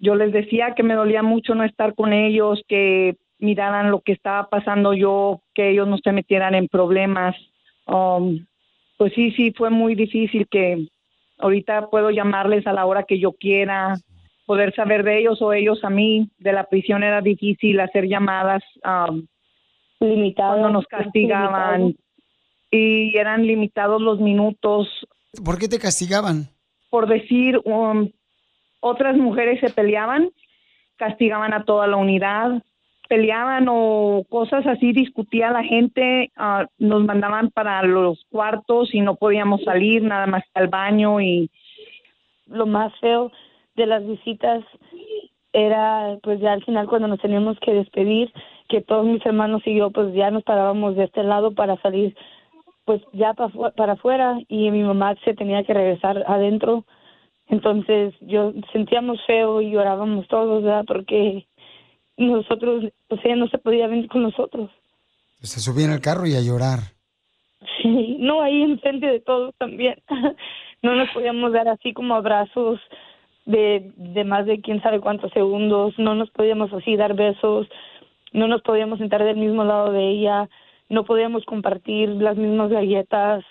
Speaker 13: yo les decía que me dolía mucho no estar con ellos, que miraran lo que estaba pasando yo, que ellos no se metieran en problemas. Um, pues sí, sí, fue muy difícil que ahorita puedo llamarles a la hora que yo quiera, poder saber de ellos o ellos a mí. De la prisión era difícil hacer llamadas um, cuando nos castigaban
Speaker 2: limitado.
Speaker 13: y eran limitados los minutos.
Speaker 2: ¿Por qué te castigaban?
Speaker 13: Por decir, um, otras mujeres se peleaban, castigaban a toda la unidad, peleaban o cosas así, discutía la gente, ah, nos mandaban para los cuartos y no podíamos salir, nada más al baño y...
Speaker 22: Lo más feo de las visitas era pues ya al final cuando nos teníamos que despedir, que todos mis hermanos y yo pues ya nos parábamos de este lado para salir pues ya pa fu- para afuera y mi mamá se tenía que regresar adentro. Entonces yo sentíamos feo y llorábamos todos, ¿verdad? Porque nosotros, pues ella no se podía venir con nosotros.
Speaker 2: Se subían al carro y a llorar.
Speaker 22: Sí, no, ahí enfrente de todos también. No nos podíamos dar así como abrazos de, de más de quién sabe cuántos segundos, no nos podíamos así dar besos, no nos podíamos sentar del mismo lado de ella, no podíamos compartir las mismas galletas.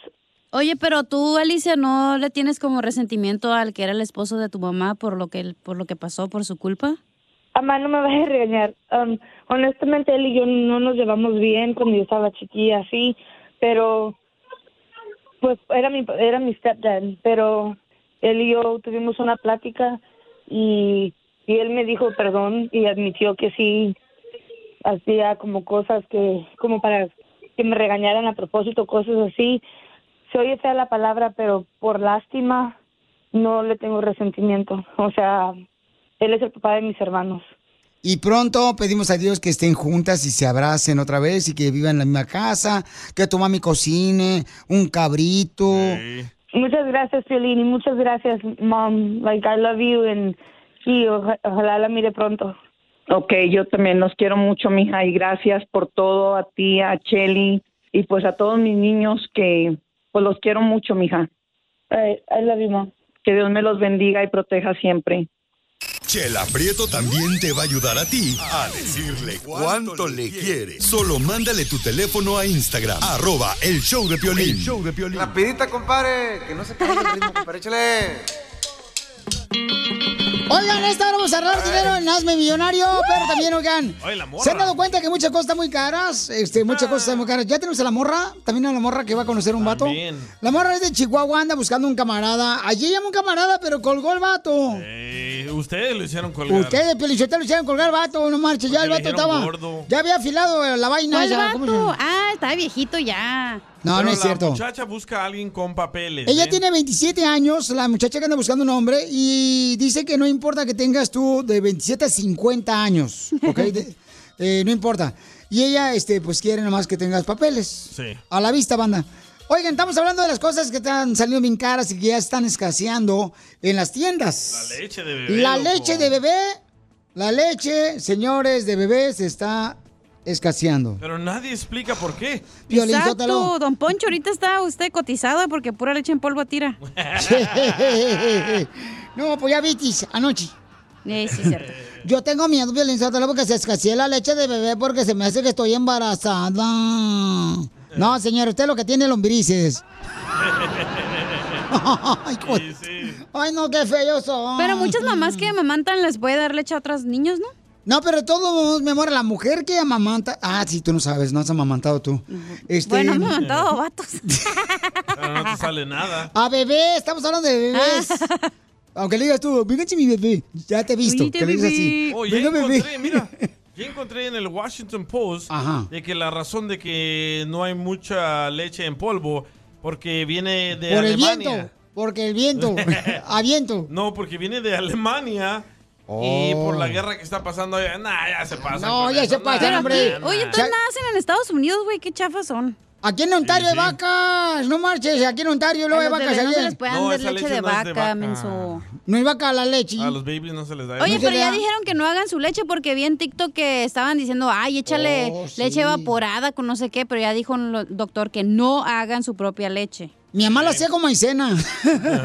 Speaker 4: Oye, pero tú, Alicia, ¿no le tienes como resentimiento al que era el esposo de tu mamá por lo que, por lo que pasó, por su culpa?
Speaker 22: Mamá, no me vas a regañar. Um, honestamente, él y yo no nos llevamos bien cuando yo estaba chiquilla, sí, pero pues era mi, era mi stepdad, pero él y yo tuvimos una plática y, y él me dijo perdón y admitió que sí hacía como cosas que, como para que me regañaran a propósito, cosas así. Se oye fea la palabra, pero por lástima no le tengo resentimiento. O sea, él es el papá de mis hermanos.
Speaker 2: Y pronto pedimos a Dios que estén juntas y se abracen otra vez y que vivan en la misma casa, que tu mami cocine, un cabrito.
Speaker 22: Muchas gracias, Piolín, y muchas gracias, Mom. Like, I love you, and sí, oja- ojalá la mire pronto.
Speaker 13: Ok, yo también los quiero mucho, mija, y gracias por todo a ti, a Chelly y pues a todos mis niños que pues los quiero mucho, mija.
Speaker 22: I love you, mom.
Speaker 13: Que Dios me los bendiga y proteja siempre.
Speaker 5: Chela Prieto también te va a ayudar a ti a decirle cuánto le quiere. Solo mándale tu teléfono a Instagram, arroba el show de Piolín.
Speaker 7: Rapidita, compadre, que no se caiga el ritmo, compadre, échale.
Speaker 2: Oigan, a esta hora vamos a ahorrar dinero en Hazme Millonario, pero también, oigan,
Speaker 1: Ay, la morra.
Speaker 2: ¿se han dado cuenta que muchas cosas están muy caras? Este, muchas cosas están muy caras. Ya tenemos a la morra, también a la morra que va a conocer un vato.
Speaker 1: También.
Speaker 2: La morra es de Chihuahua, anda buscando un camarada. Allí llama un camarada, pero colgó el vato.
Speaker 1: Eh, ustedes lo hicieron colgar.
Speaker 2: Ustedes, Pelichotelo, hicieron colgar el vato, no marches, ya el
Speaker 1: Porque
Speaker 2: vato
Speaker 1: le
Speaker 2: estaba.
Speaker 1: dijeron gordo.
Speaker 2: Ya había afilado la vaina.
Speaker 4: ¿Cuál
Speaker 2: ya, ¿cómo se
Speaker 4: vato?
Speaker 2: llama?
Speaker 4: Ah, está viejito ya.
Speaker 2: No,
Speaker 1: Pero
Speaker 2: no es
Speaker 1: la
Speaker 2: cierto.
Speaker 1: muchacha busca a alguien con papeles.
Speaker 2: Ella
Speaker 1: ¿eh?
Speaker 2: tiene 27 años, la muchacha que anda buscando un hombre, y dice que no importa que tengas tú de 27 a 50 años, ¿ok? De- eh, no importa. Y ella, este, pues quiere nomás que tengas papeles.
Speaker 1: Sí.
Speaker 2: A la vista, banda. Oigan, estamos hablando de las cosas que te han salido bien caras y que ya están escaseando en las tiendas.
Speaker 1: La leche de bebé.
Speaker 2: La
Speaker 1: loco.
Speaker 2: leche de bebé, la leche, señores, de bebé se está escaseando.
Speaker 1: Pero nadie explica por qué.
Speaker 2: Piolín,
Speaker 4: Exacto,
Speaker 2: Sótelo.
Speaker 4: don Poncho, ahorita está usted cotizado porque pura leche en polvo tira.
Speaker 2: no, pues ya vitis, anoche.
Speaker 4: Eh, Sí, sí, cierto.
Speaker 2: Yo tengo miedo, Piolín Sotelo, porque se escaseé la leche de bebé porque se me hace que estoy embarazada. No, señor, usted lo que tiene lombrices. Ay, co- Ay, no, qué feos son.
Speaker 4: Pero muchas mamás que amamantan les puede dar leche a otros niños, ¿no?
Speaker 2: No, pero de todos modos, mi amor, la mujer que amamanta... Ah, sí, tú no sabes, no has amamantado tú. Este...
Speaker 4: Bueno, amamantado vatos.
Speaker 1: Pero no te sale nada.
Speaker 2: A bebé, estamos hablando de bebés. Aunque le digas tú, véngase mi bebé, ya te he visto,
Speaker 1: Oíte,
Speaker 2: que le digas así.
Speaker 1: bebé. Oye,
Speaker 2: Venga, bebé.
Speaker 1: encontré, mira. Yo encontré en el Washington Post
Speaker 2: Ajá.
Speaker 1: de que la razón de que no hay mucha leche en polvo porque viene de
Speaker 2: Por el
Speaker 1: Alemania.
Speaker 2: viento, porque el viento, a viento.
Speaker 1: No, porque viene de Alemania y
Speaker 2: Oh.
Speaker 1: por la guerra que está pasando allá. Nah, ya se pasa.
Speaker 2: No, ya se pasan, hombre.
Speaker 4: Oye, entonces nada hacen en Estados Unidos, güey, qué chafas son.
Speaker 2: Aquí en Ontario
Speaker 4: Sí,
Speaker 2: hay vacas, no marches, aquí en Ontario luego
Speaker 4: A
Speaker 2: hay
Speaker 4: los
Speaker 2: vacas.
Speaker 4: bebés no se
Speaker 2: ahí.
Speaker 4: les puede No, dar esa leche leche de no es de vaca, vaca. menso.
Speaker 2: No hay vaca a la leche.
Speaker 1: A los babies no se les da.
Speaker 4: Oye,
Speaker 1: eso.
Speaker 4: pero ya dijeron que no hagan su leche porque vi en TikTok que estaban diciendo, ay, échale
Speaker 2: Oh, sí.
Speaker 4: leche evaporada con no sé qué, pero ya dijo el doctor que no hagan su propia leche.
Speaker 2: Mi mamá lo hacía con maicena.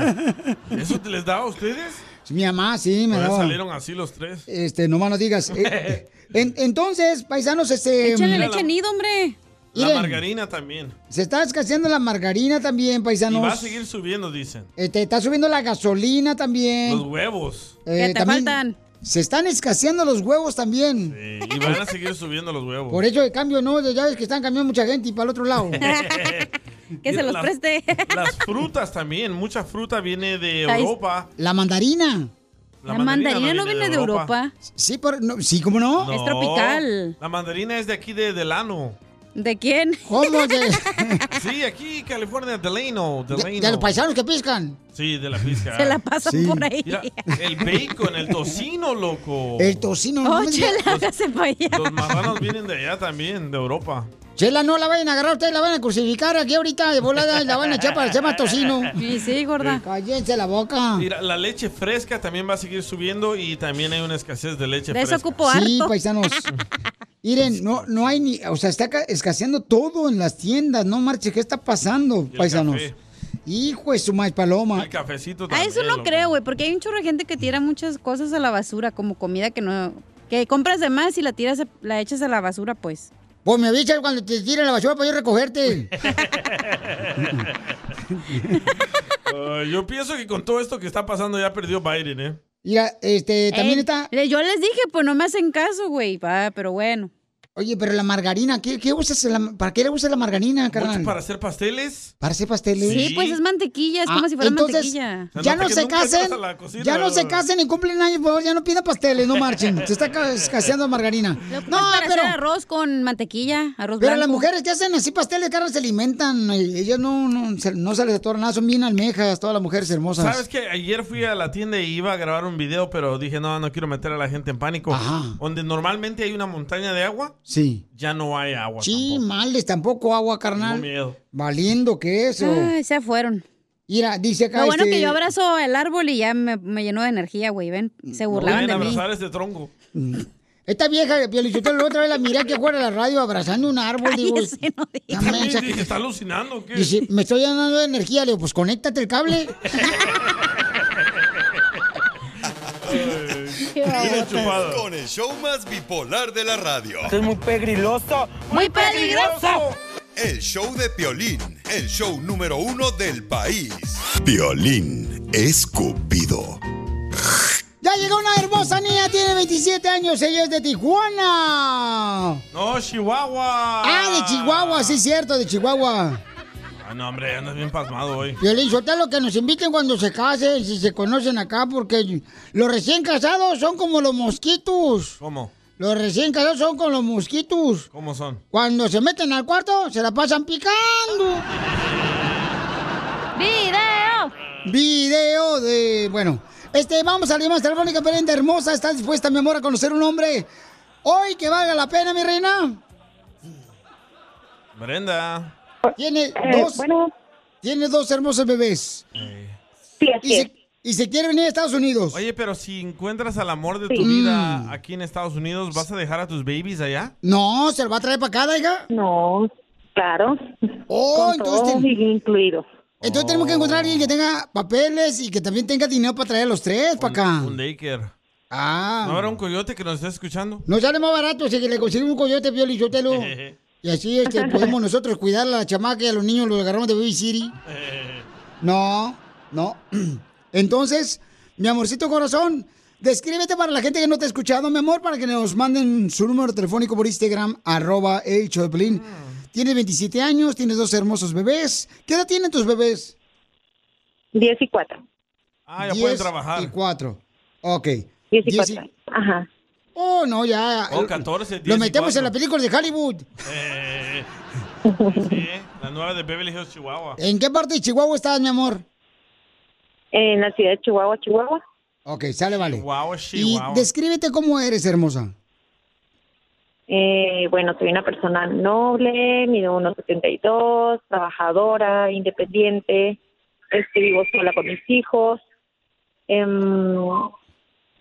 Speaker 1: ¿Eso te les da a ustedes?
Speaker 2: Mi mamá, sí, me
Speaker 1: Por eso
Speaker 2: daba.
Speaker 1: salieron así los tres.
Speaker 2: Este, no más nos digas. Eh, eh, en- entonces, paisanos, este...
Speaker 1: Échale leche La-
Speaker 4: nido, hombre.
Speaker 1: La
Speaker 2: Miren.
Speaker 1: margarina también.
Speaker 2: Se está escaseando la margarina también,
Speaker 1: Y
Speaker 2: paisanos.
Speaker 1: va a seguir subiendo, dicen.
Speaker 2: Este, está subiendo la gasolina también.
Speaker 1: Los huevos.
Speaker 2: Eh, también Se están escaseando los huevos también.
Speaker 1: Eh, Y van a seguir subiendo los huevos.
Speaker 2: Por ello, de cambio, no, ya ves que están cambiando mucha gente y para el otro lado.
Speaker 1: se Mira, los las-
Speaker 4: preste.
Speaker 1: Las frutas también. Mucha fruta viene de
Speaker 2: Ahí-
Speaker 1: Europa.
Speaker 2: La mandarina.
Speaker 1: La La mandarina mandarina no no viene viene de de Europa. Europa.
Speaker 2: Sí, pero no- sí, ¿cómo no?
Speaker 1: No, La mandarina es de aquí, de Delano.
Speaker 4: ¿De quién?
Speaker 2: ¿Cómo? De,
Speaker 1: Sí, aquí, California, Delano.
Speaker 2: de-
Speaker 1: Delano.
Speaker 2: de los paisanos que piscan.
Speaker 1: Sí, de la pizca.
Speaker 2: Se la pasan Sí. por ahí.
Speaker 1: Mira, el bacon, el tocino, loco.
Speaker 2: El tocino.
Speaker 4: Oh,
Speaker 2: no me digas.
Speaker 1: Oh. Los marranos vienen de allá también, de Europa.
Speaker 2: Chela, no la vayan a agarrar, ustedes la van a crucificar aquí ahorita de volada y la van a echar para el tema tocino.
Speaker 4: Sí, sí, gorda.
Speaker 2: Cállense la boca.
Speaker 1: Mira, la leche fresca también va a seguir subiendo y también hay una escasez de leche fresca.
Speaker 2: Sí, paisanos. Miren, no, no hay ni, o sea, está ca- escaseando todo en las tiendas, no marches, ¿qué está pasando,
Speaker 1: el
Speaker 2: paisanos?
Speaker 1: café.
Speaker 2: Hijo de su maíz paloma.
Speaker 1: El cafecito
Speaker 4: A
Speaker 1: también.
Speaker 4: eso no
Speaker 1: loco.
Speaker 4: creo, güey, porque hay un chorro de gente que tira muchas cosas a la basura, como comida que no... Que compras de más y la tiras, a- la echas a la basura, pues.
Speaker 2: Pues me avisas cuando te tiren la basura para yo recogerte.
Speaker 1: Ah, yo pienso que con todo esto que está pasando ya perdió Biden, ¿eh?
Speaker 2: Mira, este, también
Speaker 4: Eh,
Speaker 2: está...
Speaker 4: le- Yo les dije, pues no me hacen caso, güey, va, pero bueno.
Speaker 2: Oye, pero la margarina, ¿qué, qué usas? en la- ¿Para qué le usas la margarina, carnal?
Speaker 1: Mucho para
Speaker 2: Para...
Speaker 1: hacer pasteles.
Speaker 2: hacer pasteles.
Speaker 4: Sí, pues es mantequilla, es
Speaker 2: Ah,
Speaker 4: como si fuera
Speaker 2: entonces,
Speaker 4: mantequilla.
Speaker 2: Ya no se casen, ya no se casen y cumplen años, por favor, ya no pidan pasteles, no marchen. Se está ca- escaseando margarina.
Speaker 4: No, para
Speaker 2: pero-
Speaker 4: hacer arroz con mantequilla, arroz
Speaker 2: Pero
Speaker 4: blanco.
Speaker 2: las mujeres que hacen así pasteles de carne se alimentan. y Ellas no, no, se, no se les atora nada, son bien almejas, todas las mujeres hermosas.
Speaker 1: Sabes que ayer fui a la tienda y iba a grabar un video, pero dije, no, no quiero meter a la gente en pánico. Donde normalmente hay una montaña de agua,
Speaker 2: Sí.
Speaker 1: ya no hay agua.
Speaker 2: Sí, males, tampoco agua,
Speaker 1: Tengo
Speaker 2: carnal.
Speaker 1: miedo.
Speaker 2: Valiendo que eso.
Speaker 4: Ay, se fueron.
Speaker 2: Mira, dice acá.
Speaker 4: Lo bueno
Speaker 2: este-
Speaker 4: que yo abrazo el árbol y ya me, me llenó de energía, güey, ven.
Speaker 2: Mm,
Speaker 4: Se burlaban
Speaker 1: Ven a
Speaker 4: de mí.
Speaker 1: abrazar este tronco.
Speaker 2: Esta vieja de Piolichotelo, la otra vez la miré que fuera a la radio abrazando un árbol. Digo, "Ya me
Speaker 1: También
Speaker 2: saqué".
Speaker 1: dije, ¿Está alucinando o qué?
Speaker 2: Dice, me estoy llenando de energía. Le digo, pues conéctate el cable.
Speaker 5: Ríete
Speaker 1: chupada.
Speaker 5: Con el show más bipolar de la radio.
Speaker 1: Esto es
Speaker 5: muy pegriloso.
Speaker 4: ¡Muy peligroso!
Speaker 5: El show de Piolín, el show número uno del país. Piolín escupido.
Speaker 2: Ya llegó una hermosa niña, tiene 27 años, ella es de Tijuana.
Speaker 1: No, Chihuahua.
Speaker 2: Ah, de Chihuahua, sí, cierto, de Chihuahua.
Speaker 1: Ah, no, hombre, andas bien pasmado hoy.
Speaker 2: Violín, lo que nos inviten cuando se casen, si se conocen acá, porque los recién casados son como los mosquitos.
Speaker 1: ¿Cómo?
Speaker 2: Los recién casados son como los mosquitos.
Speaker 1: ¿Cómo son?
Speaker 2: Cuando se meten al cuarto, se la pasan picando.
Speaker 4: ¡Video!
Speaker 2: Video de. Bueno, este, vamos a la llamada telefónica, Perenda hermosa. ¿Estás dispuesta, mi amor, a conocer un hombre hoy que valga la pena, mi reina?
Speaker 1: Brenda.
Speaker 2: Tiene
Speaker 1: Eh,
Speaker 2: dos. Tiene dos hermosos bebés.
Speaker 1: Eh,
Speaker 2: Y se, y se quiere venir a Estados Unidos.
Speaker 1: Oye, pero si encuentras al amor de
Speaker 2: Sí.
Speaker 1: tu vida aquí en Estados Unidos, ¿vas a dejar a tus babies allá?
Speaker 2: No, se lo va a traer para acá, Daiga. No, claro. Oh,
Speaker 1: Con
Speaker 2: entonces.
Speaker 1: todo
Speaker 2: incluido. Entonces tenemos que encontrar a alguien que tenga papeles y que también tenga dinero para traer a los tres para acá.
Speaker 1: Un daycare.
Speaker 2: Ah.
Speaker 1: ¿No habrá un coyote que nos esté escuchando?
Speaker 2: Nos sale más barato si le conseguimos un coyote, Pioli, yo te lo. Y así este, podemos nosotros cuidar a la chamaca y a los niños, los agarramos de Baby City. No, no. Entonces, mi amorcito corazón, descríbete para la gente que no te ha escuchado, mi amor, para que nos manden su número telefónico por Instagram, arroba el show de Piolín. Tienes 27 años, tienes dos hermosos bebés. ¿Qué edad tienen tus bebés? 10 y 4.
Speaker 1: Ah, ya pueden trabajar.
Speaker 2: y 4. Ok.
Speaker 1: 10 y
Speaker 2: Diez
Speaker 1: cuatro.
Speaker 2: Ajá. Oh, no, ya.
Speaker 1: Oh, 14, 10
Speaker 2: Lo
Speaker 1: y
Speaker 2: metemos
Speaker 1: cuatro.
Speaker 2: en la película de Hollywood.
Speaker 1: Eh, sí, eh. la nueva de Beverly Hills, Chihuahua.
Speaker 2: ¿En qué parte de Chihuahua estás, mi amor? En la ciudad de Chihuahua, Chihuahua. Ok, sale, vale.
Speaker 1: Chihuahua,
Speaker 2: Y
Speaker 1: Chihuahua.
Speaker 2: descríbete cómo eres, hermosa.
Speaker 15: Eh, bueno, soy una persona noble, mido 1,72, trabajadora, independiente, este, vivo sola con mis hijos, em,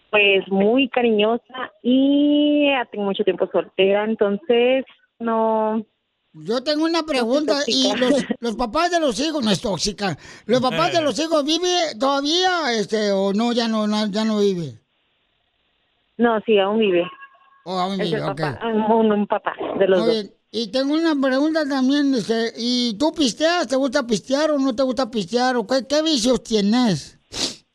Speaker 15: pues muy cariñosa y ya tengo mucho tiempo soltera, entonces no...
Speaker 2: Yo tengo una pregunta, y los, los papás de los hijos, no es tóxica, ¿los papás de los hijos vive todavía este, o no, ya no, no- ya no vive?
Speaker 15: No, sí, aún vive.
Speaker 2: Oh, aún
Speaker 15: Es el
Speaker 2: vive, ok.
Speaker 15: papá, un, un papá de los
Speaker 2: Muy
Speaker 15: dos.
Speaker 2: bien. Y tengo una pregunta también, este, ¿y tú pisteas? ¿Te gusta pistear o no te gusta pistear? ¿O qué, qué vicios tienes?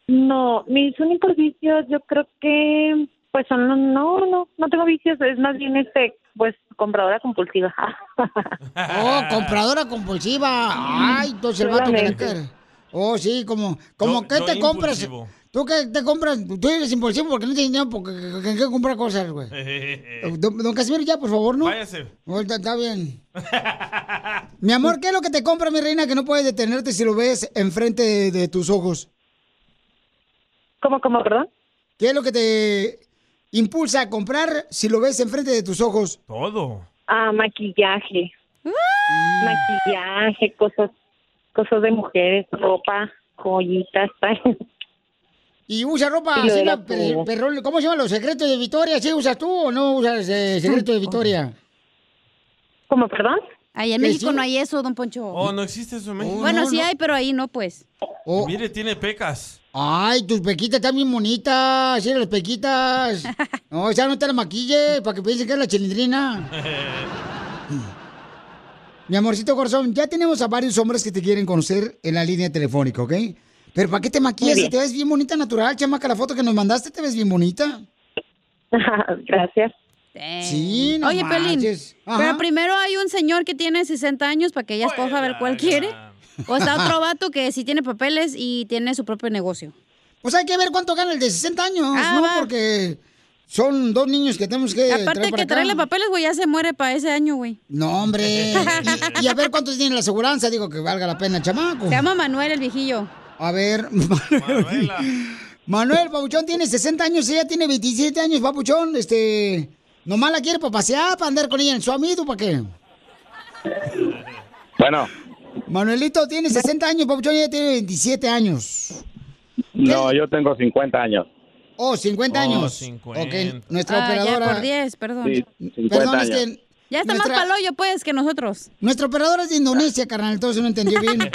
Speaker 15: No, mis únicos vicios yo creo que pues son no no no, no tengo vicios, es más bien este pues compradora compulsiva.
Speaker 2: Oh, compradora compulsiva. Ay, entonces el vato que le
Speaker 15: Solamente.
Speaker 2: quiere. Oh, sí, como, como
Speaker 15: Yo-
Speaker 2: que
Speaker 15: yo
Speaker 2: te compras.
Speaker 15: impulsivo.
Speaker 2: Tú que te compras, tú eres impulsivo porque no tienes dinero porque que, que- que comprar cosas, güey.
Speaker 15: Eh.
Speaker 2: Don, don Casimiro, ya, por favor, ¿no?
Speaker 1: Váyase.
Speaker 2: Oh, Está, está bien. mi amor, ¿qué es lo que te compra, mi reina, que no puedes detenerte si lo ves enfrente de, de tus ojos?
Speaker 15: ¿Cómo, cómo, perdón?
Speaker 2: ¿Qué es lo que te impulsa a comprar si lo ves enfrente de tus ojos?
Speaker 1: Todo.
Speaker 15: Ah, maquillaje. Maquillaje, cosas cosas de mujeres, ropa, joyitas.
Speaker 2: Y usa ropa
Speaker 15: Y lo
Speaker 2: así,
Speaker 15: de
Speaker 2: la
Speaker 15: la
Speaker 2: per-
Speaker 15: pulga.
Speaker 2: perrol- ¿cómo se llama? ¿Los secretos de Victoria? ¿Sí usas tú o no usas eh, secretos de Victoria?
Speaker 15: ¿Cómo, perdón?
Speaker 4: Ahí en
Speaker 2: Que
Speaker 4: México
Speaker 2: sí.
Speaker 4: no hay eso, don Poncho.
Speaker 1: Oh, no existe eso en México.
Speaker 4: bueno, sí hay, pero ahí no, pues.
Speaker 2: Oh.
Speaker 1: Mire, tiene pecas.
Speaker 2: Ay, tus pequitas están bien bonitas, sí, las pequitas. No, ya no te las maquilles para que piensen que es la chilindrina. Mi amorcito corazón, ya tenemos a varios hombres que te quieren conocer en la línea telefónica, ¿ok? Pero ¿para qué te maquillas
Speaker 15: Muy
Speaker 2: si
Speaker 15: bien.
Speaker 2: te ves bien bonita natural, chamaca? La foto que nos mandaste te ves bien bonita.
Speaker 15: Gracias.
Speaker 4: Eh,
Speaker 2: Sí, no
Speaker 4: Oye, Pelín,
Speaker 2: manches. Ajá.
Speaker 4: pero primero hay un señor que tiene 60 años para que ella escoja a ver cuál quiere. O está otro vato que sí tiene papeles y tiene su propio negocio. Ah,
Speaker 2: Pues hay que ver cuánto gana el de 60 años, ¿no? Porque son dos niños que tenemos que
Speaker 4: Aparte
Speaker 2: traer para
Speaker 4: que traerle
Speaker 2: acá.
Speaker 4: papeles, güey, ya se muere para ese año, güey.
Speaker 2: No, hombre. Y, y a ver cuántos tiene la aseguranza, digo que valga la pena, chamaco.
Speaker 4: Se llama Manuel el viejillo.
Speaker 2: A ver, Manuel. Manuel, Papuchón tiene 60 años, ella tiene 27 años, Papuchón. Este, nomás la quiere para pasear, para andar con ella en su amigo, ¿para qué?
Speaker 23: Bueno,
Speaker 2: Manuelito tiene 60 años, Papuchón, ella tiene 27 años.
Speaker 23: no, yo tengo 50 años.
Speaker 2: Oh, 50
Speaker 23: Oh,
Speaker 2: años.
Speaker 23: 50.
Speaker 2: Ok, nuestra
Speaker 4: Ah,
Speaker 2: operadora.
Speaker 4: ya por 10, perdón.
Speaker 23: Sí, 50
Speaker 2: Perdón, es
Speaker 23: años.
Speaker 2: que
Speaker 4: Ya está
Speaker 2: Nuestra-
Speaker 4: más paloyo, pues, que nosotros.
Speaker 2: nuestra operadora es de Indonesia, carnal, entonces no entendió bien.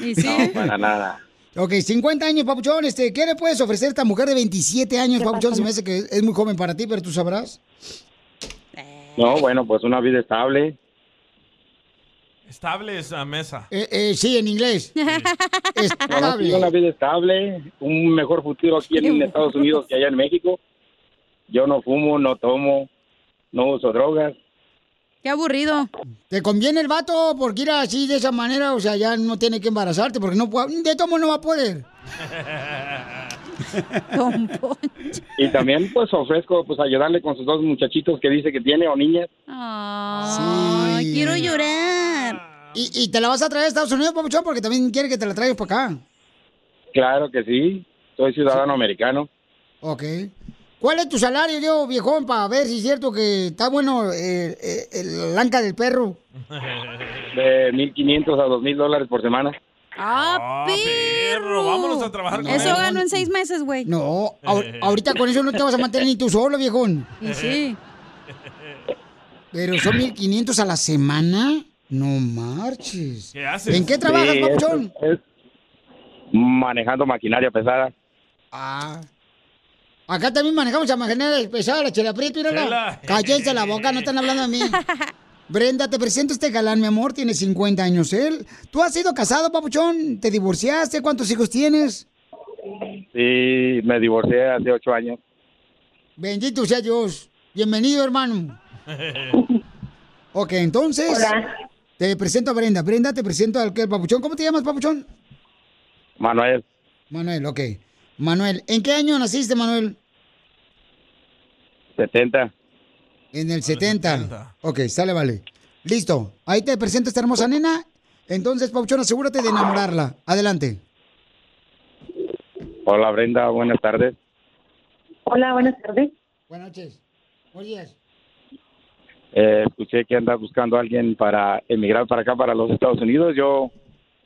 Speaker 4: Y sí.
Speaker 23: No, para nada.
Speaker 2: Ok, 50 años, Papuchón. Este, ¿Qué le puedes ofrecer a esta mujer de 27 años, Papuchón? Se me hace que es muy joven para ti, pero tú sabrás.
Speaker 23: No, bueno, pues una vida estable.
Speaker 1: Estable es a mesa.
Speaker 2: Eh, eh, sí, en inglés.
Speaker 23: No, sí, una
Speaker 2: Estable.
Speaker 23: vida estable, un mejor futuro aquí en Estados Unidos que allá en México. Yo no fumo, no tomo, no uso drogas.
Speaker 4: Qué aburrido.
Speaker 2: Te conviene el vato porque ir así de esa manera, o sea, ya no tiene que embarazarte porque no puede, de tomo no va a poder.
Speaker 23: Y también pues ofrezco pues ayudarle con sus dos muchachitos que dice que tiene o niñas.
Speaker 4: Ay, quiero llorar.
Speaker 2: ¿Y, y te la vas a traer a Estados Unidos, Papuchón? Porque también quiere que te la traigas para acá.
Speaker 23: Claro que sí, soy ciudadano americano.
Speaker 2: Ok. ¿Cuál es tu salario, yo, viejón, para ver si es cierto que está bueno eh, eh, el lanca del perro?
Speaker 23: De 1.500 a 2.000 dólares por semana.
Speaker 4: ¡Ah, pi! perro.
Speaker 1: vámonos a trabajar con
Speaker 4: Eso
Speaker 1: él.
Speaker 4: gano en seis meses, güey.
Speaker 2: No, ahor- ahorita con eso no te vas a mantener ni tú solo, viejón.
Speaker 4: Y sí.
Speaker 2: Pero son 1500 a la semana. No marches.
Speaker 1: ¿Qué haces?
Speaker 2: ¿En qué trabajas,
Speaker 23: Sí,
Speaker 2: papuchón?
Speaker 23: es- es manejando maquinaria pesada.
Speaker 2: Ah. Acá también manejamos a maquinaria pesada, la chela prieto, mírala.
Speaker 23: Chela.
Speaker 2: Cállense la boca, no están hablando a mí. Brenda, te presento este galán, mi amor, tiene 50 años él. ¿Tú has sido casado, papuchón? ¿Te divorciaste? ¿Cuántos hijos tienes?
Speaker 23: Sí, me divorcié hace ocho años.
Speaker 2: Bendito sea Dios. Bienvenido, hermano. Ok, entonces. Te presento a Brenda. Brenda, te presento al que el papuchón. ¿Cómo te llamas, papuchón?
Speaker 23: Manuel,
Speaker 2: Manuel, ok. Manuel, ¿en qué año naciste, Manuel?
Speaker 23: 70.
Speaker 2: En el 70. Ok, sale, vale. Listo. Ahí te presento esta hermosa nena. Entonces, Pauchón, asegúrate de enamorarla. Adelante.
Speaker 23: Hola Brenda, buenas tardes.
Speaker 2: Hola, buenas tardes. Buenas noches. Oye,
Speaker 23: Eh, escuché que andas buscando a alguien para emigrar para acá, para los Estados Unidos. Yo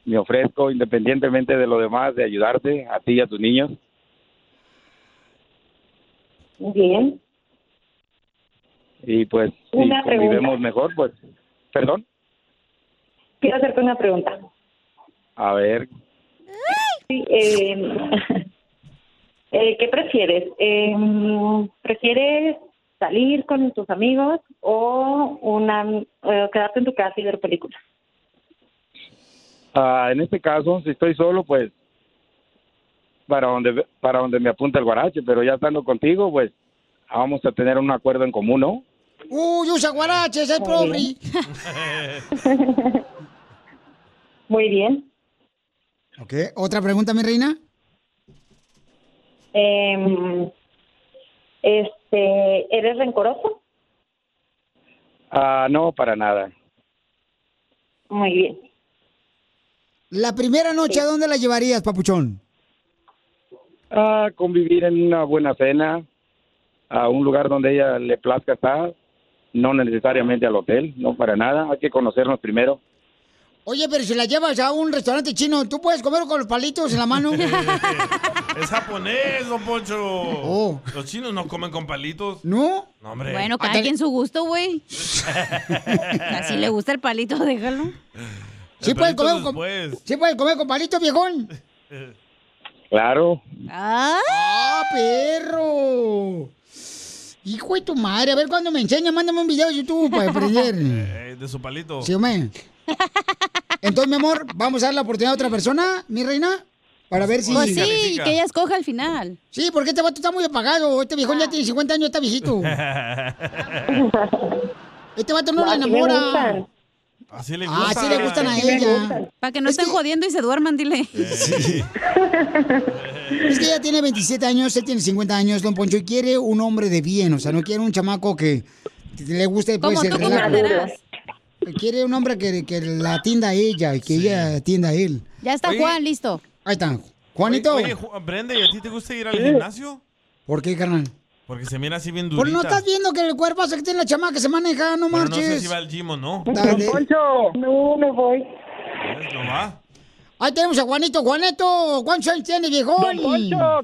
Speaker 23: me ofrezco, independientemente de lo demás, de ayudarte a ti y a tus niños.
Speaker 20: Bien.
Speaker 23: Y pues, si
Speaker 20: Una pregunta.
Speaker 23: convivemos mejor, pues, perdón.
Speaker 20: Quiero hacerte una pregunta.
Speaker 23: A ver,
Speaker 20: Sí, eh,
Speaker 15: em,
Speaker 20: eh, ¿Qué prefieres? Eh, ¿Prefieres salir con tus amigos o una, eh, quedarte en tu casa y ver películas?
Speaker 23: ah, en este caso, si estoy solo, pues, para donde, para donde me apunta el guarache, pero ya estando contigo, pues, vamos a tener un acuerdo en común, ¿no?
Speaker 2: Uy, usa guaraches, es pobre.
Speaker 20: Muy bien.
Speaker 2: Ok, otra pregunta, mi reina.
Speaker 15: Em,
Speaker 20: Eh, este, ¿Eres rencoroso?
Speaker 23: Ah, no, para nada.
Speaker 20: Muy bien.
Speaker 2: La primera noche, ¿a dónde la llevarías, papuchón?
Speaker 23: a Ah, convivir en una buena cena, a un lugar donde ella le plazca estar, no necesariamente al hotel, no para nada, hay que conocernos primero.
Speaker 2: Oye, pero si la llevas a un restaurante chino, ¿tú puedes comer con los palitos en la mano?
Speaker 1: Es japonés, don Poncho.
Speaker 2: Oh.
Speaker 1: Los chinos no comen con palitos.
Speaker 2: ¿No?
Speaker 1: No, hombre.
Speaker 4: Bueno, cada quien su gusto, güey. Así le gusta el palito, déjalo.
Speaker 2: ¿Sí
Speaker 1: El
Speaker 2: puedes,
Speaker 1: palito
Speaker 2: comer con, ¿Sí puedes comer con palitos, viejón?
Speaker 23: Claro,
Speaker 2: ¡Ah! perro! Hijo de tu madre, a ver cuándo me enseña, mándame un video de YouTube para aprender.
Speaker 1: Eh, de su palito.
Speaker 2: Sí, hombre. Entonces, mi amor, vamos a dar la oportunidad a otra persona, mi reina, para ver si.
Speaker 4: Pues sí, que ella escoja al final. Ah.
Speaker 2: Sí, porque este vato está muy apagado. Este viejón ya tiene 50 años, está viejito. Este vato no la
Speaker 4: Así me
Speaker 2: enamora.
Speaker 4: gustan.
Speaker 1: Así le
Speaker 2: Ah,
Speaker 1: gusta.
Speaker 2: sí le gustan a ella.
Speaker 4: Para que no estén jodiendo y se duerman, dile.
Speaker 2: Es que ella tiene 27 años, él tiene 50 años, don Poncho, y quiere un hombre de bien. O sea, no quiere un chamaco que t- le guste pues,
Speaker 4: Como
Speaker 2: el
Speaker 4: tú
Speaker 2: relajo.
Speaker 4: comprenderás.
Speaker 2: Quiere un hombre que, que la atienda a ella y que ella atienda a él.
Speaker 4: Ya está
Speaker 1: Oye.
Speaker 4: Juan, listo.
Speaker 2: Ahí está. Juanito.
Speaker 1: Oye, Ju- Brenda, ¿y a ti te gusta ir al gimnasio?
Speaker 2: ¿Por qué, carnal?
Speaker 1: Porque se mira así bien durita.
Speaker 2: Pues no estás viendo que el cuerpazo que tiene la chamaca se maneja, no
Speaker 1: Pero no sé
Speaker 2: marches.
Speaker 1: si va al gym o no.
Speaker 2: Dale.
Speaker 20: No, no voy.
Speaker 1: ¿Ves? No va.
Speaker 2: Ahí tenemos a Juanito. Juanito, ¿cuántos años tienes, viejón?
Speaker 1: Don Poncho,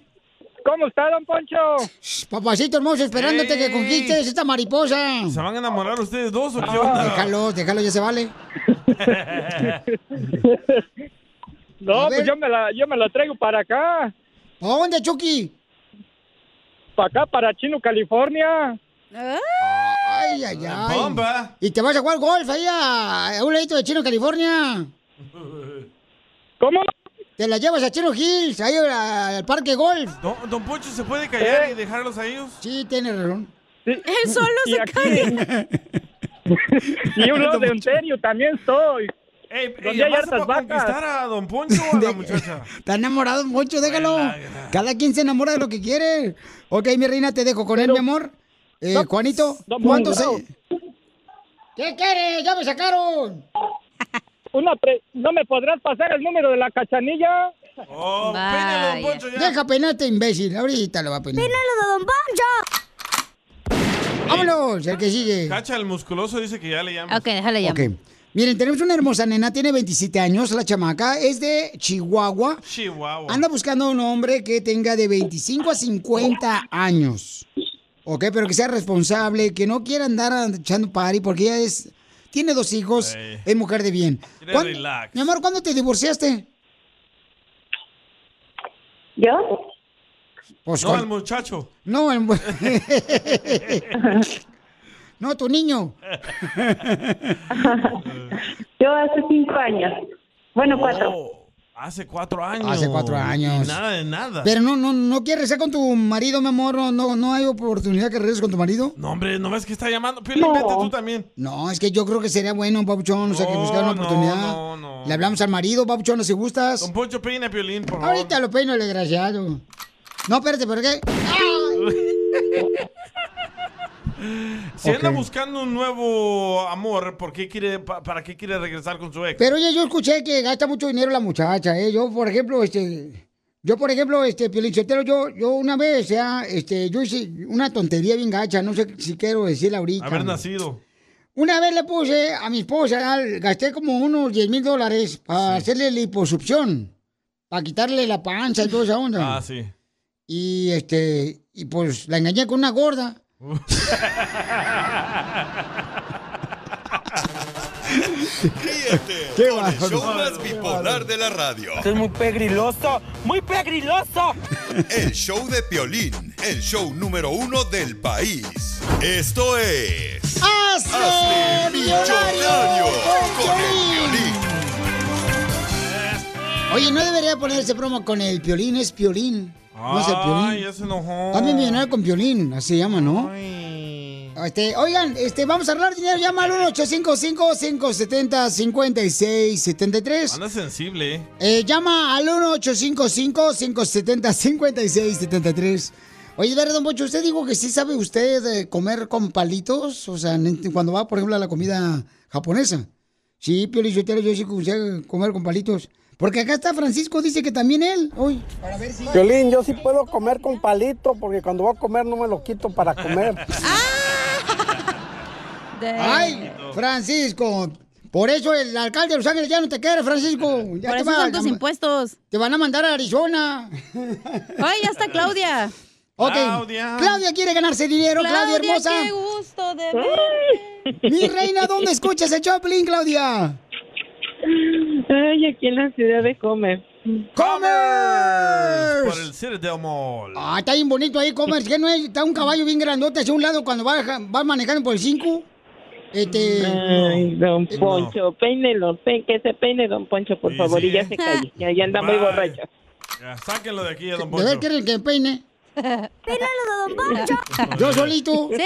Speaker 2: ¿cómo está, don Poncho? Papacito hermoso, esperándote que conquistes esta mariposa.
Speaker 1: ¿Se van a enamorar ustedes dos o qué onda?
Speaker 2: Déjalo, déjalo, ya se vale.
Speaker 24: No,
Speaker 2: A
Speaker 24: pues
Speaker 2: ver.
Speaker 24: yo me, la, yo me la traigo para acá.
Speaker 2: ¿A dónde, Chucky?
Speaker 24: Para acá, para Chino, California.
Speaker 2: Ay, ay, ay.
Speaker 24: Bomba.
Speaker 2: ¿Y te vas a jugar golf ahí a, a un ladito de Chino, California?
Speaker 24: ¿Cómo?
Speaker 2: Te la llevas a Chino Hills, ahí a- al parque golf.
Speaker 1: Don, don Poncho, ¿se puede callar y dejarlos a ellos?
Speaker 2: Eh. Sí, tiene razón.
Speaker 24: Él solo Y se aquí- calla. Y un lado de Ontario también soy.
Speaker 1: Ey,
Speaker 24: Donde
Speaker 1: ella
Speaker 24: hay
Speaker 1: más se
Speaker 24: hartas
Speaker 1: puede
Speaker 24: vacas.
Speaker 1: conquistar a don Poncho o a la muchacha.
Speaker 2: Está enamorado mucho, déjalo. Cada quien se enamora de lo que quiere. Ok, mi reina, te dejo con él, mi amor. Eh, Juanito, ¿cuántos
Speaker 24: Poncho.
Speaker 2: años? ¿Qué quieres? ¡Ya me sacaron!
Speaker 24: Una pre- ¿No me podrás pasar el número de la cachanilla?
Speaker 1: Oh,
Speaker 24: Vaya. Poncho, ya.
Speaker 2: Deja penarte, imbécil. Ahorita lo va a penar.
Speaker 24: de Don Poncho!
Speaker 2: ¡Vámonos! El que sigue.
Speaker 1: Cacha, el musculoso dice que ya le llama.
Speaker 2: Ok, déjale ya. Ok. Miren, tenemos una hermosa nena, tiene 27 años, la chamaca, es de Chihuahua.
Speaker 1: Chihuahua.
Speaker 2: Anda buscando un hombre que tenga de 25 a 50 años. Ok, pero que sea responsable, que no quiera andar echando party porque ella es. Tiene dos hijos, es mujer de bien.
Speaker 1: Quiere
Speaker 2: ¿Cuán-
Speaker 1: relax.
Speaker 2: Mi amor, ¿cuándo te divorciaste?
Speaker 20: ¿Yo?
Speaker 2: Pues,
Speaker 1: no,
Speaker 2: ¿cuál-
Speaker 1: el muchacho.
Speaker 2: No, el... no, tu niño.
Speaker 20: Yo hace cinco años.
Speaker 2: Oh,
Speaker 20: Bueno, cuatro.
Speaker 1: Oh, Hace cuatro años.
Speaker 2: Hace cuatro años.
Speaker 1: Y nada de nada.
Speaker 2: Pero no, no, no quieres estar con tu marido, mi amor. No, no, no hay oportunidad que regreses con tu marido.
Speaker 1: No, hombre, ¿no ves que está llamando? Piolín,
Speaker 2: No.
Speaker 1: vete tú también.
Speaker 2: No, es que yo creo que sería bueno, Papuchón. O sea, que buscar una oportunidad. Le hablamos al marido, Papuchón, no si gustas.
Speaker 1: Don Poncho, peina Piolín, por favor.
Speaker 2: Ahorita lo peino el desgraciado. No, espérate, ¿por qué?
Speaker 1: Si anda
Speaker 2: Ok.
Speaker 1: buscando un nuevo amor, ¿por qué quiere, pa- ¿para qué quiere regresar con su ex?
Speaker 2: Pero oye, yo escuché que gasta mucho dinero la muchacha, ¿eh? Yo, por ejemplo, este... Yo, por ejemplo, este, Piolichotero, yo, yo una vez, ya, este, yo hice una tontería bien gacha, no sé si quiero decirla ahorita.
Speaker 1: Haber nacido.
Speaker 2: Una vez le puse a mi esposa, al- gasté como unos 10 mil dólares para hacerle liposucción, para quitarle la panza y toda esa onda.
Speaker 1: Ah, sí.
Speaker 2: Y este, y pues la engañé con una gorda.
Speaker 5: Ríete
Speaker 2: Qué
Speaker 5: con el
Speaker 2: bárbaro.
Speaker 5: show más bipolar de la radio.
Speaker 2: Esto es muy
Speaker 5: pegriloso, muy pegriloso. El show de Piolín, el show número uno del país. Esto es...
Speaker 2: ¡Hazte
Speaker 5: millonario
Speaker 2: con
Speaker 5: con el
Speaker 1: Este.
Speaker 2: Piolín! Oye, no debería ponerse promo con el Piolín, es Piolín. No es el
Speaker 1: Ay,
Speaker 2: Piolín.
Speaker 1: ya se enojó.
Speaker 2: Hazme millonario con Piolín, así se llama, ¿no? Este, oigan, este, vamos a hablar dinero, llama al 1-855-570-5673.
Speaker 1: Anda sensible, ¿eh?
Speaker 2: Eh, llama al 1-855-570-5673. Oye, ver, don Pocho, ¿usted dijo que sí sabe usted eh, comer con palitos? O sea, en- cuando va, por ejemplo, a la comida japonesa. Sí, Pio Lichotero, yo sí que sé comer con palitos. Porque acá está Francisco, dice que también él. Uy. Para ver si...
Speaker 19: Violín, yo sí puedo comer con palito porque cuando voy a comer no me lo quito para comer.
Speaker 2: ¡Ay, Francisco! Por eso el alcalde de Los Ángeles ya no te quiere, Francisco. Ya
Speaker 4: Por
Speaker 2: te
Speaker 4: eso
Speaker 2: va-
Speaker 4: son tus impuestos.
Speaker 2: Te van a mandar a Arizona.
Speaker 4: Ay, ya está Claudia.
Speaker 2: Ok.
Speaker 4: Claudia.
Speaker 2: Claudia quiere ganarse dinero, Claudia,
Speaker 4: Claudia,
Speaker 2: hermosa.
Speaker 4: qué gusto de verte.
Speaker 2: Mi reina, ¿dónde escuchas el Choplin, Claudia?
Speaker 6: Ay, aquí en la ciudad de Comer.
Speaker 2: ¡Comer!
Speaker 1: Por el Citadel Mall.
Speaker 2: Ah, está bien bonito ahí, Commerce. Que no es, está un caballo bien grandote hacia un lado cuando va, va manejando por el 5. Este.
Speaker 6: Ay, don Poncho, peínelo, pe- que se peine, don Poncho, por favor, y ya se calle, ya, ya anda muy
Speaker 1: Bye.
Speaker 6: borracho.
Speaker 1: Ya, sáquenlo de aquí, don
Speaker 2: ¿De ver
Speaker 1: Poncho.
Speaker 2: quieren que peine? Pínalo de Don Poncho. ¿Yo solito?
Speaker 4: Sí.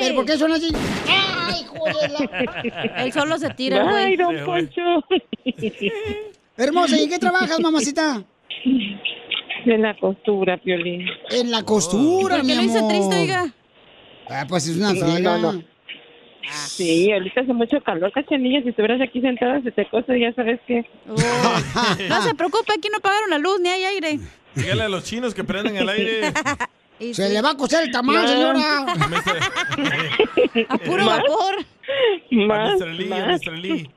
Speaker 2: ¿Pero por qué son así?
Speaker 4: ¡Ay,
Speaker 2: la-
Speaker 4: Él solo se tira, güey.
Speaker 6: Ay, don
Speaker 4: Sí, güey.
Speaker 6: Poncho.
Speaker 2: Hermosa, ¿y en qué trabajas, mamacita?
Speaker 6: En la costura, Piolín.
Speaker 2: En la costura,
Speaker 6: ¿Por qué
Speaker 2: mi
Speaker 6: lo hizo
Speaker 2: amor.
Speaker 6: triste, oiga?
Speaker 2: Ah, pues es una
Speaker 6: No,
Speaker 2: friega.
Speaker 6: no, no. Sí, ahorita hace mucho calor, cachanilla, si estuvieras aquí sentada se te cosa, ya sabes que...
Speaker 4: No se preocupe, aquí no pagaron la luz ni hay aire.
Speaker 1: Dígale a los chinos que prenden el aire.
Speaker 4: Y
Speaker 2: Se
Speaker 4: sí.
Speaker 2: le va a cocer el tamal,
Speaker 4: No.
Speaker 2: señora.
Speaker 4: A puro vapor.
Speaker 1: A
Speaker 6: Más,
Speaker 1: Mr. Lee, a
Speaker 6: más.
Speaker 1: Mr. Lee.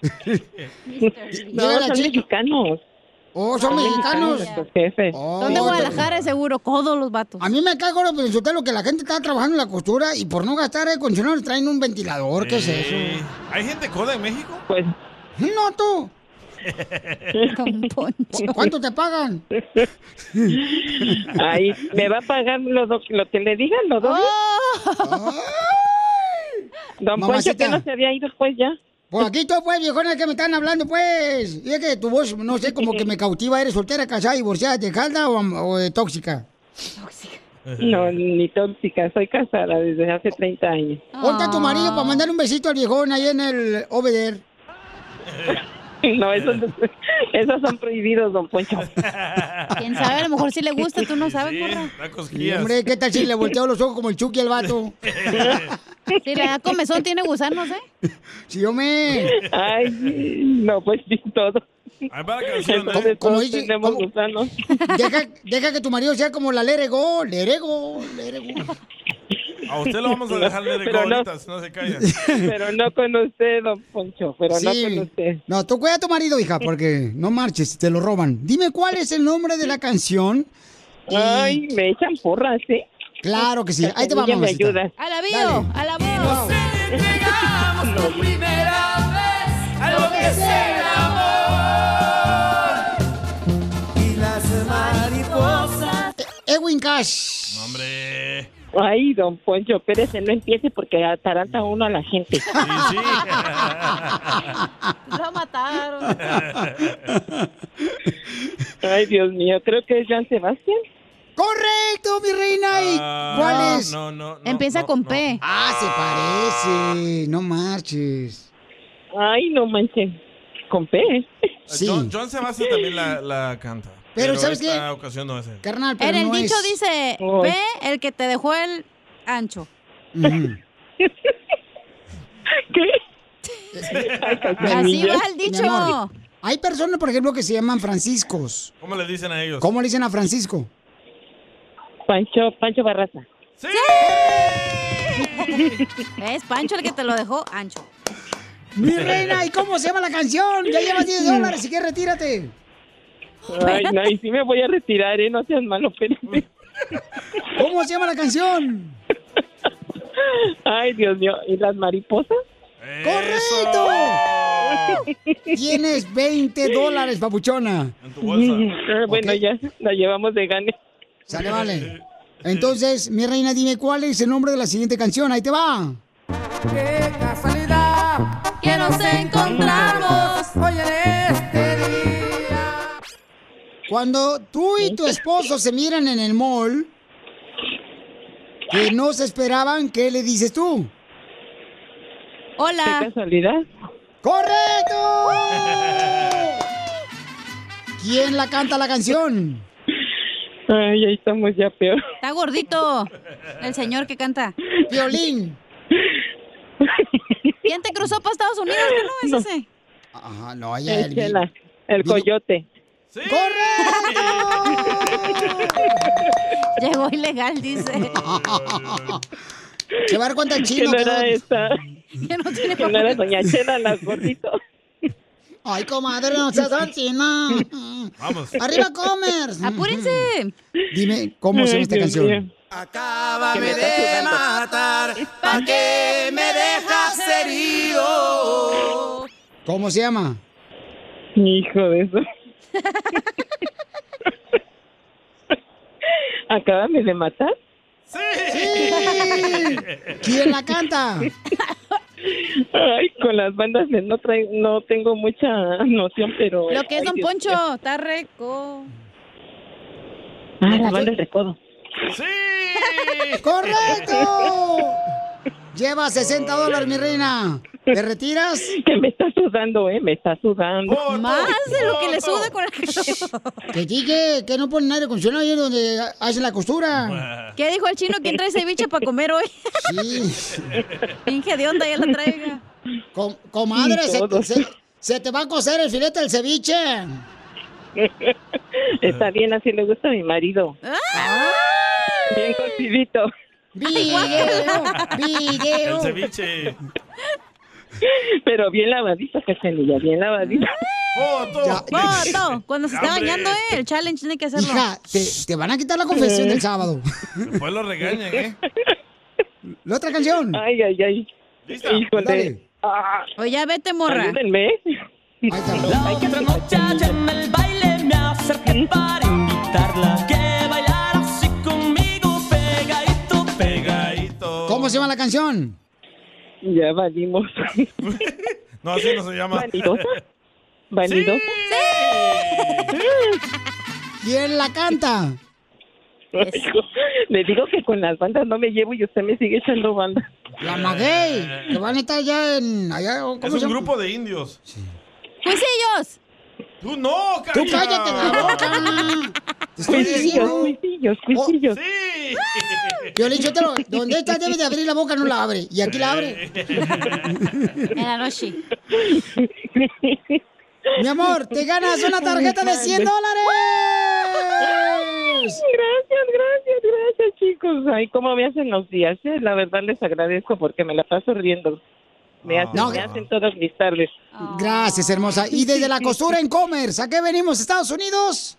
Speaker 6: No,
Speaker 2: Llega la
Speaker 6: son
Speaker 2: chica.
Speaker 6: mexicanos.
Speaker 2: Oh, son mexicanos. Oh.
Speaker 6: nuestros jefes.
Speaker 4: Son de Guadalajara, seguro, codos los vatos.
Speaker 2: A mí me cae gordo, pero insultar lo que la gente está trabajando en la costura y por no gastar aire acondicionado le traen un ventilador. ¿Qué es
Speaker 1: Eh,
Speaker 2: eso?
Speaker 1: ¿Hay gente coda en México?
Speaker 6: Pues.
Speaker 2: No, tú. ¿Cu- ¿Cuánto te pagan?
Speaker 6: Ay, me va a pagar lo, do- lo que le digan, lo doble.
Speaker 4: Oh.
Speaker 6: Don Poncho,
Speaker 2: Mamacita.
Speaker 6: que no se había ido pues ya.
Speaker 2: Pues aquí tú, pues, viejones que me están hablando, pues. Y es que tu voz, no sé, como que me cautiva. ¿Eres soltera, casada, divorciada, de calda o, o de tóxica?
Speaker 6: No, ni tóxica, soy casada desde hace 30 años.
Speaker 2: Ponte a tu marido para mandarle un besito al viejón ahí en el Obeder.
Speaker 6: No, esos, esos son prohibidos, don Poncho.
Speaker 4: Quién sabe, a lo mejor sí le gusta, tú no sabes, morra.
Speaker 2: Y, hombre, ¿qué tal si le volteo los ojos como el Chucky al vato?
Speaker 4: Si le da comezón, tiene gusanos, ¿eh?
Speaker 2: Si yo me...
Speaker 6: Ay, no, pues sí, todo.
Speaker 1: Ahí va la canción,
Speaker 6: Entonces,
Speaker 1: ¿eh?
Speaker 6: todos
Speaker 2: dice-
Speaker 6: tenemos
Speaker 2: como-
Speaker 6: gusanos.
Speaker 2: Deja, deja que tu marido sea como la Lerego, Lerego, Lerego.
Speaker 1: A usted lo vamos a dejar de
Speaker 20: Pero no.
Speaker 1: ahorita, si no se calla.
Speaker 20: Pero no con usted, don Poncho, pero no
Speaker 2: Sí.
Speaker 20: con usted.
Speaker 2: No, tú cuida a tu marido, hija, porque no marches, te lo roban. Dime cuál es el nombre de la canción. Ay,
Speaker 20: me echan porras, ¿eh?
Speaker 2: Claro que sí. Ahí te vamos.
Speaker 20: Ella me ayuda.
Speaker 4: A la bio, a la voz.
Speaker 3: Por primera vez a lo que es el amor y las mariposas.
Speaker 2: Edwin Cash.
Speaker 1: Hombre.
Speaker 25: Ay, don Poncho, espérese, no empiece porque ataranta uno a la gente.
Speaker 4: Lo mataron.
Speaker 20: Ay, Dios mío, creo que es Jean Sebastián.
Speaker 2: ¡Correcto, mi reina! ¿Y ¿Cuál es?
Speaker 1: Ah, No, no,
Speaker 2: Empieza con P. Ah, se parece. No marches.
Speaker 20: Ay, no manches. Con P.
Speaker 1: John, John Sebastián también la, la canta.
Speaker 4: Pero, ¿sabes
Speaker 1: esta ocasión no es él.
Speaker 2: Carnal,
Speaker 4: en el dicho dice, ve el que te dejó el ancho.
Speaker 1: Así va
Speaker 4: el dicho.
Speaker 2: Mi amor, Hay personas, por ejemplo, que se llaman Franciscos.
Speaker 1: ¿Cómo le dicen a ellos?
Speaker 2: ¿Cómo le dicen a Francisco?
Speaker 20: Pancho, Pancho Barraza.
Speaker 1: ¡Sí!
Speaker 4: es Pancho el que te lo dejó ancho.
Speaker 2: Mi reina, ¿y cómo se llama la canción? Ya llevas 10 dólares, si quieres, retírate.
Speaker 20: Ay, no, y sí me voy a retirar, ¿eh? No seas malo, espérate.
Speaker 2: ¿Cómo se llama la canción?
Speaker 20: Ay, Dios mío. ¿Y las mariposas?
Speaker 2: ¡Correcto! Tienes 20 dólares, papuchona.
Speaker 20: Ah, Bueno,
Speaker 2: Ok.
Speaker 20: ya la llevamos de gane.
Speaker 2: Sale, vale. Entonces, mi reina, dime cuál es el nombre de la siguiente canción. Ahí te va.
Speaker 3: Qué casualidad que nos encontramos hoy en este día.
Speaker 2: Cuando tú y tu esposo se miran en el mall, que no se esperaban, ¿qué le dices tú?
Speaker 4: Hola.
Speaker 20: ¿Qué casualidad?
Speaker 2: ¡Correcto! ¿Quién la canta la canción?
Speaker 20: Ay, ahí estamos ya peor.
Speaker 4: Está gordito el señor que canta.
Speaker 2: Violín.
Speaker 4: ¿Quién te cruzó para Estados Unidos? ¿Qué no es ese?
Speaker 2: Ajá, no,
Speaker 4: ya
Speaker 20: el,
Speaker 4: el-
Speaker 20: el coyote.
Speaker 4: Llegó ilegal, dice.
Speaker 2: Se va a dar cuenta el chino.
Speaker 20: Que no
Speaker 2: que
Speaker 20: era
Speaker 2: no-
Speaker 20: esta.
Speaker 4: Que no tiene
Speaker 20: Que no era doña Chela, la gordito.
Speaker 2: Ay, comadre, no seas ansina.
Speaker 1: Vamos.
Speaker 2: Arriba, Comers.
Speaker 4: Apúrense.
Speaker 2: Dime, ¿cómo se llama esta
Speaker 3: Ay, Dios
Speaker 2: canción?
Speaker 3: Acábame de matar, ¿pa' qué me dejas herido?
Speaker 2: ¿Cómo se llama?
Speaker 20: Hijo de eso. Acábame de matar.
Speaker 2: Sí. ¿Quién la canta?
Speaker 20: Ay, con las bandas de- no traigo, no tengo mucha noción, pero.
Speaker 4: Lo que es
Speaker 20: ay,
Speaker 4: Don
Speaker 20: Dios mío.
Speaker 4: Poncho, está reco.
Speaker 20: Ah, la banda de recodo.
Speaker 2: ¡Correcto! Lleva 60 dólares, mi reina. ¿Te retiras?
Speaker 20: Que me está sudando, eh, me está sudando.
Speaker 2: Más
Speaker 4: de lo que le suda con la calor.
Speaker 2: Que dije que no ponen aire acondicionado ahí es donde hacen la costura.
Speaker 4: ¿Qué dijo el chino? ¿Quién trae ceviche para comer hoy?
Speaker 2: Sí.
Speaker 4: Finge de onda, ya la traiga.
Speaker 2: Com- comadre,
Speaker 4: Sí,
Speaker 2: se,
Speaker 4: todos.
Speaker 2: se- se te va a cocer el filete del ceviche.
Speaker 1: Ah.
Speaker 20: Está bien, así le gusta a mi marido. Bien cocidito.
Speaker 2: Video, video.
Speaker 1: El ceviche.
Speaker 20: Pero bien lavadito, Cachanilla, bien lavadito.
Speaker 1: ¡Foto!
Speaker 4: Foto. Cuando se está
Speaker 1: Hombre.
Speaker 4: bañando, eh, el challenge tiene que hacerlo.
Speaker 2: Hija, te, te van a quitar la confesión del sábado.
Speaker 1: Después lo regañan, ¿eh?
Speaker 2: La otra canción.
Speaker 20: Ay, ay, ay. Híjole. Ah.
Speaker 2: Dale.
Speaker 4: O ya vete, morra.
Speaker 20: Ayúdenme.
Speaker 3: La otra muchacha en el baile me acerqué para invitarla que bailara así conmigo pegadito, pegadito.
Speaker 2: ¿Cómo se llama la canción?
Speaker 20: Ya valimos.
Speaker 1: No, así no se llama.
Speaker 20: ¿Vanidosa? ¿Vanidosa?
Speaker 2: ¿Quién la canta?
Speaker 20: Hijo, Le digo que con las bandas no me llevo y usted me sigue echando banda.
Speaker 2: La maguey. Que van a estar allá en. Allá, ¿cómo
Speaker 1: Es
Speaker 2: se
Speaker 1: un
Speaker 2: llama? Pues
Speaker 1: grupo de indios.
Speaker 4: ¡Juicillos!
Speaker 1: ¡Tú no,
Speaker 2: Tú cállate la boca. Te estoy diciendo.
Speaker 20: Cuisillos,
Speaker 2: cuisillos.
Speaker 1: ¡Sí!
Speaker 2: Yo le dicho, ¿dónde estás? Debes de abrir la boca, no la abre. Y aquí la abre.
Speaker 4: En la noche.
Speaker 2: Mi amor, te ganas una tarjeta de 100 dólares. felicidades.
Speaker 9: Gracias, gracias, gracias, chicos. Ay, cómo me hacen los días. eh. La verdad les agradezco porque me la paso riendo. Me hacen,
Speaker 2: No,
Speaker 9: me
Speaker 2: gra-
Speaker 9: hacen todos mis tardes.
Speaker 2: Gracias, hermosa. Y desde la costura en Commerce, ¿a qué venimos, Estados Unidos?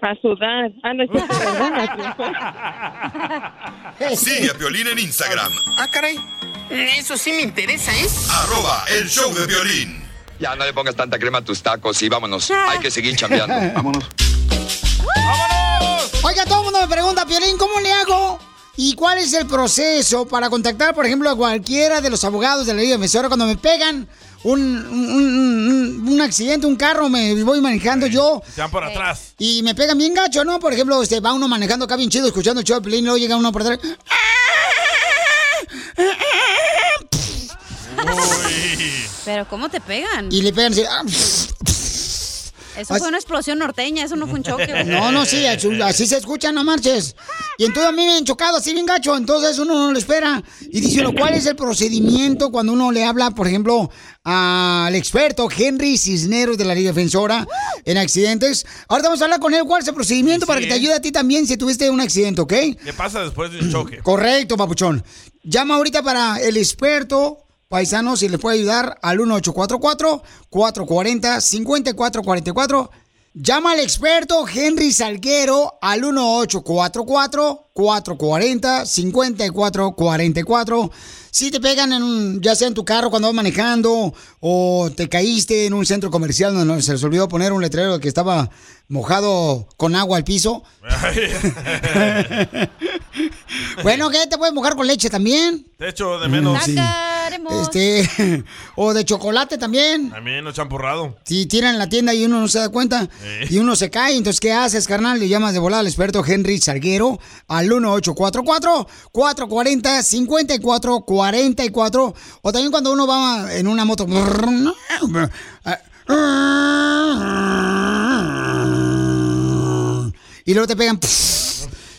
Speaker 9: A sudar. Ah, no, es cierto,
Speaker 5: Sigue a Piolín en Instagram,
Speaker 12: Ah, caray. Eso sí me interesa, ¿eh?
Speaker 5: arroba el show de violín.
Speaker 16: Ya no le pongas tanta crema a tus tacos y vámonos. Hay que seguir chambeando. Vámonos.
Speaker 2: Oiga, todo el mundo me pregunta, Piolín, ¿cómo le hago? ¿Y cuál es el proceso para contactar, por ejemplo, a cualquiera de los abogados de la Liga Defensora cuando me pegan un, un- un- un- un accidente, un carro, me voy manejando yo?
Speaker 1: Te van por atrás.
Speaker 2: Y me pegan bien gacho, ¿no? Por ejemplo, este, va uno manejando acá bien chido, escuchando el show de Piolín, luego llega uno por atrás.
Speaker 4: Pero ¿cómo te pegan?
Speaker 2: Y le pegan así, ah,
Speaker 4: Eso
Speaker 2: Ay.
Speaker 4: fue una explosión norteña, eso no fue un choque. güey.
Speaker 2: No, no, sí, así así se escucha, no marches. Y entonces a mí me han chocado así bien gacho, entonces uno no lo espera. Y dice uno, ¿cuál es el procedimiento cuando uno le habla, por ejemplo, al experto Henry Cisneros de la Liga Defensora en accidentes? Ahora vamos a hablar con él, ¿cuál es el procedimiento para que te ayude a ti también si tuviste un accidente, ok?
Speaker 1: ¿Qué pasa después de un choque?
Speaker 2: Correcto, papuchón. Llama ahorita para el experto paisano si les puede ayudar al 1844-440-5444. Llama al experto Henry Salguero al 1844-440-5444. Si te pegan en un- ya sea en tu carro cuando vas manejando o te caíste en un centro comercial donde se les olvidó poner un letrero que estaba mojado con agua al piso. Bueno, ¿qué? ¿Te puedes mojar con leche también?
Speaker 1: Te echo de menos.
Speaker 2: Sí. Este, o de chocolate también.
Speaker 1: También lo champurrado.
Speaker 2: Si tiran la tienda y uno no se da cuenta
Speaker 1: Eh.
Speaker 2: y uno se cae, entonces ¿qué haces, carnal? Le llamas de volada al experto Henry Salguero al 1844-440-5444. O también cuando uno va en una moto. Y luego te pegan.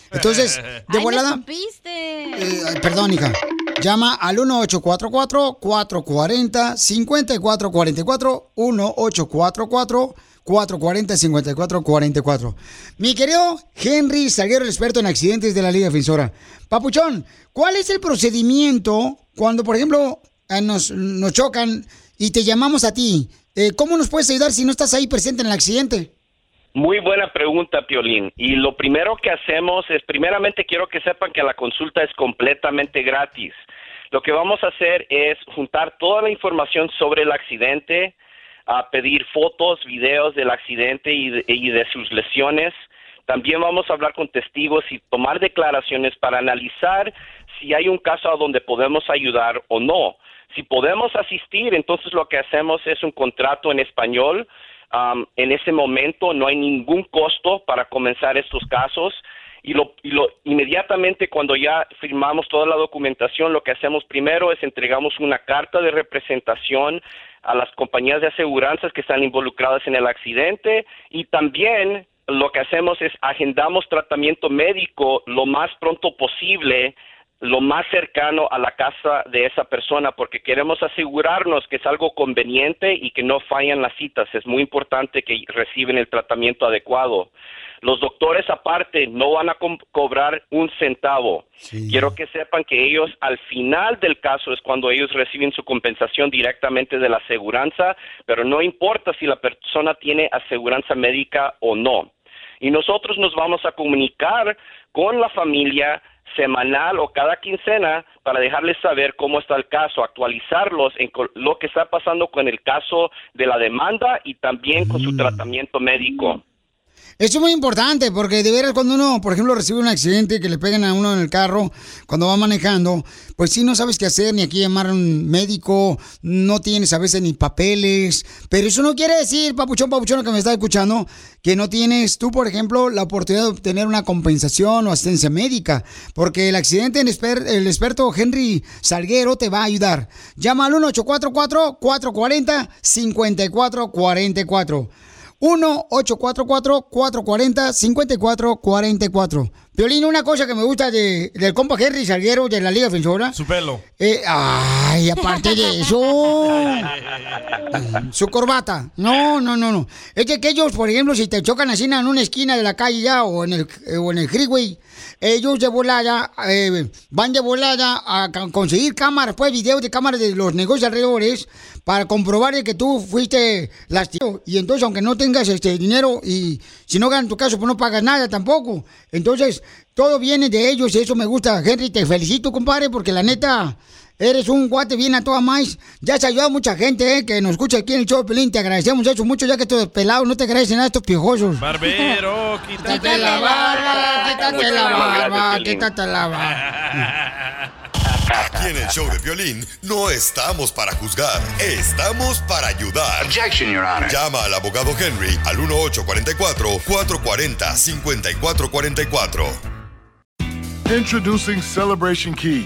Speaker 2: Entonces, de
Speaker 4: Ay, me
Speaker 2: volada.
Speaker 4: escupiste.
Speaker 2: Ay, eh, Perdón, hija. Llama al 1844-440-5444. 1844-440-5444. Mi querido Henry Salguero, el experto en accidentes de la Liga Defensora. Papuchón, ¿cuál es el procedimiento cuando, por ejemplo, eh, nos, nos chocan y te llamamos a ti? Eh, ¿Cómo nos puedes ayudar si no estás ahí presente en el accidente?
Speaker 17: Muy buena pregunta, Piolín. Y lo primero que hacemos es, primeramente quiero que sepan que la consulta es completamente gratis. Lo que vamos a hacer es juntar toda la información sobre el accidente, a pedir fotos, videos del accidente y de, y de sus lesiones. También vamos a hablar con testigos y tomar declaraciones para analizar si hay un caso a donde podemos ayudar o no. Si podemos asistir, entonces lo que hacemos es un contrato en español. Am, Um, en ese momento no hay ningún costo para comenzar estos casos y lo, y lo- inmediatamente cuando ya firmamos toda la documentación, lo que hacemos primero es entregamos una carta de representación a las compañías de aseguranzas que están involucradas en el accidente y también lo que hacemos es agendamos tratamiento médico lo más pronto posible lo más cercano a la casa de esa persona porque queremos asegurarnos que es algo conveniente y que no fallan las citas. Es muy importante que reciben el tratamiento adecuado. Los doctores aparte no van a com- cobrar un centavo. Quiero que sepan que ellos al final del caso es cuando ellos reciben su compensación directamente de la aseguranza, pero no importa si la persona tiene aseguranza médica o no y nosotros nos vamos a comunicar con la familia semanal o cada quincena para dejarles saber cómo está el caso, actualizarlos en co- lo que está pasando con el caso de la demanda y también con su tratamiento médico.
Speaker 2: Eso es muy importante porque de veras cuando uno, por ejemplo, recibe un accidente que le pegan a uno en el carro cuando va manejando, pues sí no sabes qué hacer ni aquí llamar a un médico, no tienes a veces ni papeles, pero eso no quiere decir, papuchón, papuchón, que me está escuchando, que no tienes tú, por ejemplo, la oportunidad de obtener una compensación o asistencia médica, porque el accidente el, exper- el experto Henry Salguero te va a ayudar. Llama al 1844 440 5444 1-844-440-5444. Piolín, una cosa que me gusta de- del compa Henry Salguero de la Liga Defensora.
Speaker 1: Su pelo.
Speaker 2: Eh, ay, aparte de eso. Su corbata. No, no, no, no. Es que ellos, por ejemplo, si te chocan así en una esquina de la calle ya o en el, eh, o en el freeway, ellos de volada, eh, van de volada a ca- conseguir cámaras, pues videos de cámaras de los negocios alrededores para comprobar de que tú fuiste lastimado. Y entonces, aunque no tengas este dinero y si no ganan tu caso, pues no pagas nada tampoco. Entonces, todo viene de ellos y eso me gusta. Henry, te felicito, compadre, porque la neta... Eres un guate bien a toda más. Ya has ayudado a mucha gente eh, que nos escucha aquí en el show de Pelín. Te agradecemos eso mucho, ya que estos pelados no te agradecen a estos piojosos.
Speaker 1: Barbero, quítate
Speaker 2: la barba, quítate la barba, quítate la
Speaker 5: Aquí en el show de violín no estamos para juzgar, estamos para ayudar.
Speaker 3: Objection, Your Honor.
Speaker 5: Llama al abogado Henry al 1844-440-5444.
Speaker 10: Introducing Celebration Key,